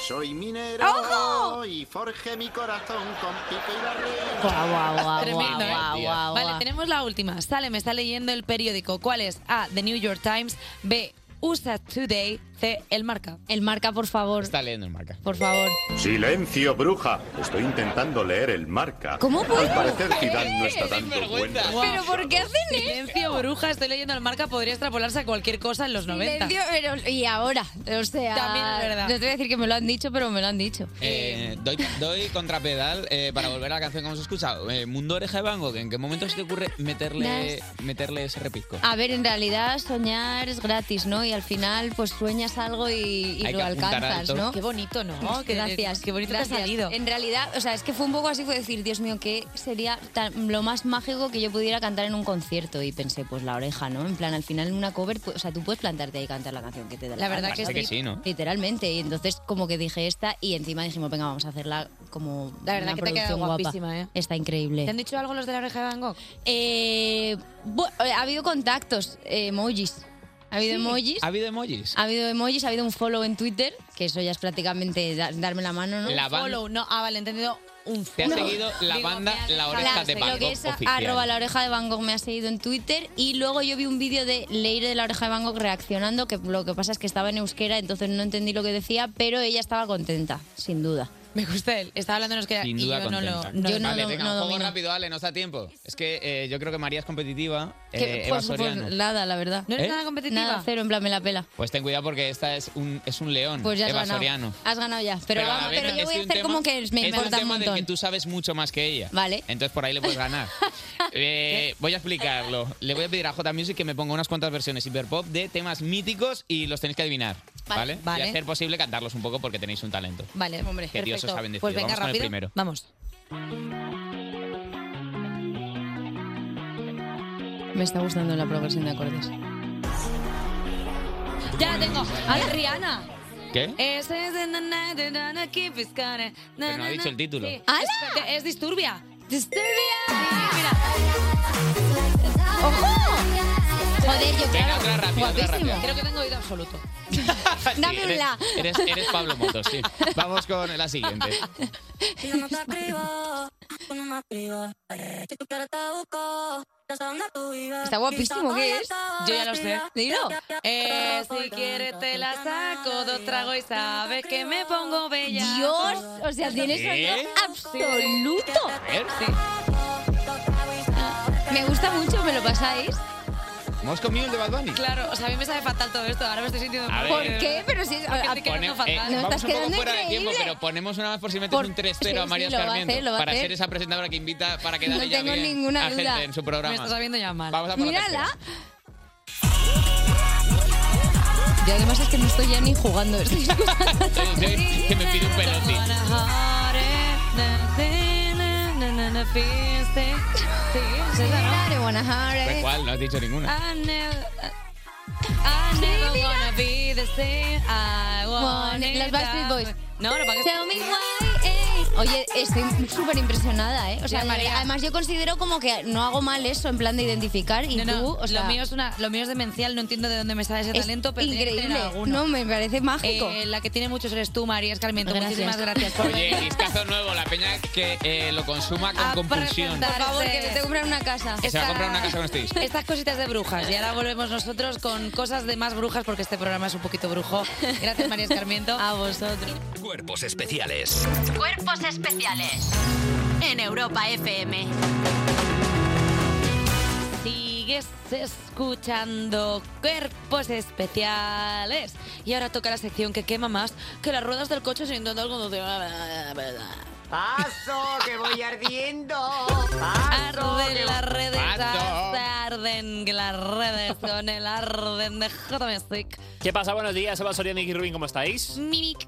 E: Soy minero y forje mi corazón con pico y barrera.
T: Guau, guau, <laughs> guau,
B: Tremendo,
T: guau,
B: ¿eh?
T: Ah, guau, guau,
B: Vale,
T: guau.
B: tenemos la última. Sale, me está leyendo el periódico. ¿Cuál es? A, The New York Times. B, USA Today. C, El Marca.
T: El Marca, por favor.
C: Está leyendo el marca.
T: Por favor.
E: <laughs> Silencio, bruja. Estoy intentando leer el marca.
T: ¿Cómo puedes?
E: Al parecer Zidane no está dando cuenta.
B: ¿Pero por qué hacen Silencio, bruja. Estoy leyendo El Marca. Podría extrapolarse a cualquier cosa en los 90.
T: Silencio, eh. pero- y ahora, o sea,
B: También es verdad.
T: no te voy a decir que me lo han dicho, pero me lo han dicho.
C: Eh, doy, doy contrapedal eh, para volver a la canción que hemos escuchado. Eh, Mundo Oreja de Bango, ¿en qué momento se te ocurre meterle, meterle ese repisco?
T: A ver, en realidad soñar es gratis, ¿no? Y al final, pues sueñas algo y, y
C: Hay
T: lo
C: que apuntar
T: alcanzas,
C: alto.
T: ¿no?
C: Qué
B: bonito, ¿no? Qué-
T: gracias.
B: qué bonito te ha
T: gracias.
B: salido.
T: En realidad, o sea, es que fue un poco así, fue decir, Dios mío, ¿qué sería tan- lo más mágico que yo pudiera cantar en un concierto? Y pensé, pues la oreja, ¿no? En plan, al final en una cover, pues, o sea, tú puedes plantarte ahí y cantar la canción que te da
B: La verdad
C: Ah,
T: gana,
B: que
T: ¿sabes?
B: sí. Parece que sí, ¿no?
T: Literalmente. Y entonces como que dije esta y encima dijimos, venga, vamos a hacerla como
B: La verdad
T: una
B: que te ha quedado
T: producción guapa.
B: guapísima, ¿eh?
T: Está increíble.
B: ¿Te han dicho algo los de la oreja de Van Gogh?
T: Eh, bu- eh, ha habido contactos, eh, emojis. Ha habido
C: Sí.
T: emojis.
C: ¿Ha habido emojis?
T: Ha habido emojis, ha habido un follow en Twitter, que eso ya es prácticamente da- darme la mano, ¿no?
C: La Un ban- follow,
B: no. Ah, vale, entendido. Un
C: Te ha
T: Ah, No.
C: seguido la
T: Digo,
C: banda
T: me ha
C: La
T: dejado-
C: Oreja
T: Claro,
C: de
T: lo
C: Van
T: que
C: Gogh
T: es
C: oficial.
T: arroba la oreja de Van Gogh me ha seguido en Twitter y luego yo vi un vídeo de Leire de la oreja de Van Gogh reaccionando, que lo que pasa es que estaba en euskera, entonces no entendí lo que decía, pero ella estaba contenta, sin duda.
B: Me gusta él. Estaba hablando de los que
C: Sin duda eh,
B: y yo no lo.
C: contenta.
T: no- Yo no
C: vale,
T: lo-
C: venga,
T: no
C: un juego
T: domino.
C: rápido, Ale, no está tiempo. Es que eh, yo creo que María es competitiva.
T: Que,
C: eh, Eva
T: pues, pues
C: Soriano.
T: nada, la verdad.
C: ¿No eres ¿Eh? nada
T: competitiva? Nada, cero, en plan, me la pela.
C: Pues ten cuidado porque esta es un, es un león,
T: Pues ya has
C: Eva
T: ganado.
C: Soriano.
T: Has ganado ya. Pero,
C: a la
T: vamos,
C: vez
T: pero yo
C: es
T: voy a
C: un
T: hacer
C: tema-
T: como que me
C: es un
T: importa un
C: tema del
T: montón.
C: que tú sabes mucho más que ella.
T: Vale.
C: Entonces por ahí le puedes
T: <laughs>
C: ganar. Eh, voy a explicarlo. Le voy a pedir a J Music que me ponga unas cuantas versiones hiperpop de temas míticos y los tenéis que adivinar.
B: Vale,
C: ¿Vale?
B: vale.
C: Y hacer posible cantarlos un poco porque tenéis un talento.
B: Vale, hombre.
C: Que Dios os
B: perfecto.
C: ha bendecido.
B: Pues venga,
C: Vamos con el
B: rápido.
C: primero.
B: Vamos.
T: Me está gustando la progresión de acordes.
B: Ya la tengo. ¡Hala, Rihanna!
C: ¿Qué?
B: Es- es- na- na- na- na- na- keep it gonna- na-
C: Pero no ha
B: na-
C: dicho
B: na-
C: el título.
B: Sí. Es, es Disturbia. ¡Disturbia!
T: Joder, yo
C: Venga, otra rápida, otra
B: Guapísimo.
C: rápida.
B: Creo que tengo
C: <laughs>
B: oído absoluto.
C: Sí,
T: Dame un
C: eres-
T: la.
C: Eres, eres Pablo Motos,
T: <laughs>
C: sí. Vamos con la siguiente.
G: Yo no te escribo, tú no me escribas. Si tú quieres te busco, ya sé dónde tú vives.
B: Está guapísimo, ¿qué es? Yo ya lo sé.
G: Dilo.
B: Eh, si quieres te la saco, dos tragos y sabes que me pongo bella.
T: Dios, o sea, tienes
B: ¿Qué?
T: oído absoluto.
C: ¿Eh? ver.
T: Me gusta mucho, ¿me lo pasáis?
C: ¿Hemos comido el de Bad Bunny?
B: Claro, o sea, a mí me sabe fatal todo esto. Ahora me estoy sintiendo...
C: A
T: ¿Por
C: ver.
T: qué? Pero si...
B: Porque te quedas
C: Pone-
B: no fatal.
C: eh, vamos un poco fuera de tiempo, pero ponemos una vez por si metes
T: Por-
C: un 3-0 a
T: sí,
C: María
T: sí, lo va a
C: Escarmiento
T: hacer, lo va a
C: para
T: hacer.
C: ser esa presentadora que invita para quedar
T: No
C: ella
T: tengo
C: bien
T: ninguna
C: a
T: duda.
C: gente en su programa.
B: Me está sabiendo ya mal.
C: Vamos a por la
T: Mírala.
C: tercera.
T: Y además es que no estoy ya ni jugando. Estoy <laughs>
C: Sí, que me pide un peloti. Da
B: Igual.
C: igual, no has dicho ninguna.
B: I never, I never wanna be the same. I want
T: Los
B: it
T: Backstreet
B: that
T: Boys.
B: way. No, no, ¿para qué?
T: Tell me why, eh, Oye, estoy súper impresionada, ¿eh? O sea,
I: Ya, María.
T: además yo considero como que no hago mal eso, en plan de identificar, y tú, o sea...
I: lo, mío es una, lo mío es demencial, no entiendo de dónde me sale ese
T: Es
I: talento, pero tiene que tener
T: increíble.
I: alguno.
T: No, me parece mágico.
I: Eh, la que tiene muchos eres tú, María Escarmiento.
T: Gracias.
I: Muchísimas gracias. por
C: Oye, discazo nuevo, la peña que eh, lo consuma con compulsión.
I: presentarse.
T: Por favor, que se te compra una casa.
C: Que se va a comprar una casa con este disco.
I: Estas cositas de brujas. Y ahora volvemos nosotros con cosas de más brujas, porque este programa es un poquito brujo. Gracias, María Escarmiento. A vosotros.
A: Cuerpos especiales.
D: Cuerpos especiales en Europa FM.
B: Sigues escuchando cuerpos especiales. Y ahora toca la sección que quema más que las ruedas del coche sin tanto algo de...
J: ¡Paso, que voy ardiendo!
B: Arden las redes, hasta arden las redes con el arden de J-Music.
S: ¿Qué pasa? Buenos días, Eva Soriano y Iggy Rubin, ¿cómo estáis?
B: Mimic,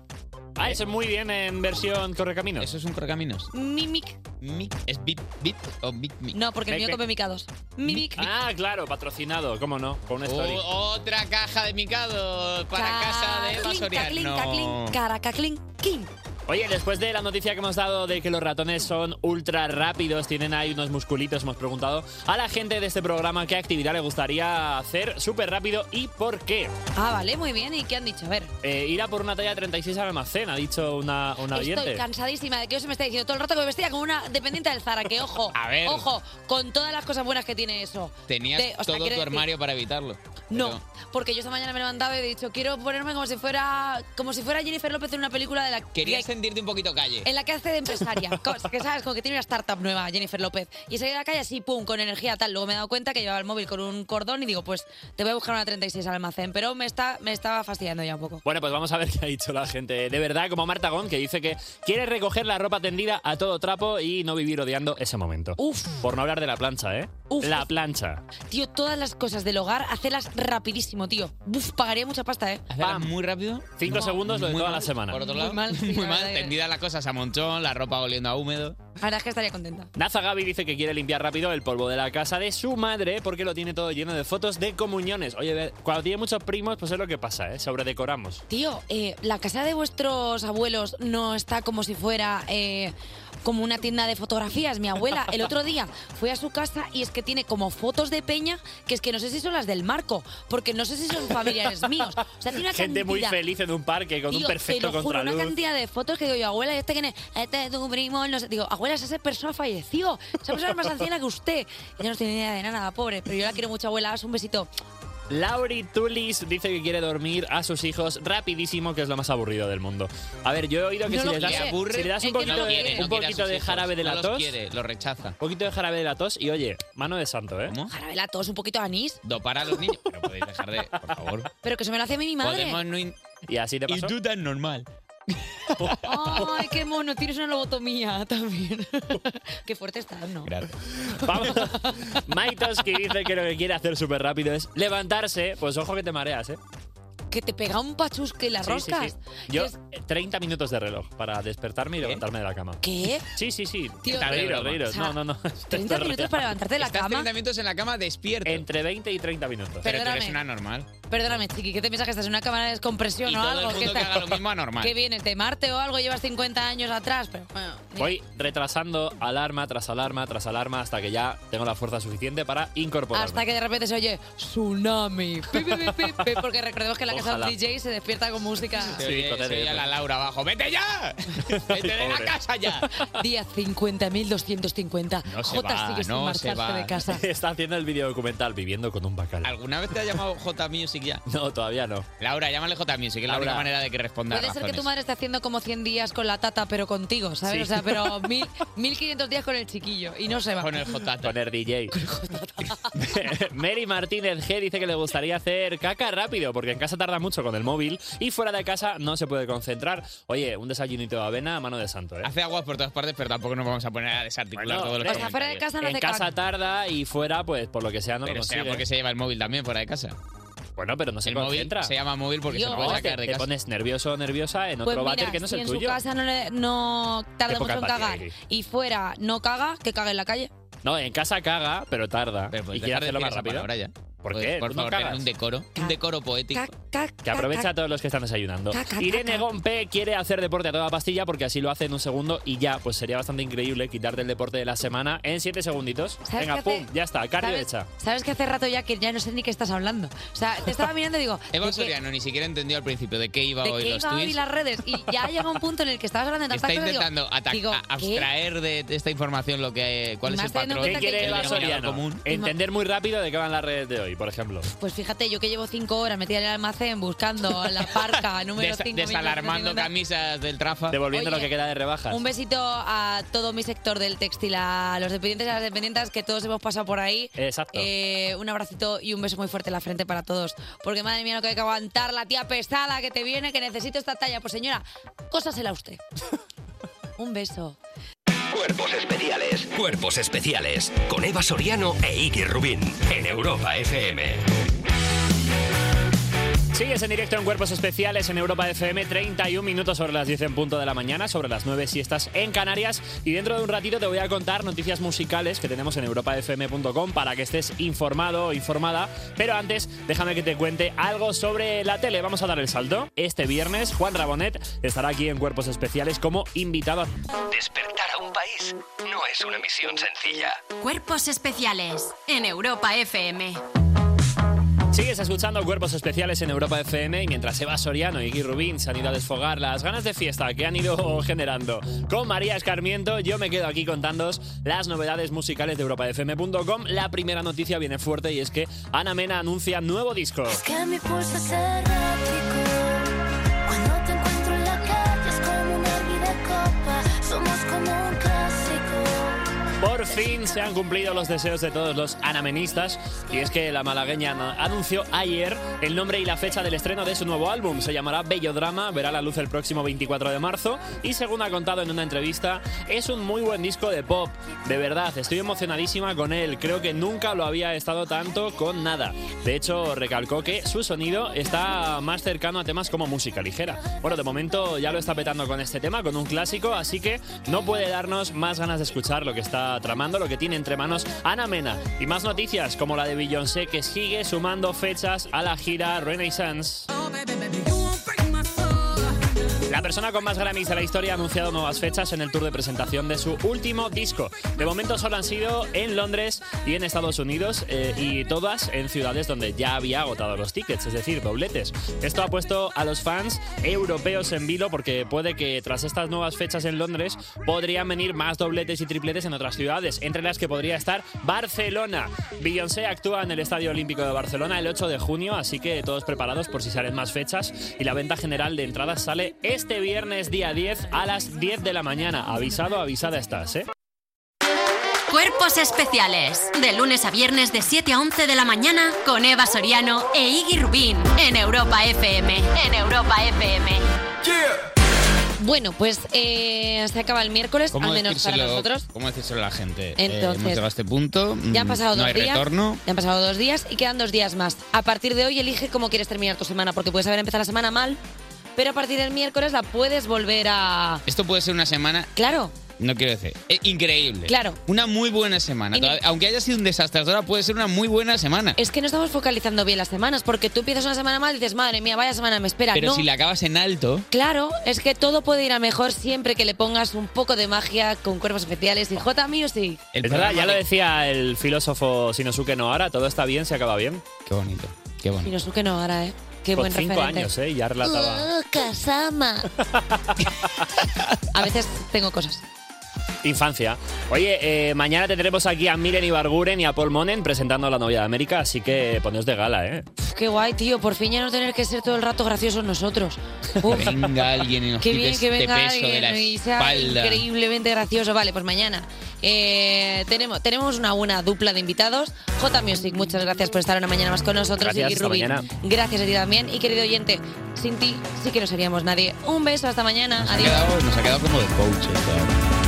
S: Ah, eso es muy bien en versión Correcaminos. Eso
C: es un Correcaminos.
B: mimic.
C: Mic, ¿Es bip, bip o mic, mic?
B: No, porque el mío
S: Bec,
B: come micados. Mimic.
S: Ah, claro, patrocinado, cómo no, con una story.
C: O- otra caja de micado para casa de Eva Soriano.
S: No.
B: Caracaclin, king.
S: Oye, después de la noticia que hemos dado de que los ratones son ultra rápidos, tienen ahí unos musculitos, hemos preguntado a la gente de este programa qué actividad le gustaría hacer súper rápido y por qué.
B: Ah, vale, muy bien. ¿Y qué han dicho? A ver.
S: Eh, ir a por una talla 36 al almacén, ha dicho una, una
B: Estoy
S: oyente.
B: cansadísima de que se me está diciendo todo el rato que me vestía como una dependiente del Zara, que ojo,
C: <laughs> A ver.
B: ojo, con todas las cosas buenas que tiene eso.
C: Tenías
B: De- o sea,
C: todo
B: quiero
C: tu
B: decir-
C: armario para evitarlo.
B: No, porque yo esta mañana me he levantado y he dicho, quiero ponerme como si fuera como si fuera Jennifer López en una película de la
C: Querías
B: que-
C: sentirte un poquito calle.
B: en la que hace
C: <laughs>
B: de empresaria, cosa que sabes, como que tiene una startup nueva, Jennifer López. Y salí a la calle así, pum, con energía tal. Luego me he dado cuenta que llevaba el móvil con un cordón y digo, pues te voy a buscar una 36 al almacén, pero me está me estaba fastidiando ya un poco.
S: Bueno, pues vamos a ver <laughs> qué ha dicho la gente. De verdad, como Marta Gón, que dice que quiere recoger la ropa tendida a todo trapo y no vivir odiando ese momento.
B: Uf.
S: Por no hablar de la plancha, ¿eh?
B: Uf.
S: La plancha.
B: Tío, todas las cosas del hogar, hacerlas rapidísimo, tío. Buf, pagaría mucha pasta, ¿eh?
C: muy rápido.
S: Cinco segundos lo de toda la semana.
C: Por otro
B: Muy
C: lado,
B: mal, sí, la
C: muy mal.
B: verdad que-
C: Tendidas las cosas a monchón, la ropa oliendo a húmedo.
B: La verdad es que estaría contenta.
S: Naza Gaby dice que quiere limpiar rápido el polvo de la casa de su madre porque lo tiene todo lleno de fotos de comuniones. Oye, ve- cuando tiene muchos primos, pues es lo que pasa, ¿eh? Sobredecoramos.
B: Tío, eh, la casa de vuestros abuelos no está como si fuera eh, como una tienda de fotografías. Mi abuela el otro día fui a su casa y es que tiene como fotos de peña que es que no sé si son las del marco, porque no sé si son familiares míos. O sea, tiene una
S: Gente muy
B: cantidad-
S: feliz en un parque con un
B: Tío,
S: perfecto
B: te lo juro, una
S: contraluz.
B: cantidad de fotos que digo yo, abuela, ¿y este quién es? Este es tu primo, no sé. Digo, abuela, esa persona falleció. Esa persona es más anciana que usted. Ella no tiene ni idea de nada, pobre. Pero yo la quiero mucho, abuela. Haz un besito.
S: Lauri Tulis dice que quiere dormir a sus hijos rapidísimo, que es lo más aburrido del mundo. A ver, yo he oído que
C: No
S: si
C: lo
S: le, das,
C: quiere. Aburre,
S: si le das
C: es
S: un
C: que no
S: poquito,
C: lo
S: de-
C: quiere.
S: un
C: No quiere a
S: poquito
C: sus
S: de
C: hijos,
S: jarabe de
C: no
S: la
C: los
S: tos,
C: quiere, lo rechaza. Un
S: poquito de jarabe de la tos y oye, mano de santo, ¿eh?
B: Carabela, todos un poquito de anís.
C: Dopar a
S: <laughs>
C: los niños. Pero podéis dejar de, por favor.
B: Pero que se me lo hace a mí mi madre.
C: Podemos no in-
S: Y así te
C: tú tan normal.
B: Ay, qué mono, tienes una lobotomía también. <laughs> qué fuerte estás, ¿no?
C: <laughs>
S: Vamos. Maitoski dice que lo que quiere hacer súper rápido es levantarse. Pues ojo que te mareas, ¿eh?
B: Que te pega un pachusque en las
S: Sí, sí,
B: roscas.
S: sí. Yo, eh, 30 minutos de reloj para despertarme y levantarme de la cama.
B: ¿Qué?
S: Sí, sí, sí.
B: Tío,
S: reíros,
B: O
S: reíros.
B: sea,
S: No, no, no.
B: 30 minutos para levantarte de la cama.
C: minutos en la cama despierto. Ah,
S: Entre 20 y 30 minutos.
B: Pero tú eres Perdóname. una
C: normal.
B: Perdóname, chiqui, ¿qué te piensas que estás en una cámara de descompresión
S: Y
B: o
S: todo el
B: algo?
S: mundo
B: ¿Qué
S: que
B: estás-
S: haga lo mismo anormal.
B: Que vienes de Marte o algo, llevas 50 años atrás, pero bueno. ni-
S: Voy retrasando alarma tras alarma tras alarma hasta que ya tengo la fuerza suficiente para incorporarme.
B: Hasta que de repente se oye tsunami. Pi, pi, pi, pi, pi, porque recordemos que en la casa
S: Ojalá.
B: del DJ se despierta con música.
C: Se oye-
S: cotere,
C: se oye a la Laura abajo.
S: <laughs>
C: ¡Vete ya! ¡Vete de la casa ya!
B: <laughs> Día 50.250.
S: No se
B: J
S: va,
B: sigue sin
S: no
B: marcharse
S: se va.
B: de casa.
S: <laughs> Está haciendo el video documental Viviendo con un bacalao.
C: ¿Alguna vez te ha llamado J Music ya?
S: <laughs> No, todavía no.
C: Laura, llámale J Music, es la
S: Laura.
C: única manera de que responda.
B: Puede ser que
C: razones.
B: tu madre esté haciendo como 100 días con la tata, pero contigo, ¿sabes?
C: Sí.
B: O sea,
S: <laughs>
B: pero mil- 1500 días con el chiquillo y no se va.
S: Con el JT. <laughs> Con el DJ. <laughs> Mary Martínez G dice que le gustaría hacer caca rápido, porque en casa tarda mucho con el móvil y fuera de casa no se puede concentrar. Oye, un desayunito de avena a mano de santo, ¿eh?
C: Hace aguas por todas partes, pero tampoco nos vamos a poner a desarticular todos los
S: o sea,
B: fuera de casa no
S: en
B: hace
S: casa
B: caca.
S: tarda y fuera, pues por lo que sea, no
C: Pero
S: lo
C: será
S: consigue.
C: porque se lleva el móvil también fuera de casa.
S: Bueno, pero no se
C: El móvil
S: concentra.
C: se llama móvil porque se lo va a
S: No,
C: sacar
S: te-
C: de
S: te
C: casa.
S: pones nervioso o nerviosa en otro
B: Pues
S: váter
B: mira,
S: que no es
B: si
S: el
B: en
S: tuyo.
B: su casa no, le- no tarda
S: Qué poca
B: mucho en
S: empatía,
B: cagar
S: Iris.
B: y fuera no caga, que caga en la calle.
S: No, en casa caga, pero tarda. y quiere hacerlo
C: dejar de decir
S: más
C: esa
S: rápido.
C: palabra ya.
S: ¿Por qué?
C: Pues, Por
S: Tú no
C: favor,
S: cagas.
C: tener un decoro. Un decoro poético.
S: Que aprovecha a todos los que están desayunando.
C: Caca,
S: Irene Gompe quiere hacer deporte a toda pastilla porque así lo hace en un segundo y ya, pues sería bastante increíble quitarte el deporte de la semana en siete segunditos.
I: ¿Sabes
S: Venga,
I: qué hace?
S: pum, ya está, cardio
I: ¿Sabes?
S: hecha.
I: Sabes que hace rato ya que ya no sé ni qué estás hablando. O sea, te
S: <laughs>
I: estaba mirando y digo,
C: Eva
I: ¿de qué-
C: Soriano ni siquiera entendió al principio de qué iba
I: ¿De
C: hoy
I: qué
C: los
I: iba hoy
C: tweets.
I: las redes? Y ya llega un punto en el que estabas hablando de tantas
C: Está
I: cosas, digo,
C: intentando ata-
I: digo,
C: a-
I: ¿qué?
C: abstraer de esta información lo que cuál
I: Y
C: es
I: más
C: el
I: teniendo en
C: patrón.
I: cuenta que yo-
S: Eva Soriano, Entender muy rápido de qué van las redes de hoy, por ejemplo.
I: Pues fíjate, yo que llevo cinco horas metida en el almacén buscando la
C: <laughs>
I: parca número
C: Desa-
I: 5.
C: desalarmando camisas del Trafa.
S: Devolviendo lo que queda de rebajas.
I: Un besito a todo mi sector del textil, a los dependientes y a las dependientes que todos hemos pasado por ahí.
S: Exacto.
I: Eh, un abracito y un beso muy fuerte en la frente para todos. Porque madre mía, lo que hay que aguantar, la tía pesada que te viene, que necesito esta talla. Pues señora, cósasela
C: <laughs>
I: usted. un beso.
A: Cuerpos especiales. Cuerpos especiales. Con Eva Soriano e Iggy Rubín. En Europa FM.
S: Sigues en directo en Cuerpos Especiales en Europa FM, 31 minutos sobre las 10 en punto de la mañana, sobre las 9 si estás en Canarias. Y dentro de un ratito te voy a contar noticias musicales que tenemos en europafm.com para que estés informado o informada. Pero antes, déjame que te cuente algo sobre la tele. Vamos a dar el salto. Este viernes, Juan Rabonet estará aquí en Cuerpos Especiales como invitado.
A: Despertar a un país no es una misión sencilla.
D: Cuerpos especiales en Europa FM.
S: Sigues escuchando Cuerpos Especiales en Europa FM y mientras Eva Soriano y Gui Rubín se han ido a desfogar las ganas de fiesta que han ido <laughs> generando con María Escarmiento, yo me quedo aquí contándoos las novedades musicales de europafm.com. La primera noticia viene fuerte y es que Ana Mena anuncia nuevo disco.
G: Que mi pulso es errático. Cuando te encuentro en la calle es como una vida copa. Somos como un clásico.
S: Por fin se han cumplido los deseos de todos los anamenistas y es que la malagueña na- anunció ayer el nombre y la fecha del estreno de su nuevo álbum. Se llamará Bellodrama, verá la luz el próximo 24 de marzo y según ha contado en una entrevista, es un muy buen disco de pop. De verdad, estoy emocionadísima con él. Creo que nunca lo había estado tanto con nada. De hecho, recalcó que su sonido está más cercano a temas como música ligera. Bueno, de momento ya lo está petando con este tema, con un clásico, así que no puede darnos más ganas de escuchar lo que está tramando, lo que tiene entre manos Ana Mena. Y más noticias, como la de Beyoncé, que sigue sumando fechas a la gira Renaissance. La persona con más Grammys de la historia ha anunciado nuevas fechas en el tour de presentación de su último disco. De momento solo han sido en Londres y en Estados Unidos eh, y todas en ciudades donde ya había agotado los tickets, es decir, dobletes. Esto ha puesto a los fans europeos en vilo porque puede que tras estas nuevas fechas en Londres podrían venir más dobletes y tripletes en otras ciudades, entre las que podría estar Barcelona. Beyoncé actúa en el Estadio Olímpico de Barcelona el 8 de junio, así que todos preparados por si salen más fechas. Y la venta general de entradas sale este viernes día 10 a las 10 de la mañana. Avisado, avisada estás, ¿eh?
D: Cuerpos especiales de lunes a viernes de 7 a 11 de la mañana con Eva Soriano e Iggy Rubín en Europa FM. En Europa FM.
B: Bueno, pues eh, se acaba el miércoles, al menos para
C: decírselo-
B: nosotros.
C: ¿Cómo decírselo a la gente?
B: Entonces,
C: Eh, hemos llegado a este punto. mm,
B: Ya han pasado
C: No
B: dos
C: hay
B: días.
C: retorno.
B: Ya han pasado dos días y quedan dos días más. A partir de hoy elige cómo quieres terminar tu semana, porque puedes haber empezado la semana mal, pero a partir del miércoles la puedes volver a.
C: Esto puede ser una semana.
B: Claro.
C: No quiero decir. eh, increíble.
B: Claro.
C: Una muy buena semana. Todavía- aunque haya sido un desastre, hasta ahora puede ser una muy buena semana.
B: Es que no estamos focalizando bien las semanas, porque tú empiezas una semana mal y dices, madre mía, vaya semana me espera.
C: Pero
B: no.
C: si la acabas en alto.
B: Claro, es que todo puede ir a mejor siempre que le pongas un poco de magia con cuerpos especiales y J Music.
S: es verdad, ya lo decía el filósofo Shinosuke Nohara, todo está bien, se acaba bien.
C: Qué bonito, qué bonito.
B: Y no que no ahora, ¿eh? Qué
S: Con
B: buen
S: cinco
B: referente.
S: años, ¿eh? Y Ya relataba.
B: Oh, Kazama.
S: <laughs>
B: a veces tengo cosas.
S: Infancia. Oye, eh, mañana tendremos aquí a Miren Ibarguren y a Paul Monen presentando la novia de América, así que poneos de gala, ¿eh?
B: Uf, qué guay, tío. Por fin ya no tener que ser todo el rato
C: <laughs>
B: graciosos nosotros. Uf,
C: Venga alguien y nos
B: qué
C: quite
B: bien que
C: este
B: venga
C: peso de la
B: alguien y sea
C: espalda.
B: increíblemente gracioso. Vale, pues mañana eh, tenemos, tenemos una buena dupla de invitados. J Music, muchas gracias por estar una mañana más con nosotros.
S: Gracias,
B: Iggy
S: hasta
B: Rubin,
S: mañana.
B: gracias a ti también. Y querido oyente, sin ti sí que no seríamos nadie. Un beso, hasta mañana.
C: Nos ha
B: Adiós.
C: quedado, nos ha quedado como de coach esto ahora.